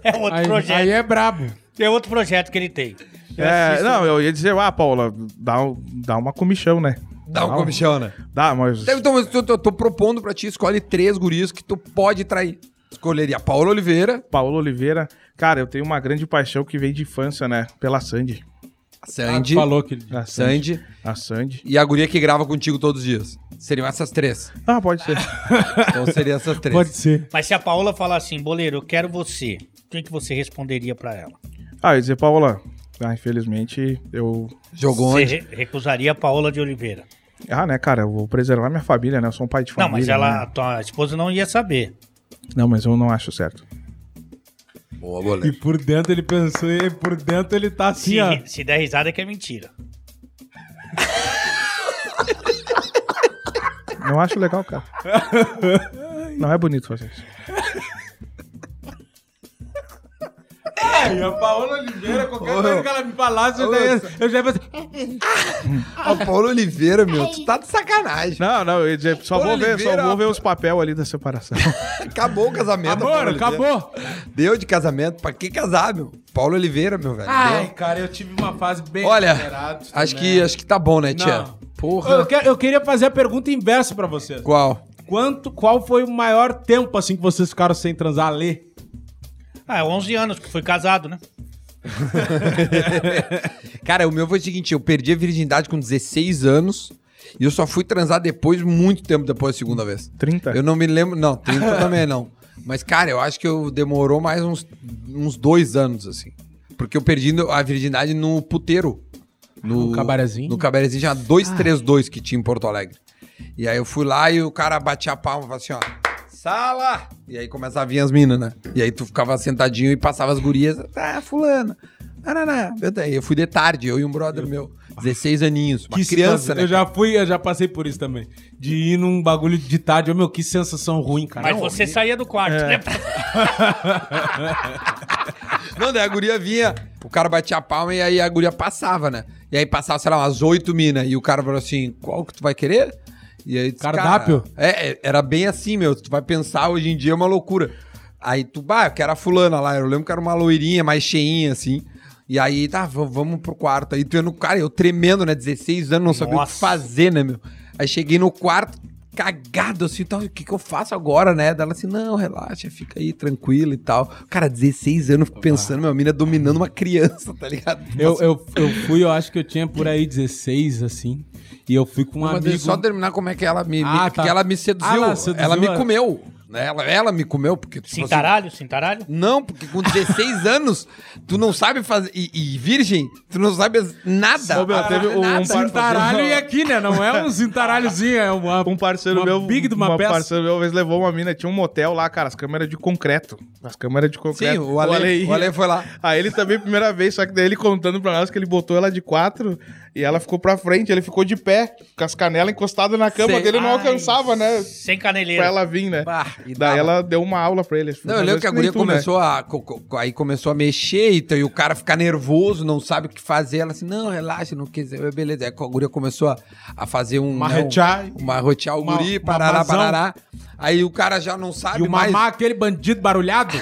[SPEAKER 2] É outro
[SPEAKER 4] Aí,
[SPEAKER 2] projeto.
[SPEAKER 4] aí é brabo.
[SPEAKER 2] É outro projeto que ele tem.
[SPEAKER 3] É, não, eu ia dizer, ah, Paula, dá, um- dá uma comichão, né?
[SPEAKER 1] Dá um comichão, né?
[SPEAKER 3] Dá, mas.
[SPEAKER 4] um
[SPEAKER 1] Então, Então, eu tô, tô- tô propondo pra ti, escolhe três guris que tu pode trair. Escolheria a Paula Oliveira,
[SPEAKER 3] Paulo Oliveira, cara, eu tenho uma grande paixão que vem de infância, né? Pela Sandy.
[SPEAKER 1] a Ah, Sandy,
[SPEAKER 4] Ah, Falou que...
[SPEAKER 3] A
[SPEAKER 1] Sandy
[SPEAKER 3] A Sandy.
[SPEAKER 1] e a guria que grava contigo todos os dias. Seriam essas três.
[SPEAKER 3] Ah, pode
[SPEAKER 4] <laughs>
[SPEAKER 3] ser.
[SPEAKER 1] Então seriam essas três.
[SPEAKER 4] Pode ser.
[SPEAKER 2] Mas se a Paola falar assim, boleiro, eu quero você, o que, que você responderia pra ela?
[SPEAKER 3] ah, eu ia dizer, Paula, ah, infelizmente, eu.
[SPEAKER 1] Jogou
[SPEAKER 2] Você
[SPEAKER 1] onde?
[SPEAKER 2] re- recusaria a Paola de Oliveira.
[SPEAKER 3] Ah, né, cara, eu vou preservar minha família, né? Eu sou um pai de família.
[SPEAKER 2] não, mas ela, a
[SPEAKER 3] né?
[SPEAKER 2] tua esposa não ia saber.
[SPEAKER 3] Não, mas eu não acho certo.
[SPEAKER 1] Boa,
[SPEAKER 4] E
[SPEAKER 1] boleto.
[SPEAKER 4] por dentro ele pensou, e por dentro ele tá assim,
[SPEAKER 2] Se,
[SPEAKER 4] ó.
[SPEAKER 2] se der risada é que é mentira.
[SPEAKER 3] Não acho legal, cara. Não é bonito fazer isso.
[SPEAKER 4] E a Paola Oliveira, qualquer coisa que ela me falasse, eu já ia, eu já ia pensar,
[SPEAKER 1] A Paula Oliveira, meu, tu tá de sacanagem.
[SPEAKER 3] Não, não, eu ia dizer, só
[SPEAKER 1] Paula
[SPEAKER 3] vou ver, só
[SPEAKER 1] Oliveira-
[SPEAKER 3] vou ver os papel ali da separação.
[SPEAKER 1] Acabou o casamento. a
[SPEAKER 4] amor,
[SPEAKER 1] Paula Oliveira.
[SPEAKER 4] acabou.
[SPEAKER 1] Deu de casamento. Pra que casar, meu? Paula Oliveira, meu velho.
[SPEAKER 4] Ai, cara, eu tive uma fase bem
[SPEAKER 1] Ah. Olha,
[SPEAKER 4] acelerada
[SPEAKER 1] acho
[SPEAKER 4] também.
[SPEAKER 1] que, acho que tá bom, né, tia?
[SPEAKER 4] Não. Eu,
[SPEAKER 1] Porra.
[SPEAKER 4] que- eu queria fazer a pergunta inversa pra vocês.
[SPEAKER 1] Qual?
[SPEAKER 4] Quanto, qual foi o maior tempo, assim, que vocês ficaram sem transar? Lê.
[SPEAKER 2] Ah, é 11 anos que foi casado, né?
[SPEAKER 1] <laughs> Cara, o meu foi o seguinte, eu perdi a virgindade com 16 anos e eu só fui transar depois, muito tempo depois da segunda vez.
[SPEAKER 3] 30?
[SPEAKER 1] Eu não me lembro, não, 30 também não. Mas, cara, eu acho que eu demorou mais uns, uns dois anos, assim. Porque eu perdi no- a virgindade no puteiro. No,
[SPEAKER 4] No cabarezinho? Ah.
[SPEAKER 1] No cabarezinho, tinha 232 que tinha em Porto Alegre. E aí eu fui lá e o cara batia a palma e falava assim, ó... Sala! E aí começava a vir as minas, né? E aí tu ficava sentadinho e passava as gurias. Ah, fulana. Araná. Eu daí, eu fui de tarde, eu e um brother meu, 16 aninhos. Uma criança,
[SPEAKER 4] sensação-
[SPEAKER 1] né?
[SPEAKER 4] Ah. Eu já fui, eu já passei por isso também. De ir num bagulho de tarde, ô meu, que sensação ruim,
[SPEAKER 1] Ah,
[SPEAKER 4] cara.
[SPEAKER 2] Mas você saía do quarto,
[SPEAKER 4] É.
[SPEAKER 2] né?
[SPEAKER 1] <laughs> Não, daí a guria vinha, o cara batia a palma e aí a guria passava, né? E aí passava, sei lá, umas oito minas. E o cara falou assim, qual que tu vai querer? E aí disse,
[SPEAKER 4] Cardápio?
[SPEAKER 1] cara, é, é, era bem assim, meu. Tu vai pensar, hoje em dia é uma loucura. Aí tu, bah, eu quero a fulana lá. Eu lembro que era uma loirinha, mais cheinha, assim. E aí, tá, v- vamos pro quarto. Aí tu ia no cara, eu tremendo, né? 16 anos, não sabia o que
[SPEAKER 2] Nossa.
[SPEAKER 1] fazer, né, meu? Aí cheguei no quarto, cagado, assim, tal, o que que eu faço agora, né? Daí Ela assim, não, relaxa, fica aí, tranquilo e tal. Cara, 16 anos, eu fico pensando, meu, a mina dominando uma criança, tá ligado?
[SPEAKER 4] Eu, eu, eu fui, eu acho que eu tinha por aí 16, assim. E eu fui com um
[SPEAKER 1] Mas deixa
[SPEAKER 4] amigo.
[SPEAKER 1] eu só terminar como é que ela me... me-
[SPEAKER 4] Ah, tá.
[SPEAKER 1] Porque ela me seduziu,
[SPEAKER 4] Ah, ela seduziu,
[SPEAKER 1] ela me
[SPEAKER 4] é.
[SPEAKER 1] comeu. né? Ela, ela me comeu, porque... tipo, assim,
[SPEAKER 2] Cintaralho, cintaralho.
[SPEAKER 1] Não, porque com 16 <laughs> anos, tu não sabe fazer. E, e virgem, tu não sabe as- nada.
[SPEAKER 3] Ô, meu, teve um-
[SPEAKER 1] nada.
[SPEAKER 3] um par-
[SPEAKER 4] Zintaralho e aqui, né? Não é um zintaralhozinho, é uma,
[SPEAKER 3] Um parceiro
[SPEAKER 4] uma
[SPEAKER 3] meu.
[SPEAKER 4] Big de uma, peça.
[SPEAKER 3] parceiro meu, uma vez levou uma mina, tinha um motel lá, cara, as câmeras de concreto. As câmeras de concreto.
[SPEAKER 1] Sim, o Ale, o Ale,
[SPEAKER 3] ia.
[SPEAKER 1] foi lá.
[SPEAKER 3] Aí ele também, primeira vez, só que daí ele contando pra nós que ele botou ela de quatro e ela ficou pra frente, ele ficou de pé, com as canelas encostadas na cama
[SPEAKER 1] Sei.
[SPEAKER 3] dele, não alcançava, né?
[SPEAKER 2] Sem
[SPEAKER 3] Pra
[SPEAKER 2] caneleira.
[SPEAKER 3] ela vir, né?
[SPEAKER 1] Bah, e
[SPEAKER 3] daí
[SPEAKER 1] dava.
[SPEAKER 3] ela deu uma aula pra ele.
[SPEAKER 1] Não, eu lembro que a guria começou a. co- co- Aí começou a mexer e, tal, e o cara ficar nervoso, não sabe o que fazer. Ela assim, não, relaxa, não quer dizer. Beleza. Aí a guria começou a, a fazer um.
[SPEAKER 4] Marretear.
[SPEAKER 1] né, um- Marretear o
[SPEAKER 4] Uma-
[SPEAKER 1] guri,
[SPEAKER 4] uma
[SPEAKER 1] parará,
[SPEAKER 4] vazão.
[SPEAKER 1] parará. Aí o cara já não
[SPEAKER 4] E
[SPEAKER 1] sabe
[SPEAKER 4] o
[SPEAKER 1] mais.
[SPEAKER 4] mamá, aquele bandido barulhado.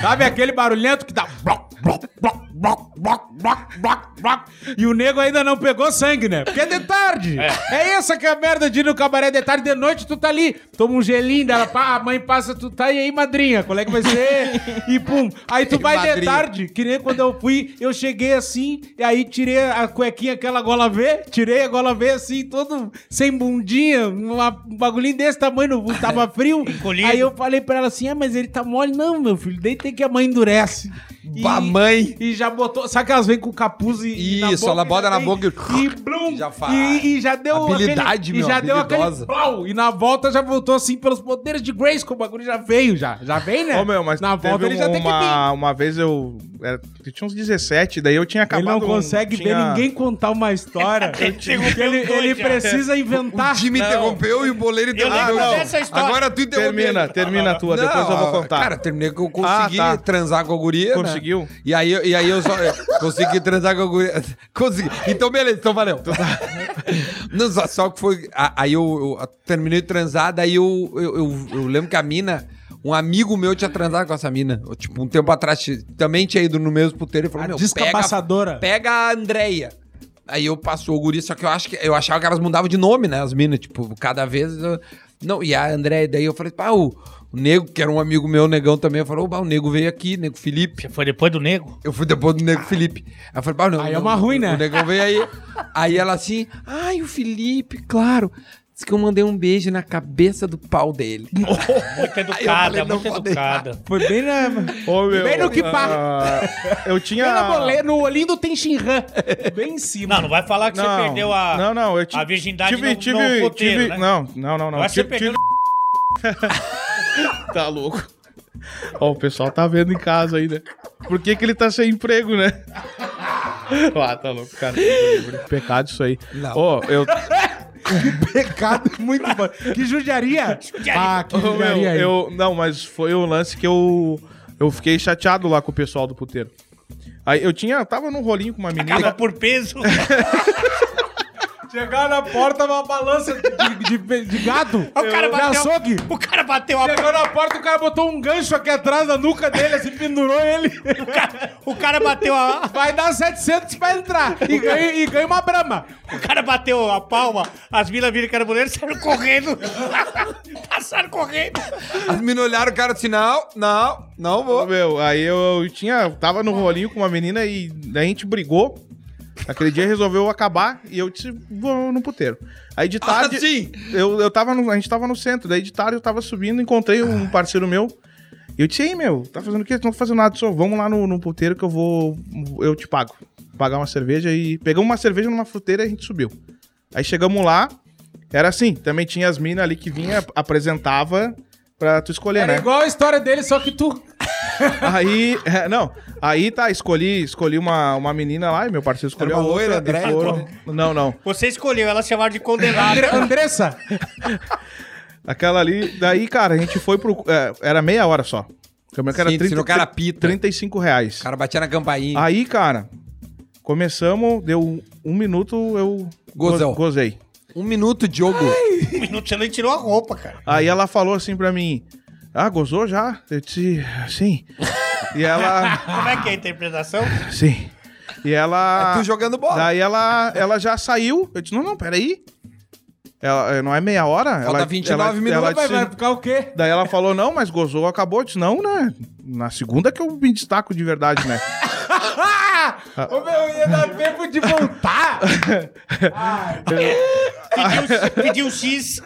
[SPEAKER 4] Sabe aquele barulhento que dá. bloc, bloc, bloc, bloc, bloc, bloc, bloc, bloc. E o nego ainda não pegou sangue, né? Porque é de tarde. É. essa que é a merda de ir no cabaré de tarde. De noite tu tá ali. Toma um gelinho dela. Pá, a mãe passa, tu tá. E aí, madrinha? Qual é que vai ser? E pum.
[SPEAKER 1] <laughs>
[SPEAKER 4] Aí tu
[SPEAKER 1] E
[SPEAKER 4] vai de
[SPEAKER 1] madrinha.
[SPEAKER 4] tarde. Que nem quando eu fui, eu cheguei assim. E aí tirei a cuequinha, aquela gola V. Tirei a gola V assim, todo sem bundinha. uma- um bagulhinho desse tamanho.
[SPEAKER 1] <laughs>
[SPEAKER 4] no- Tava frio.
[SPEAKER 2] Encolhido.
[SPEAKER 4] Aí eu falei pra ela assim: ah, mas ele tá mole. Não, meu filho, deita aí que a mãe endurece.
[SPEAKER 1] Bah, mãe.
[SPEAKER 4] E já botou. Sabe que elas vêm com capuz e. e na
[SPEAKER 1] Isso, ela
[SPEAKER 4] e
[SPEAKER 1] bota
[SPEAKER 4] já
[SPEAKER 1] na
[SPEAKER 4] vem-
[SPEAKER 1] boca e-
[SPEAKER 4] e. blum,
[SPEAKER 1] Já faz.
[SPEAKER 4] E, e já deu.
[SPEAKER 1] Habilidade,
[SPEAKER 4] aquele,
[SPEAKER 1] meu,
[SPEAKER 4] E já deu
[SPEAKER 1] habilidosa.
[SPEAKER 4] aquele. Pau, e na volta já voltou assim pelos poderes de Grace, que o bagulho já veio, já. Já vem, né?
[SPEAKER 3] Ô, meu, mas
[SPEAKER 4] na
[SPEAKER 3] teve
[SPEAKER 4] volta ele já tem que vir.
[SPEAKER 3] uma, uma vez eu, era- eu tinha uns 17, daí eu tinha
[SPEAKER 4] Ele
[SPEAKER 3] acabado...
[SPEAKER 4] não
[SPEAKER 3] um-
[SPEAKER 4] consegue ver
[SPEAKER 3] tinha-
[SPEAKER 4] ninguém contar uma história.
[SPEAKER 2] Ele
[SPEAKER 4] Que
[SPEAKER 2] interrompeu
[SPEAKER 4] ele,
[SPEAKER 2] dois,
[SPEAKER 4] ele
[SPEAKER 2] cara.
[SPEAKER 4] precisa
[SPEAKER 1] O
[SPEAKER 4] inventar.
[SPEAKER 1] Jimmy interrompeu e o boleiro interrompeu.
[SPEAKER 2] lembro
[SPEAKER 1] eu.
[SPEAKER 2] dessa história.
[SPEAKER 1] Agora tu interrompeu.
[SPEAKER 3] Termina, termina a tua, depois eu vou
[SPEAKER 1] ah,
[SPEAKER 3] contar.
[SPEAKER 1] Cara, terminei que eu consegui
[SPEAKER 3] Ah, tá.
[SPEAKER 1] transar com a guria. né?
[SPEAKER 3] Conseguiu?
[SPEAKER 1] E, aí, eu- e aí eu só. eu consegui transar com a guria. <laughs> Consegui. Então, beleza, então valeu.
[SPEAKER 3] tá.
[SPEAKER 1] <laughs> Não, só, só que foi. a- Aí eu, eu terminei de transar, daí eu, eu, eu- eu lembro que a mina. Um amigo meu tinha transado com essa mina. Eu, Tipo, um tempo atrás, t- também tinha ido no mesmo puteiro e falou:
[SPEAKER 4] A
[SPEAKER 1] Meu,
[SPEAKER 4] descabaçadora.
[SPEAKER 1] Pega, pega a Andreia. Aí eu passou o guri, só que eu acho que eu achava que elas mudavam de nome, né? As minas, tipo, cada vez. eu- Não, e a Andréia, daí eu falei, pá, o, o nego, que era um amigo meu, o negão também, falou, pá, o nego veio aqui, nego Felipe.
[SPEAKER 2] Você foi depois
[SPEAKER 1] <laughs>
[SPEAKER 2] do nego?
[SPEAKER 1] Eu fui depois do nego Felipe. Aí eu falei, pá, o nego.
[SPEAKER 4] Aí é uma ruim, né?
[SPEAKER 1] O negão veio aí. Aí ela assim, ai, o Felipe, claro. Diz que eu mandei um beijo na cabeça do pau dele.
[SPEAKER 2] Muito educada,
[SPEAKER 1] falei, não
[SPEAKER 2] muito
[SPEAKER 1] pode
[SPEAKER 2] educada.
[SPEAKER 4] Foi bem na.
[SPEAKER 3] Ô, meu,
[SPEAKER 4] Bem no que pá.
[SPEAKER 3] ah, eu tinha...
[SPEAKER 4] Bem na bole- no olhinho do Tenshinhan. Bem em cima.
[SPEAKER 2] Não, não vai falar que você perdeu a,
[SPEAKER 3] não, não, eu
[SPEAKER 2] a virgindade
[SPEAKER 3] tive,
[SPEAKER 2] no,
[SPEAKER 3] tive,
[SPEAKER 2] no roteiro,
[SPEAKER 3] tive,
[SPEAKER 2] né?
[SPEAKER 3] Não, não, não, não.
[SPEAKER 2] Agora você
[SPEAKER 3] Tive-
[SPEAKER 2] perdeu
[SPEAKER 3] tive- <laughs> Tá louco. Ó, o pessoal tá vendo em casa aí, né? Por que que ele tá sem emprego, né? <laughs> Ah, tá louco, cara. Pecado isso aí.
[SPEAKER 1] Não.
[SPEAKER 3] Ô, eu...
[SPEAKER 4] Pecado <laughs> muito bom. Que judiaria. Ah, que
[SPEAKER 3] Ô, meu,
[SPEAKER 4] judiaria aí.
[SPEAKER 3] eu, não, mas foi um lance que eu eu fiquei chateado lá com o pessoal do puteiro. Aí eu tinha, tava num rolinho com uma menina.
[SPEAKER 2] Acaba por
[SPEAKER 3] <laughs>
[SPEAKER 2] peso.
[SPEAKER 4] Chegar na porta uma balança de, de- de- de gado.
[SPEAKER 2] O
[SPEAKER 3] É,
[SPEAKER 2] cara
[SPEAKER 4] de
[SPEAKER 2] bateu-
[SPEAKER 4] açougue.
[SPEAKER 2] o cara bateu a
[SPEAKER 4] Chegou na porta, o cara botou um gancho aqui atrás da nuca dele, assim, pendurou ele.
[SPEAKER 2] O cara bateu a
[SPEAKER 4] Vai dar 700 pra entrar. E ganha, e ganha uma brama.
[SPEAKER 2] o cara bateu a palma, as minas viram que era mulher e saíram correndo. <laughs> Passaram correndo.
[SPEAKER 1] As meninas olharam o cara assim, não, não, não
[SPEAKER 3] Ô,
[SPEAKER 1] vou.
[SPEAKER 3] meu, aí eu, eu tinha, eu tava no rolinho com uma menina e daí a gente brigou. Aquele dia resolveu acabar e eu disse, vou no puteiro. Aí de tarde.
[SPEAKER 1] sim!
[SPEAKER 3] Eu, eu tava no- a gente tava no centro, daí de tarde eu tava subindo, encontrei um parceiro meu. E eu disse, ei, meu, tá fazendo o quê? Não tô fazendo nada, só vamos lá no, no puteiro que eu vou. Eu te pago. Pagar uma cerveja e. Pegamos uma cerveja numa fruteira e a gente subiu. Aí chegamos lá, era assim, também tinha as minas ali que vinha, apresentava pra tu escolher,
[SPEAKER 4] Era
[SPEAKER 3] né?
[SPEAKER 4] igual a história dele, só que tu.
[SPEAKER 3] aí, é, não, aí tá, escolhi, escolhi uma, uma menina lá, e meu parceiro escolheu
[SPEAKER 1] Era uma
[SPEAKER 3] a outra,
[SPEAKER 1] loira, Andréia?
[SPEAKER 3] eles foram- Não, não.
[SPEAKER 2] Você escolheu, ela chamava de
[SPEAKER 3] <laughs>
[SPEAKER 2] condenada.
[SPEAKER 4] Andressa!
[SPEAKER 3] Aquela ali, daí, cara, a gente foi pro. é, era meia hora só. Como é que era
[SPEAKER 1] Sim, senão o cara pita.
[SPEAKER 3] 35 reais.
[SPEAKER 1] O cara batia na campainha.
[SPEAKER 3] Aí, cara, começamos, deu um, um minuto, eu
[SPEAKER 1] Gozou.
[SPEAKER 3] go- gozei.
[SPEAKER 1] Um minuto, Diogo.
[SPEAKER 2] Um minuto, você nem tirou a roupa, cara.
[SPEAKER 3] Aí ela falou assim pra mim: Ah, gozou já? Eu disse: Sim. e ela. <laughs>
[SPEAKER 2] Como é que é a interpretação?
[SPEAKER 3] Sim. E ela.
[SPEAKER 1] É tu jogando bola.
[SPEAKER 3] Daí ela, ela já saiu. Eu disse: Não, não, peraí. Ela, não é meia hora?
[SPEAKER 1] Falta
[SPEAKER 3] ela,
[SPEAKER 1] 29 minutos,
[SPEAKER 3] ela
[SPEAKER 4] Vai,
[SPEAKER 3] disse-
[SPEAKER 4] vai ficar o quê?
[SPEAKER 3] Daí ela falou, não, mas gozou, acabou. Eu disse, não, né? Na segunda que eu me destaco de verdade, né?
[SPEAKER 4] Ô, meu, ia dar tempo de <laughs> voltar!
[SPEAKER 2] Pediu, pediu X.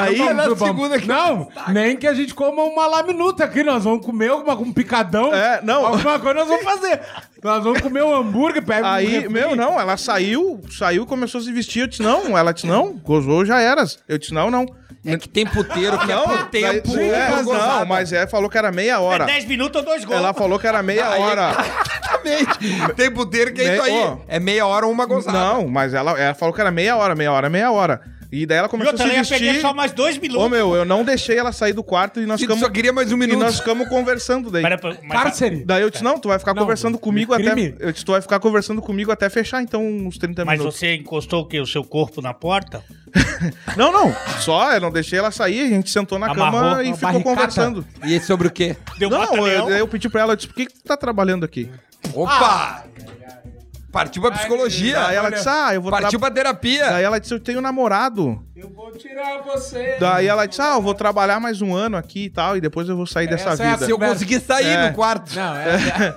[SPEAKER 3] Aí,
[SPEAKER 1] Não, na segunda que-
[SPEAKER 4] Não, nem que a gente coma uma laminuta aqui, nós vamos comer alguma, um picadão.
[SPEAKER 3] É, não.
[SPEAKER 4] Alguma coisa nós vamos fazer. Nós vamos comer um hambúrguer, pega um
[SPEAKER 3] aí
[SPEAKER 4] refri.
[SPEAKER 3] meu, não, ela saiu, saiu, começou a se vestir. Eu disse, não. Ela disse, não, gozou, já eras. Eu disse, não, não.
[SPEAKER 1] É que tem puteiro que é
[SPEAKER 3] Não,
[SPEAKER 1] por tempo.
[SPEAKER 3] daí- é,
[SPEAKER 1] uma gozada.
[SPEAKER 3] não, mas é, falou que era meia hora.
[SPEAKER 2] 10 minutos ou dois gols.
[SPEAKER 3] Ela falou que era meia hora.
[SPEAKER 1] Exatamente. Tem puteiro que é
[SPEAKER 3] Me-
[SPEAKER 1] isso aí.
[SPEAKER 3] Ó.
[SPEAKER 1] É meia hora ou uma gozada.
[SPEAKER 3] Não, mas ela, ela falou que era meia hora, meia hora, meia hora. E daí ela
[SPEAKER 2] E
[SPEAKER 3] começou a
[SPEAKER 2] outra,
[SPEAKER 3] se
[SPEAKER 2] ela ia perder
[SPEAKER 3] vestir.
[SPEAKER 2] só mais dois
[SPEAKER 3] Ô,
[SPEAKER 2] minutos.
[SPEAKER 3] meu, eu não deixei ela sair do quarto e nós
[SPEAKER 1] Se tu só
[SPEAKER 3] ficamos...
[SPEAKER 1] queria mais um
[SPEAKER 3] E
[SPEAKER 1] minuto.
[SPEAKER 3] nós ficamos conversando daí.
[SPEAKER 2] Pera, pera, mas- É.
[SPEAKER 4] Cárcere.
[SPEAKER 3] Daí eu disse, não, tu vai ficar
[SPEAKER 4] Não,
[SPEAKER 3] conversando comigo
[SPEAKER 4] crime.
[SPEAKER 3] até. Eu disse, tu vai ficar conversando comigo até fechar, então, uns 30
[SPEAKER 2] Mas
[SPEAKER 3] minutos.
[SPEAKER 2] você encostou o quê? O seu corpo na porta?
[SPEAKER 3] Não, não. Só eu não deixei ela sair, a gente sentou na
[SPEAKER 2] Amarrou
[SPEAKER 3] cama
[SPEAKER 2] uma
[SPEAKER 3] e ficou
[SPEAKER 4] barricata.
[SPEAKER 3] conversando.
[SPEAKER 1] E é sobre o quê?
[SPEAKER 2] Deu
[SPEAKER 3] Não, eu,
[SPEAKER 2] batalhão?
[SPEAKER 3] daí eu pedi pra ela, eu disse, por que, que tu tá trabalhando aqui?
[SPEAKER 1] Opa! Partiu pra
[SPEAKER 3] Daí
[SPEAKER 1] psicologia.
[SPEAKER 3] Ah! ela disse, ah, eu vou
[SPEAKER 1] É, Partiu
[SPEAKER 3] trabalhar.
[SPEAKER 1] pra terapia.
[SPEAKER 3] Daí ela disse, eu tenho namorado.
[SPEAKER 4] Eu vou tirar você.
[SPEAKER 3] Daí ela disse, ah, eu vou trabalhar mais um ano aqui e tal, e depois eu vou sair dessa
[SPEAKER 4] Essa é a
[SPEAKER 1] Ah,
[SPEAKER 3] vida.
[SPEAKER 1] Se eu conseguir sair
[SPEAKER 3] É.
[SPEAKER 1] no quarto.
[SPEAKER 4] Não, é.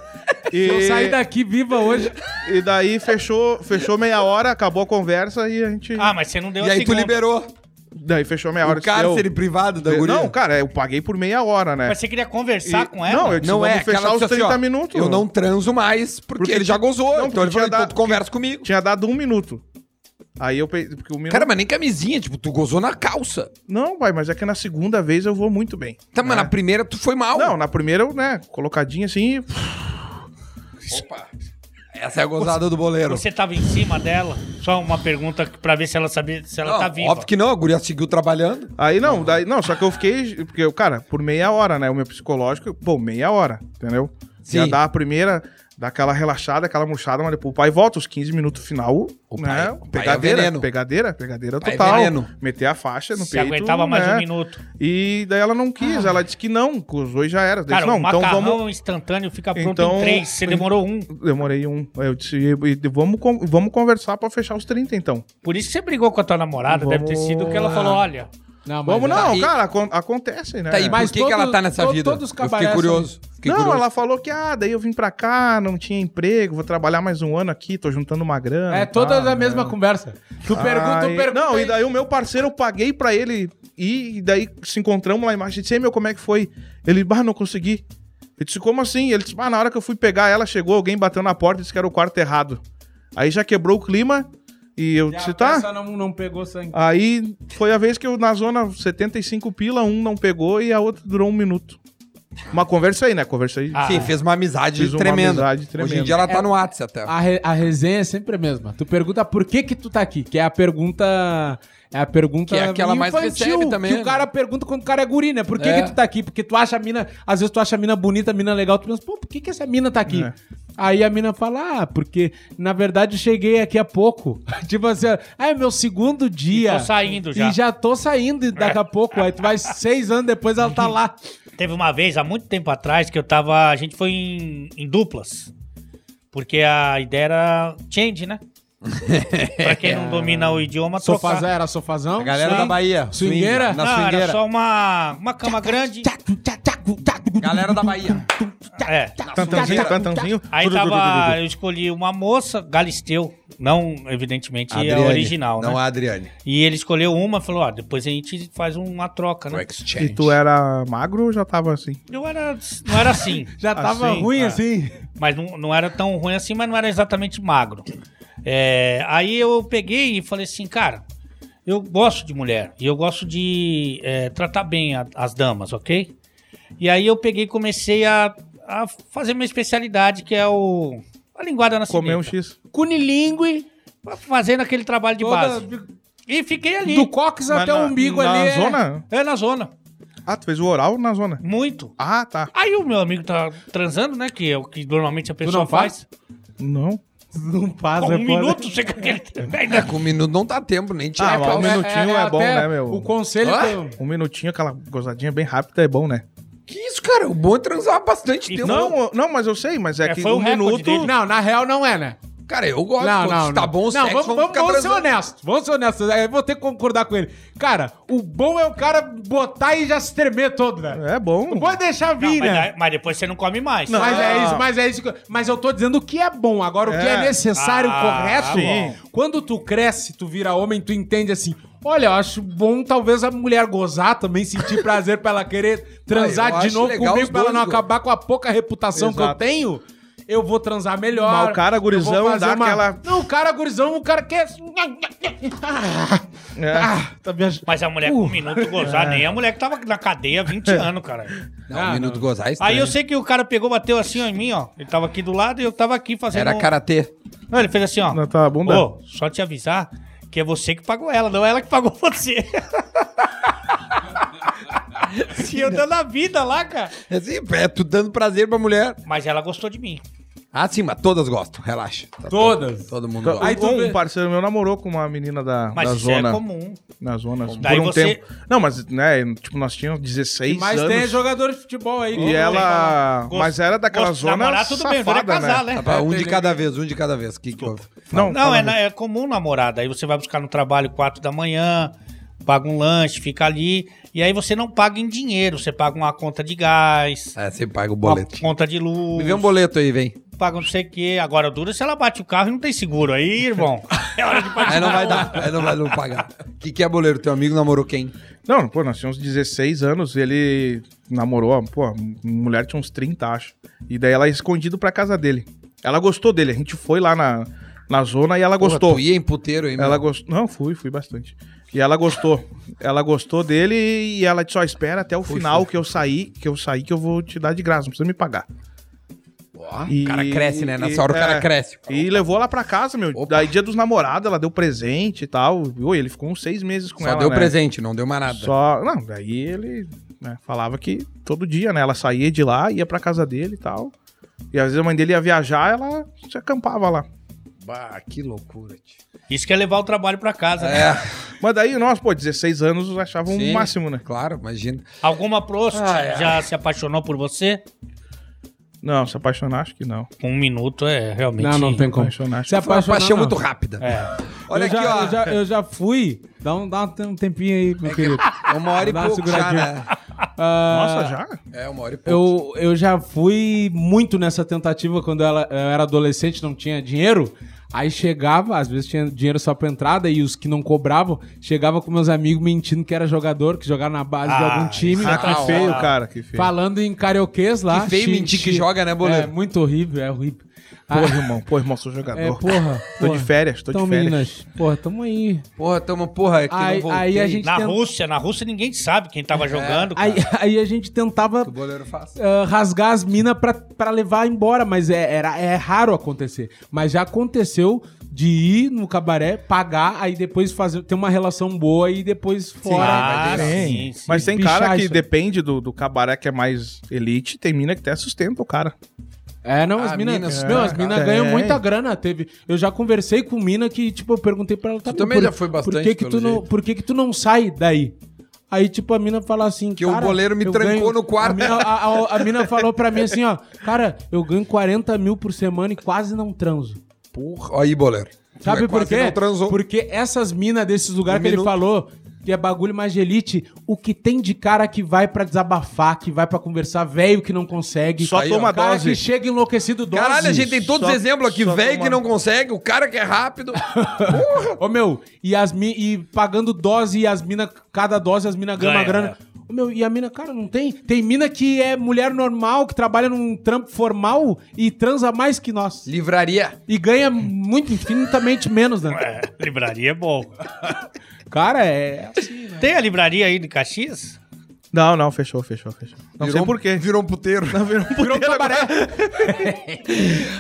[SPEAKER 3] E,
[SPEAKER 4] Eu saí daqui viva hoje.
[SPEAKER 3] e daí fechou, fechou meia hora, acabou a conversa e a gente.
[SPEAKER 2] Ah, mas você não
[SPEAKER 3] é
[SPEAKER 2] deu
[SPEAKER 1] E
[SPEAKER 2] a
[SPEAKER 1] aí tu
[SPEAKER 2] segunda.
[SPEAKER 1] liberou
[SPEAKER 3] Daí fechou meia É
[SPEAKER 1] o
[SPEAKER 3] hora. eu disse, eu-
[SPEAKER 1] cárcere privado da guria.
[SPEAKER 3] Não, cara, eu paguei por meia hora, né?
[SPEAKER 2] Mas você queria conversar
[SPEAKER 3] E-
[SPEAKER 2] com ela?
[SPEAKER 3] Não, eu disse,
[SPEAKER 1] Não
[SPEAKER 3] vamos
[SPEAKER 1] é, que ela
[SPEAKER 3] fechar os
[SPEAKER 1] disse assim,
[SPEAKER 3] 30
[SPEAKER 1] ó,
[SPEAKER 3] minutos.
[SPEAKER 1] Eu não transo mais, porque,
[SPEAKER 3] Porque
[SPEAKER 1] ele já
[SPEAKER 3] ti-
[SPEAKER 1] gozou.
[SPEAKER 3] não,
[SPEAKER 1] então ele falou,
[SPEAKER 3] porque tinha
[SPEAKER 1] então
[SPEAKER 3] dado-
[SPEAKER 1] tu conversa comigo.
[SPEAKER 3] Tinha dado um minuto. Aí eu pe- porque o minuto...
[SPEAKER 1] Cara, mas nem camisinha, tipo, tu gozou na calça.
[SPEAKER 3] Não, pai, mas é que na segunda vez eu vou muito bem.
[SPEAKER 1] Tá, mas na primeira tu foi mal.
[SPEAKER 3] Não, na primeira eu, né, colocadinha assim... e-
[SPEAKER 1] Opa. Essa é a gozada do boleiro.
[SPEAKER 2] Você tava em cima dela? Só uma pergunta pra ver se ela sabia se ela
[SPEAKER 1] Não,
[SPEAKER 2] tá viva.
[SPEAKER 1] Óbvio que não, a guria seguiu trabalhando.
[SPEAKER 3] Aí não, daí, não, só que eu fiquei... Porque, eu, cara, por meia hora, né, o meu psicológico... Pô, meia hora, entendeu?
[SPEAKER 1] Sim.
[SPEAKER 3] Já dá a primeira... Dá aquela relaxada, aquela murchada, mas depois o pai volta, os 15 minutos final,
[SPEAKER 1] O
[SPEAKER 3] né?
[SPEAKER 1] pai- o pai é
[SPEAKER 3] pegadeira,
[SPEAKER 1] veneno.
[SPEAKER 3] pegadeira, pegadeira
[SPEAKER 1] Pai é
[SPEAKER 3] total.
[SPEAKER 1] veneno.
[SPEAKER 3] Meter a faixa no
[SPEAKER 2] se
[SPEAKER 3] peito.
[SPEAKER 2] aguentava mais
[SPEAKER 3] né?
[SPEAKER 2] um minuto.
[SPEAKER 3] E daí ela não quis,
[SPEAKER 1] Ah.
[SPEAKER 3] ela disse que não, gozou e já era. Eu
[SPEAKER 2] Cara,
[SPEAKER 3] disse, não,
[SPEAKER 2] o
[SPEAKER 3] então
[SPEAKER 2] macarrão
[SPEAKER 3] vamos...
[SPEAKER 2] instantâneo fica pronto
[SPEAKER 3] Então-
[SPEAKER 2] em três. Você demorou um.
[SPEAKER 3] Demorei um. Aí Eu disse, e- e vamos, con- vamos conversar pra fechar os 30, então.
[SPEAKER 2] Por isso que você brigou com a tua namorada. Deve ter sido que ela falou, olha...
[SPEAKER 4] Não, mas
[SPEAKER 3] Vamos,
[SPEAKER 4] é-
[SPEAKER 3] não,
[SPEAKER 1] e-
[SPEAKER 3] cara, acon- acontece, né?
[SPEAKER 1] Tá, e
[SPEAKER 4] Mas
[SPEAKER 1] por que, que ela
[SPEAKER 4] todo-
[SPEAKER 1] tá nessa
[SPEAKER 4] todo-
[SPEAKER 1] vida?
[SPEAKER 4] todos os
[SPEAKER 1] eu fiquei
[SPEAKER 4] cabarés
[SPEAKER 1] curioso. Fiquei
[SPEAKER 3] não,
[SPEAKER 1] curioso.
[SPEAKER 3] ela falou que, ah, daí eu vim pra cá, não tinha emprego, vou trabalhar mais um ano aqui, tô juntando uma grana.
[SPEAKER 4] É
[SPEAKER 3] e
[SPEAKER 4] toda
[SPEAKER 3] tal,
[SPEAKER 4] a mesma
[SPEAKER 3] né?
[SPEAKER 4] conversa. Tu pergunta, tu
[SPEAKER 3] Aí-
[SPEAKER 4] pergunta.
[SPEAKER 3] Não, e
[SPEAKER 4] aí-
[SPEAKER 3] daí o meu parceiro, eu paguei pra ele ir, e daí se encontramos lá embaixo. Eu disse, "Ei, meu, como é que foi? Ele, bah, não consegui. Eu disse, como assim? Ele disse, bah, na hora que eu fui pegar ela, chegou alguém bateu na porta e disse que era o quarto errado. Aí já quebrou o clima, e eu
[SPEAKER 4] E a
[SPEAKER 3] disse, tá.
[SPEAKER 4] peça não, não pegou sangue.
[SPEAKER 3] Aí foi a vez que eu, na zona 75 pila, um não pegou e a outra durou um minuto. Uma conversa aí, né? Conversa aí.
[SPEAKER 2] Ah,
[SPEAKER 1] Sim, fez uma amizade
[SPEAKER 3] Fiz uma
[SPEAKER 1] tremenda.
[SPEAKER 3] amizade
[SPEAKER 1] Hoje em
[SPEAKER 3] tremenda.
[SPEAKER 1] dia ela tá no WhatsApp até.
[SPEAKER 4] A, re- a resenha é sempre a mesma. Tu pergunta por que que tu tá aqui, que é a pergunta... É a pergunta
[SPEAKER 1] Que é aquela mais recebe também,
[SPEAKER 4] que
[SPEAKER 1] né?
[SPEAKER 4] o cara pergunta quando o cara é guri, né? Por que
[SPEAKER 1] É.
[SPEAKER 4] que tu tá aqui? Porque tu acha a mina... Às vezes tu acha a mina bonita, a mina legal, tu pensa, pô, por que que essa mina tá aqui?
[SPEAKER 3] É.
[SPEAKER 4] Aí a mina fala, ah, porque na verdade eu cheguei aqui há pouco. <laughs> tipo assim, ó, ah, é meu segundo
[SPEAKER 2] tô
[SPEAKER 4] dia.
[SPEAKER 2] saindo já. É.
[SPEAKER 4] E já tô saindo e daqui a pouco. Aí tu vai seis anos depois, ela tá
[SPEAKER 2] <laughs>
[SPEAKER 4] lá.
[SPEAKER 2] Teve uma vez, há muito tempo atrás, que eu tava. A gente foi em, em duplas. Porque a ideia era change,
[SPEAKER 3] <laughs>
[SPEAKER 2] né? pra quem não domina o idioma, trocar.
[SPEAKER 4] Sofazão, era sofazão?
[SPEAKER 1] A galera
[SPEAKER 4] Sim.
[SPEAKER 1] da Bahia.
[SPEAKER 4] Swingueira?
[SPEAKER 1] swing, Na
[SPEAKER 2] não,
[SPEAKER 1] swingueira.
[SPEAKER 2] era só uma, uma cama grande.
[SPEAKER 1] Galera da Bahia.
[SPEAKER 2] É.
[SPEAKER 3] Tá. Tantãozinho, tantãozinho.
[SPEAKER 2] Aí tava. Eu escolhi uma moça, Galisteu. Não, evidentemente,
[SPEAKER 1] é
[SPEAKER 2] a original,
[SPEAKER 1] não é.
[SPEAKER 2] né?
[SPEAKER 1] a Adriane.
[SPEAKER 2] E ele escolheu uma e falou: ó, depois a gente faz uma troca,
[SPEAKER 1] O
[SPEAKER 2] né?
[SPEAKER 3] E
[SPEAKER 1] Exchange.
[SPEAKER 3] tu era magro ou já tava assim?
[SPEAKER 2] Eu era. Não era assim.
[SPEAKER 4] Já tava
[SPEAKER 3] Assim,
[SPEAKER 4] ruim
[SPEAKER 3] é.
[SPEAKER 4] assim.
[SPEAKER 2] Mas não, não era tão ruim assim, mas não era exatamente magro. É, aí eu peguei e falei assim, cara, eu gosto de mulher e eu gosto de é, tratar bem a- as damas, ok? E aí eu peguei e comecei a, a fazer minha especialidade, que é o a linguada na
[SPEAKER 3] Comer um
[SPEAKER 2] cimenta.
[SPEAKER 3] X.
[SPEAKER 2] Cunilingue, fazendo aquele trabalho de
[SPEAKER 4] Toda-
[SPEAKER 2] base. E fiquei ali.
[SPEAKER 4] Do cóccix
[SPEAKER 3] Mas
[SPEAKER 4] até
[SPEAKER 3] na-
[SPEAKER 4] o umbigo
[SPEAKER 3] na
[SPEAKER 4] ali. é-
[SPEAKER 3] zona?
[SPEAKER 2] É na zona.
[SPEAKER 3] Ah, tu fez o oral na zona.
[SPEAKER 2] Muito.
[SPEAKER 3] Ah, tá.
[SPEAKER 2] Aí o meu amigo tá transando, né? Que é o que normalmente a pessoa
[SPEAKER 4] não
[SPEAKER 2] faz.
[SPEAKER 3] Não.
[SPEAKER 4] Não passa,
[SPEAKER 2] Com
[SPEAKER 4] é
[SPEAKER 2] um
[SPEAKER 4] foda.
[SPEAKER 2] minuto, você
[SPEAKER 1] <laughs>
[SPEAKER 2] ainda
[SPEAKER 1] Com um minuto não dá tempo, nem
[SPEAKER 3] Ah,
[SPEAKER 1] tirar
[SPEAKER 3] mas
[SPEAKER 1] pau.
[SPEAKER 3] um minutinho é
[SPEAKER 4] até
[SPEAKER 3] bom, né, meu?
[SPEAKER 4] O conselho
[SPEAKER 1] Hã?
[SPEAKER 4] do-
[SPEAKER 3] Um minutinho, aquela gozadinha bem rápida é bom, né?
[SPEAKER 1] Que isso, cara? O bom é transar bastante tempo.
[SPEAKER 3] Não, eu- não, mas eu sei, mas é,
[SPEAKER 2] É,
[SPEAKER 3] que
[SPEAKER 2] foi o
[SPEAKER 3] um
[SPEAKER 2] recorde
[SPEAKER 3] minuto.
[SPEAKER 2] dele.
[SPEAKER 4] Não, na real não é, né?
[SPEAKER 1] Cara, eu gosto.
[SPEAKER 4] Não,
[SPEAKER 1] quando
[SPEAKER 4] não,
[SPEAKER 1] Tá
[SPEAKER 4] não.
[SPEAKER 1] bom o
[SPEAKER 4] não,
[SPEAKER 1] sexo,
[SPEAKER 4] vamos,
[SPEAKER 1] vamos
[SPEAKER 4] vamos,
[SPEAKER 1] ficar
[SPEAKER 4] vamos ser
[SPEAKER 1] transando.
[SPEAKER 4] honestos. Vamos ser honestos. Eu vou ter que concordar com ele. Cara, o bom é o cara botar e já se tremer todo, né?
[SPEAKER 3] É bom.
[SPEAKER 4] Não pode deixar vir,
[SPEAKER 2] mas,
[SPEAKER 4] né?
[SPEAKER 2] aí- mas depois você não come mais.
[SPEAKER 3] Não.
[SPEAKER 4] Mas é
[SPEAKER 3] Ah.
[SPEAKER 4] isso, mas é isso. que- Mas eu tô dizendo o que é bom. Agora, o que é
[SPEAKER 3] É.
[SPEAKER 4] necessário,
[SPEAKER 2] Ah,
[SPEAKER 4] correto,
[SPEAKER 3] sim.
[SPEAKER 4] quando tu cresce, tu vira homem, tu entende assim. Olha, eu acho bom talvez a mulher gozar
[SPEAKER 3] <laughs>
[SPEAKER 4] também, sentir prazer pra ela querer
[SPEAKER 1] Ah, eu
[SPEAKER 4] transar de
[SPEAKER 1] acho
[SPEAKER 4] novo
[SPEAKER 1] legal
[SPEAKER 4] comigo,
[SPEAKER 1] os
[SPEAKER 4] pra ela não
[SPEAKER 1] dois, cara.
[SPEAKER 4] acabar com a pouca reputação que eu
[SPEAKER 3] Exato.
[SPEAKER 4] tenho. Eu vou transar melhor.
[SPEAKER 3] Mas o cara
[SPEAKER 4] eu vou
[SPEAKER 3] gurizão
[SPEAKER 4] fazer
[SPEAKER 3] dá aquela-
[SPEAKER 4] Não, o cara gurizão, o cara quer...
[SPEAKER 3] É.
[SPEAKER 4] Ah, tá me
[SPEAKER 2] Mas a mulher com um minuto gozar, nem a mulher que tava na cadeia há 20 anos, cara.
[SPEAKER 1] Não, um minuto gozar é estranho.
[SPEAKER 2] Aí eu sei que o cara pegou, bateu assim ó, em mim, ó. Ele tava aqui do lado e eu tava aqui fazendo. um
[SPEAKER 1] Era karatê.
[SPEAKER 2] Não, ele fez assim, ó.
[SPEAKER 3] Na tua tá, bunda?
[SPEAKER 2] Ô, só te avisar que é você que pagou ela, não é ela que pagou <laughs>
[SPEAKER 3] <laughs>
[SPEAKER 2] você. e eu dando a vida lá, cara.
[SPEAKER 1] É assim, é tu dando prazer pra mulher.
[SPEAKER 2] Mas ela gostou de mim.
[SPEAKER 1] Ah, sim, mas todas gostam. Relaxa. Tá
[SPEAKER 4] Todas.
[SPEAKER 1] Todo, todo mundo
[SPEAKER 3] Tá,
[SPEAKER 1] gosta.
[SPEAKER 4] Aí
[SPEAKER 3] um-
[SPEAKER 4] tu
[SPEAKER 3] um
[SPEAKER 4] vê-
[SPEAKER 3] parceiro meu namorou com uma menina da,
[SPEAKER 2] Mas
[SPEAKER 3] da
[SPEAKER 2] isso
[SPEAKER 3] zona.
[SPEAKER 2] é comum.
[SPEAKER 3] Na zona, por
[SPEAKER 2] Daí
[SPEAKER 3] um
[SPEAKER 2] você-
[SPEAKER 3] tempo. Não, mas, né, tipo, nós tínhamos 16
[SPEAKER 4] Mas
[SPEAKER 3] anos.
[SPEAKER 4] tem jogador de futebol aí.
[SPEAKER 3] E ela...
[SPEAKER 2] Gosto-
[SPEAKER 3] mas era daquela
[SPEAKER 2] gosto de
[SPEAKER 3] zona
[SPEAKER 2] Namorar, tudo bem,
[SPEAKER 3] safada,
[SPEAKER 2] agora é casar,
[SPEAKER 3] né?
[SPEAKER 2] né?
[SPEAKER 1] Tá bom, um
[SPEAKER 4] tem
[SPEAKER 1] de
[SPEAKER 4] ninguém-
[SPEAKER 1] cada vez, um de cada vez. Que, que houve?
[SPEAKER 3] Não,
[SPEAKER 2] Não,
[SPEAKER 3] fala
[SPEAKER 2] é,
[SPEAKER 3] aí.
[SPEAKER 2] na- é comum namorada. Aí você vai buscar no trabalho 4 da manhã, paga um lanche, fica ali. E aí você não paga em dinheiro, você paga uma conta de gás,
[SPEAKER 1] É, você paga o
[SPEAKER 2] uma
[SPEAKER 1] boleto.
[SPEAKER 2] conta de luz.
[SPEAKER 1] Me vê um boleto aí, vem.
[SPEAKER 2] paga não sei o quê. Agora dura se ela bate o carro e não tem seguro. Aí,
[SPEAKER 4] <laughs>
[SPEAKER 2] irmão, é hora de partir.
[SPEAKER 1] Aí não
[SPEAKER 4] um
[SPEAKER 1] vai dar, aí não vai não pagar. O que, que é boleiro? Teu amigo namorou quem?
[SPEAKER 3] Não, pô, nós tínhamos 16 anos, ele namorou, pô, a mulher tinha uns 30, acho. E daí ela ia escondido pra casa dele. Ela gostou dele, a gente foi lá na, na zona e ela gostou.
[SPEAKER 1] Porra, tu ia né? em puteiro aí,
[SPEAKER 3] Ela
[SPEAKER 1] meu?
[SPEAKER 3] gostou. Não, fui, fui bastante. E ela gostou. ela gostou dele e ela só espera até o final que eu sair, que eu sair, que eu vou te dar de graça, não precisa me pagar.
[SPEAKER 1] Ó,
[SPEAKER 3] E-
[SPEAKER 1] Ah, O cara cresce, né?
[SPEAKER 3] e-
[SPEAKER 1] Nessa hora o cara
[SPEAKER 3] é.
[SPEAKER 1] cresce.
[SPEAKER 3] E levou ela pra casa, meu.
[SPEAKER 1] Opa.
[SPEAKER 3] Daí dia dos namorados, ela deu presente e tal. Oi, ele ficou uns seis meses com
[SPEAKER 1] Só
[SPEAKER 3] ela.
[SPEAKER 1] deu
[SPEAKER 3] né?
[SPEAKER 1] presente, não deu mais nada.
[SPEAKER 3] Só. Não, daí ele né, falava que todo dia, né? Ela saía de lá, ia pra casa dele e tal. E às vezes a mãe dele ia viajar, ela se acampava lá.
[SPEAKER 1] Bah, que loucura, tio.
[SPEAKER 2] Isso que é levar o trabalho pra casa. né?
[SPEAKER 1] É,
[SPEAKER 3] Mas daí, nós, pô, 16 anos eu achava
[SPEAKER 1] sim,
[SPEAKER 3] um máximo, né?
[SPEAKER 1] Claro, imagina.
[SPEAKER 4] Tá
[SPEAKER 2] Alguma prost
[SPEAKER 1] Ah, é.
[SPEAKER 2] já se apaixonou por você?
[SPEAKER 3] Não, se apaixonar, acho que não.
[SPEAKER 2] Um minuto é realmente.
[SPEAKER 4] Não, não tem como.
[SPEAKER 3] Apaixonar, acho
[SPEAKER 4] Se
[SPEAKER 3] que-
[SPEAKER 1] Foi uma
[SPEAKER 4] apaixonar,
[SPEAKER 1] paixão
[SPEAKER 4] não.
[SPEAKER 1] muito rápida.
[SPEAKER 2] É.
[SPEAKER 1] Olha
[SPEAKER 4] eu
[SPEAKER 1] aqui,
[SPEAKER 4] já,
[SPEAKER 1] ó.
[SPEAKER 4] Eu já, eu já fui. Dá um, dá um tempinho aí, meu
[SPEAKER 1] <laughs>
[SPEAKER 4] querido.
[SPEAKER 1] É uma hora e
[SPEAKER 4] Dá uma
[SPEAKER 1] pouco já,
[SPEAKER 4] seguradinha.
[SPEAKER 1] né?
[SPEAKER 4] Ah,
[SPEAKER 3] Nossa, já?
[SPEAKER 1] É, uma hora e pouco.
[SPEAKER 4] Eu, eu já fui muito nessa tentativa quando ela, eu era adolescente, não tinha dinheiro. Aí chegava, às vezes tinha dinheiro só pra entrada e os que não cobravam, chegava com meus amigos mentindo que era jogador, que jogava na base de
[SPEAKER 2] Ah,
[SPEAKER 4] algum time. Tá
[SPEAKER 3] Ah,
[SPEAKER 1] Ah, ó.
[SPEAKER 3] que feio, cara, que feio.
[SPEAKER 4] Falando em karaokês lá.
[SPEAKER 1] Que feio
[SPEAKER 4] chi-
[SPEAKER 1] mentir que
[SPEAKER 4] chi-
[SPEAKER 1] joga, né,
[SPEAKER 4] É
[SPEAKER 1] Boleiro?
[SPEAKER 4] muito horrível, é horrível. Ah,
[SPEAKER 3] Porra, irmão, porra, irmão, sou jogador.
[SPEAKER 4] é, porra.
[SPEAKER 3] Tô
[SPEAKER 4] porra.
[SPEAKER 3] de férias, tô
[SPEAKER 4] então,
[SPEAKER 3] de férias.
[SPEAKER 4] meninas, porra, tamo aí.
[SPEAKER 1] Porra, tamo, porra, é que
[SPEAKER 4] Aí-
[SPEAKER 1] não voltei.
[SPEAKER 4] aí a gente-
[SPEAKER 2] Na
[SPEAKER 4] Tem-
[SPEAKER 2] Rússia, na Rússia ninguém sabe quem tava jogando.
[SPEAKER 4] É. Aí,
[SPEAKER 2] cara.
[SPEAKER 4] aí a gente tentava
[SPEAKER 1] O goleiro faz.
[SPEAKER 4] ah, rasgar as minas pra, pra levar embora, mas é, era, é raro acontecer. Mas já aconteceu de ir no cabaré, pagar, aí depois fazer, ter uma relação boa e depois fora.
[SPEAKER 2] Ah,
[SPEAKER 1] assim.
[SPEAKER 3] Tem.
[SPEAKER 2] sim, sim.
[SPEAKER 3] Mas tem
[SPEAKER 4] Pichar
[SPEAKER 3] cara que
[SPEAKER 4] isso.
[SPEAKER 3] depende do, do cabaré que é mais elite, tem mina que até sustenta o cara.
[SPEAKER 4] É, não, as
[SPEAKER 1] Ah,
[SPEAKER 4] minas.
[SPEAKER 1] mina, É.
[SPEAKER 4] meu, as
[SPEAKER 1] cara.
[SPEAKER 4] minas ganham
[SPEAKER 3] Tem.
[SPEAKER 4] muita grana. Teve, eu já conversei com mina que, tipo, eu perguntei pra ela. Tá,
[SPEAKER 1] Tu
[SPEAKER 4] mas
[SPEAKER 1] também já foi bastante,
[SPEAKER 4] Por que, que
[SPEAKER 1] pelo
[SPEAKER 4] tu não,
[SPEAKER 1] jeito.
[SPEAKER 4] por que, que tu não sai daí? Aí, tipo, a mina fala assim.
[SPEAKER 1] Que o
[SPEAKER 4] cara,
[SPEAKER 1] goleiro me
[SPEAKER 4] eu
[SPEAKER 1] trancou no quarto.
[SPEAKER 4] A mina, a- a- a mina falou pra mim assim, ó. Cara, eu ganho 40 mil por semana e quase não transo.
[SPEAKER 1] Porra, aí, boleiro. Tu
[SPEAKER 4] Sabe
[SPEAKER 1] é
[SPEAKER 4] por
[SPEAKER 1] quase
[SPEAKER 4] quê?
[SPEAKER 1] Não transou.
[SPEAKER 4] Porque essas minas desses lugares
[SPEAKER 1] Um
[SPEAKER 4] que ele
[SPEAKER 1] minuto.
[SPEAKER 4] falou, que é bagulho mais elite, o que tem de cara que vai pra desabafar, que vai pra conversar, velho que não consegue.
[SPEAKER 3] Só
[SPEAKER 4] Aí,
[SPEAKER 3] toma
[SPEAKER 4] ó, cara
[SPEAKER 3] dose.
[SPEAKER 4] que chega enlouquecido dose.
[SPEAKER 1] Caralho, a gente tem todos
[SPEAKER 3] Só-
[SPEAKER 1] os exemplos aqui.
[SPEAKER 3] só
[SPEAKER 1] Velho
[SPEAKER 3] tomar-
[SPEAKER 1] que não consegue, o cara que é
[SPEAKER 4] <laughs>
[SPEAKER 1] rápido. Porra.
[SPEAKER 4] Ô, meu, e, as mi- e pagando dose e as mina, cada dose as mina ganha uma
[SPEAKER 2] Ganha,
[SPEAKER 4] grana. Ô, meu, e a mina, cara, não tem? Tem mina que é mulher normal, que trabalha num trampo formal e transa mais que nós.
[SPEAKER 1] Livraria.
[SPEAKER 4] E ganha muito, infinitamente menos, né?
[SPEAKER 2] É,
[SPEAKER 4] <laughs>
[SPEAKER 2] livraria é bom.
[SPEAKER 4] Cara, é...
[SPEAKER 2] Tem a livraria aí de Caxias?
[SPEAKER 3] Não, não, fechou, fechou, fechou. Não sei
[SPEAKER 1] Virou-
[SPEAKER 3] por quê.
[SPEAKER 1] Virou um puteiro.
[SPEAKER 3] Virou um cabaré.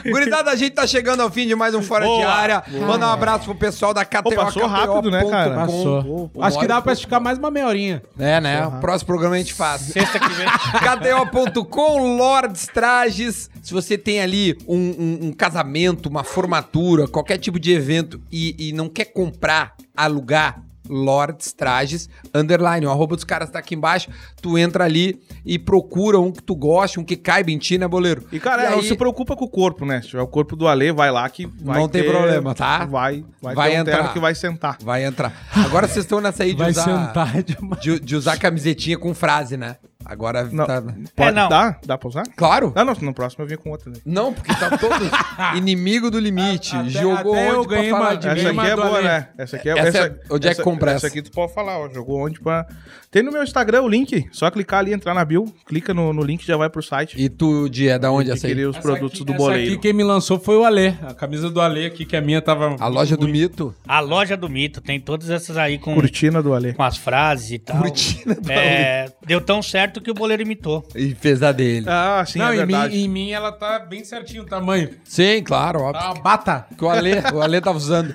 [SPEAKER 1] <laughs> Gurizada, a gente tá chegando ao fim de mais um Fora de
[SPEAKER 2] Boa.
[SPEAKER 1] Área. Manda um abraço pro pessoal da KTO.
[SPEAKER 3] Pô, passou rápido, né, cara?
[SPEAKER 4] Tá.
[SPEAKER 1] KTO.com.
[SPEAKER 4] Passou. Acho que dá pra esticar mais uma meia horinha.
[SPEAKER 1] É, né? O próximo programa a gente faz.
[SPEAKER 2] Sexta
[SPEAKER 1] <laughs>
[SPEAKER 2] que vem.
[SPEAKER 1] KTO.com, Lords Trajes. Se você tem ali um, um- um casamento, uma formatura, qualquer tipo de evento e, e não quer comprar, alugar, Lords Trajes, underline. O arroba dos caras tá aqui embaixo. Tu entra ali e procura um que tu goste, um que caiba em ti, né, boleiro?
[SPEAKER 3] E, cara, não
[SPEAKER 1] aí-
[SPEAKER 3] se preocupa com o corpo, né? Se tiver o corpo do Ale, vai lá que vai
[SPEAKER 1] Não tem problema, tá?
[SPEAKER 3] Vai, vai,
[SPEAKER 1] Vai
[SPEAKER 3] ter um
[SPEAKER 1] entrar.
[SPEAKER 3] terno que vai sentar.
[SPEAKER 1] Vai entrar. Agora vocês estão nessa aí de
[SPEAKER 4] Vai
[SPEAKER 1] usar...
[SPEAKER 4] sentar demais.
[SPEAKER 1] De, de usar camisetinha com frase, né? Agora
[SPEAKER 3] Não,
[SPEAKER 1] tá...
[SPEAKER 3] Pode,
[SPEAKER 2] não.
[SPEAKER 3] Dá? Dá pra usar?
[SPEAKER 1] Claro.
[SPEAKER 3] Ah, não, no próximo eu vim com outra. Né?
[SPEAKER 1] Não, porque tá todo
[SPEAKER 4] <laughs>
[SPEAKER 1] inimigo do limite.
[SPEAKER 4] Até-
[SPEAKER 1] Jogou
[SPEAKER 4] até eu
[SPEAKER 1] onde pra
[SPEAKER 4] ganhei
[SPEAKER 1] falar
[SPEAKER 4] uma-
[SPEAKER 1] de mim.
[SPEAKER 3] Essa aqui é
[SPEAKER 4] mandou
[SPEAKER 3] boa,
[SPEAKER 4] ali.
[SPEAKER 3] né? Essa aqui é
[SPEAKER 1] Essa é- onde é que compra essa?
[SPEAKER 3] Essa aqui tu pode falar, ó. Jogou onde pra. Tem no meu Instagram o link. Só clicar ali, entrar na bio. Clica no, no link já vai pro site.
[SPEAKER 1] E tu, Di, é da onde essa aí?
[SPEAKER 3] adquirir os produtos do
[SPEAKER 4] Aqui
[SPEAKER 3] boleiro.
[SPEAKER 4] quem me lançou foi o Alê. A camisa do Alê aqui, que a minha tava.
[SPEAKER 1] A loja do mito.
[SPEAKER 2] A loja do mito, tem todas essas aí com,
[SPEAKER 3] Cortina do Ale.
[SPEAKER 2] com as frases e tal.
[SPEAKER 1] Cortina
[SPEAKER 4] tá
[SPEAKER 1] do
[SPEAKER 2] é, Deu tão certo que o boleiro imitou.
[SPEAKER 1] E fez a dele.
[SPEAKER 3] Ah, sim,
[SPEAKER 4] Não,
[SPEAKER 3] é
[SPEAKER 4] em, mim,
[SPEAKER 3] verdade.
[SPEAKER 4] em mim ela tá bem certinho o tamanho.
[SPEAKER 1] Sim, claro, óbvio.
[SPEAKER 4] Tá uma bata.
[SPEAKER 1] Que o Ale, o Ale tava usando.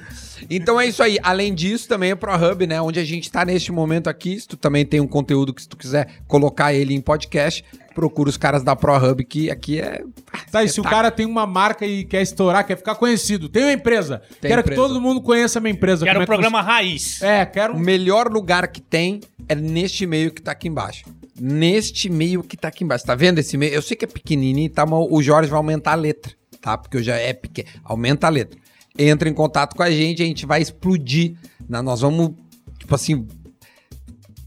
[SPEAKER 1] Então é isso aí. Além disso, também é ProHub, né? Onde a gente tá neste momento aqui. Se tu também tem um conteúdo que se tu quiser colocar ele em podcast, procura os caras da ProHub, que aqui é...
[SPEAKER 4] Tá, e se o cara tem uma marca e quer estourar, quer ficar conhecido, tem uma empresa.
[SPEAKER 1] Tem
[SPEAKER 4] quero
[SPEAKER 1] empresa.
[SPEAKER 4] que todo mundo conheça a minha empresa.
[SPEAKER 2] Quero
[SPEAKER 4] Como
[SPEAKER 2] um
[SPEAKER 4] é que
[SPEAKER 2] programa raiz.
[SPEAKER 4] você- É, quero
[SPEAKER 1] O
[SPEAKER 4] um.
[SPEAKER 1] melhor lugar que tem é neste e-mail que tá aqui embaixo. Neste e-mail que tá aqui embaixo. Tá vendo esse e-mail? Eu sei que é pequenininho, tá? Mas o Jorge vai aumentar a letra, tá? Porque eu já é pequeno. Aumenta a letra. Entra em contato com a gente, a gente vai explodir. né? Nós vamos, tipo assim,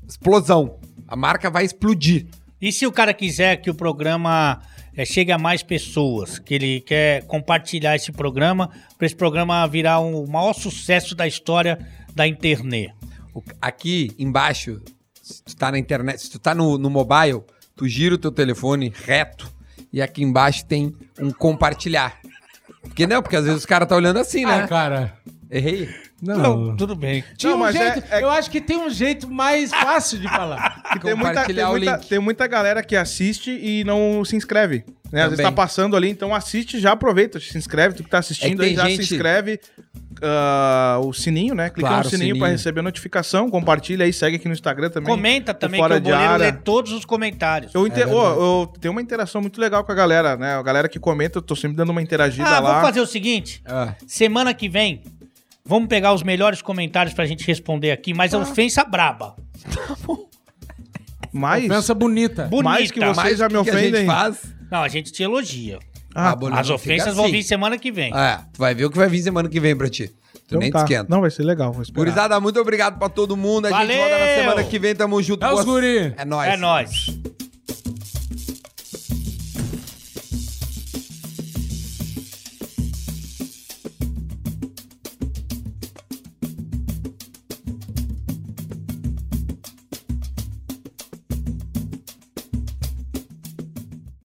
[SPEAKER 1] explosão. A marca vai explodir.
[SPEAKER 2] E se o cara quiser que o programa eh, chegue a mais pessoas, que ele quer compartilhar esse programa, para esse programa virar um- o maior sucesso da história da internet?
[SPEAKER 1] O- Aqui embaixo, se tu tá na internet, se tu tá no, no mobile, tu gira o teu telefone reto e aqui embaixo tem um compartilhar. Porque não, porque às vezes os caras tá olhando assim,
[SPEAKER 4] <laughs>
[SPEAKER 1] né?
[SPEAKER 4] Ah, cara.
[SPEAKER 1] Errei.
[SPEAKER 4] Não.
[SPEAKER 2] Não, tudo bem.
[SPEAKER 4] Tinha
[SPEAKER 3] Não,
[SPEAKER 4] um
[SPEAKER 3] mas é-
[SPEAKER 4] jeito,
[SPEAKER 3] é-
[SPEAKER 4] Eu acho que tem um jeito mais fácil
[SPEAKER 3] <laughs>
[SPEAKER 4] de falar.
[SPEAKER 3] Que tem muita, tem,
[SPEAKER 1] compartilhar o
[SPEAKER 3] muita,
[SPEAKER 1] link.
[SPEAKER 3] tem muita galera que assiste e não se inscreve. Né? Às vezes
[SPEAKER 1] Também.
[SPEAKER 3] tá passando ali, então assiste, já aproveita, se inscreve, tu que tá assistindo
[SPEAKER 1] É que
[SPEAKER 3] aí,
[SPEAKER 1] tem
[SPEAKER 3] já
[SPEAKER 1] gente-
[SPEAKER 3] se inscreve. ah, o sininho, né? Clica
[SPEAKER 1] Claro,
[SPEAKER 3] no sininho,
[SPEAKER 1] sininho.
[SPEAKER 3] pra receber notificação, compartilha aí, segue aqui no Instagram também.
[SPEAKER 2] Comenta
[SPEAKER 3] o
[SPEAKER 2] também que
[SPEAKER 3] Fora
[SPEAKER 2] o
[SPEAKER 3] de
[SPEAKER 2] boleiro
[SPEAKER 3] Área.
[SPEAKER 2] lê todos os comentários.
[SPEAKER 1] É
[SPEAKER 3] Eu, inter... Ô, eu tenho uma interação muito legal com a galera, né? A galera que comenta, eu tô sempre dando uma interagida
[SPEAKER 2] Ah,
[SPEAKER 3] lá.
[SPEAKER 2] vamos fazer o seguinte.
[SPEAKER 1] Ah.
[SPEAKER 2] Semana que vem, vamos pegar os melhores comentários pra gente responder aqui,
[SPEAKER 3] Ah.
[SPEAKER 2] mas é ofensa braba.
[SPEAKER 3] Mais,
[SPEAKER 4] Pensa bonita.
[SPEAKER 2] Bonita.
[SPEAKER 3] mais que vocês
[SPEAKER 1] Mas
[SPEAKER 3] já
[SPEAKER 1] o
[SPEAKER 3] me
[SPEAKER 1] que que a gente
[SPEAKER 3] ofendem.
[SPEAKER 1] faz?
[SPEAKER 2] Não, a gente te elogia.
[SPEAKER 3] Ah,
[SPEAKER 1] Ah, boleiro,
[SPEAKER 2] As
[SPEAKER 1] não fica
[SPEAKER 2] ofensas vão
[SPEAKER 1] assim.
[SPEAKER 2] vir semana que vem.
[SPEAKER 1] É, tu vai ver o que vai vir semana que vem pra ti. Tu
[SPEAKER 3] então
[SPEAKER 1] nem
[SPEAKER 3] tá.
[SPEAKER 1] te esquenta.
[SPEAKER 3] Não, vai ser legal, vou esperar.
[SPEAKER 1] Gurizada, muito obrigado pra todo mundo. A gente
[SPEAKER 2] Valeu!
[SPEAKER 1] volta na semana que vem. Tamo junto.
[SPEAKER 4] É os
[SPEAKER 1] Boas-
[SPEAKER 4] guri.
[SPEAKER 1] É nóis.
[SPEAKER 2] É nóis.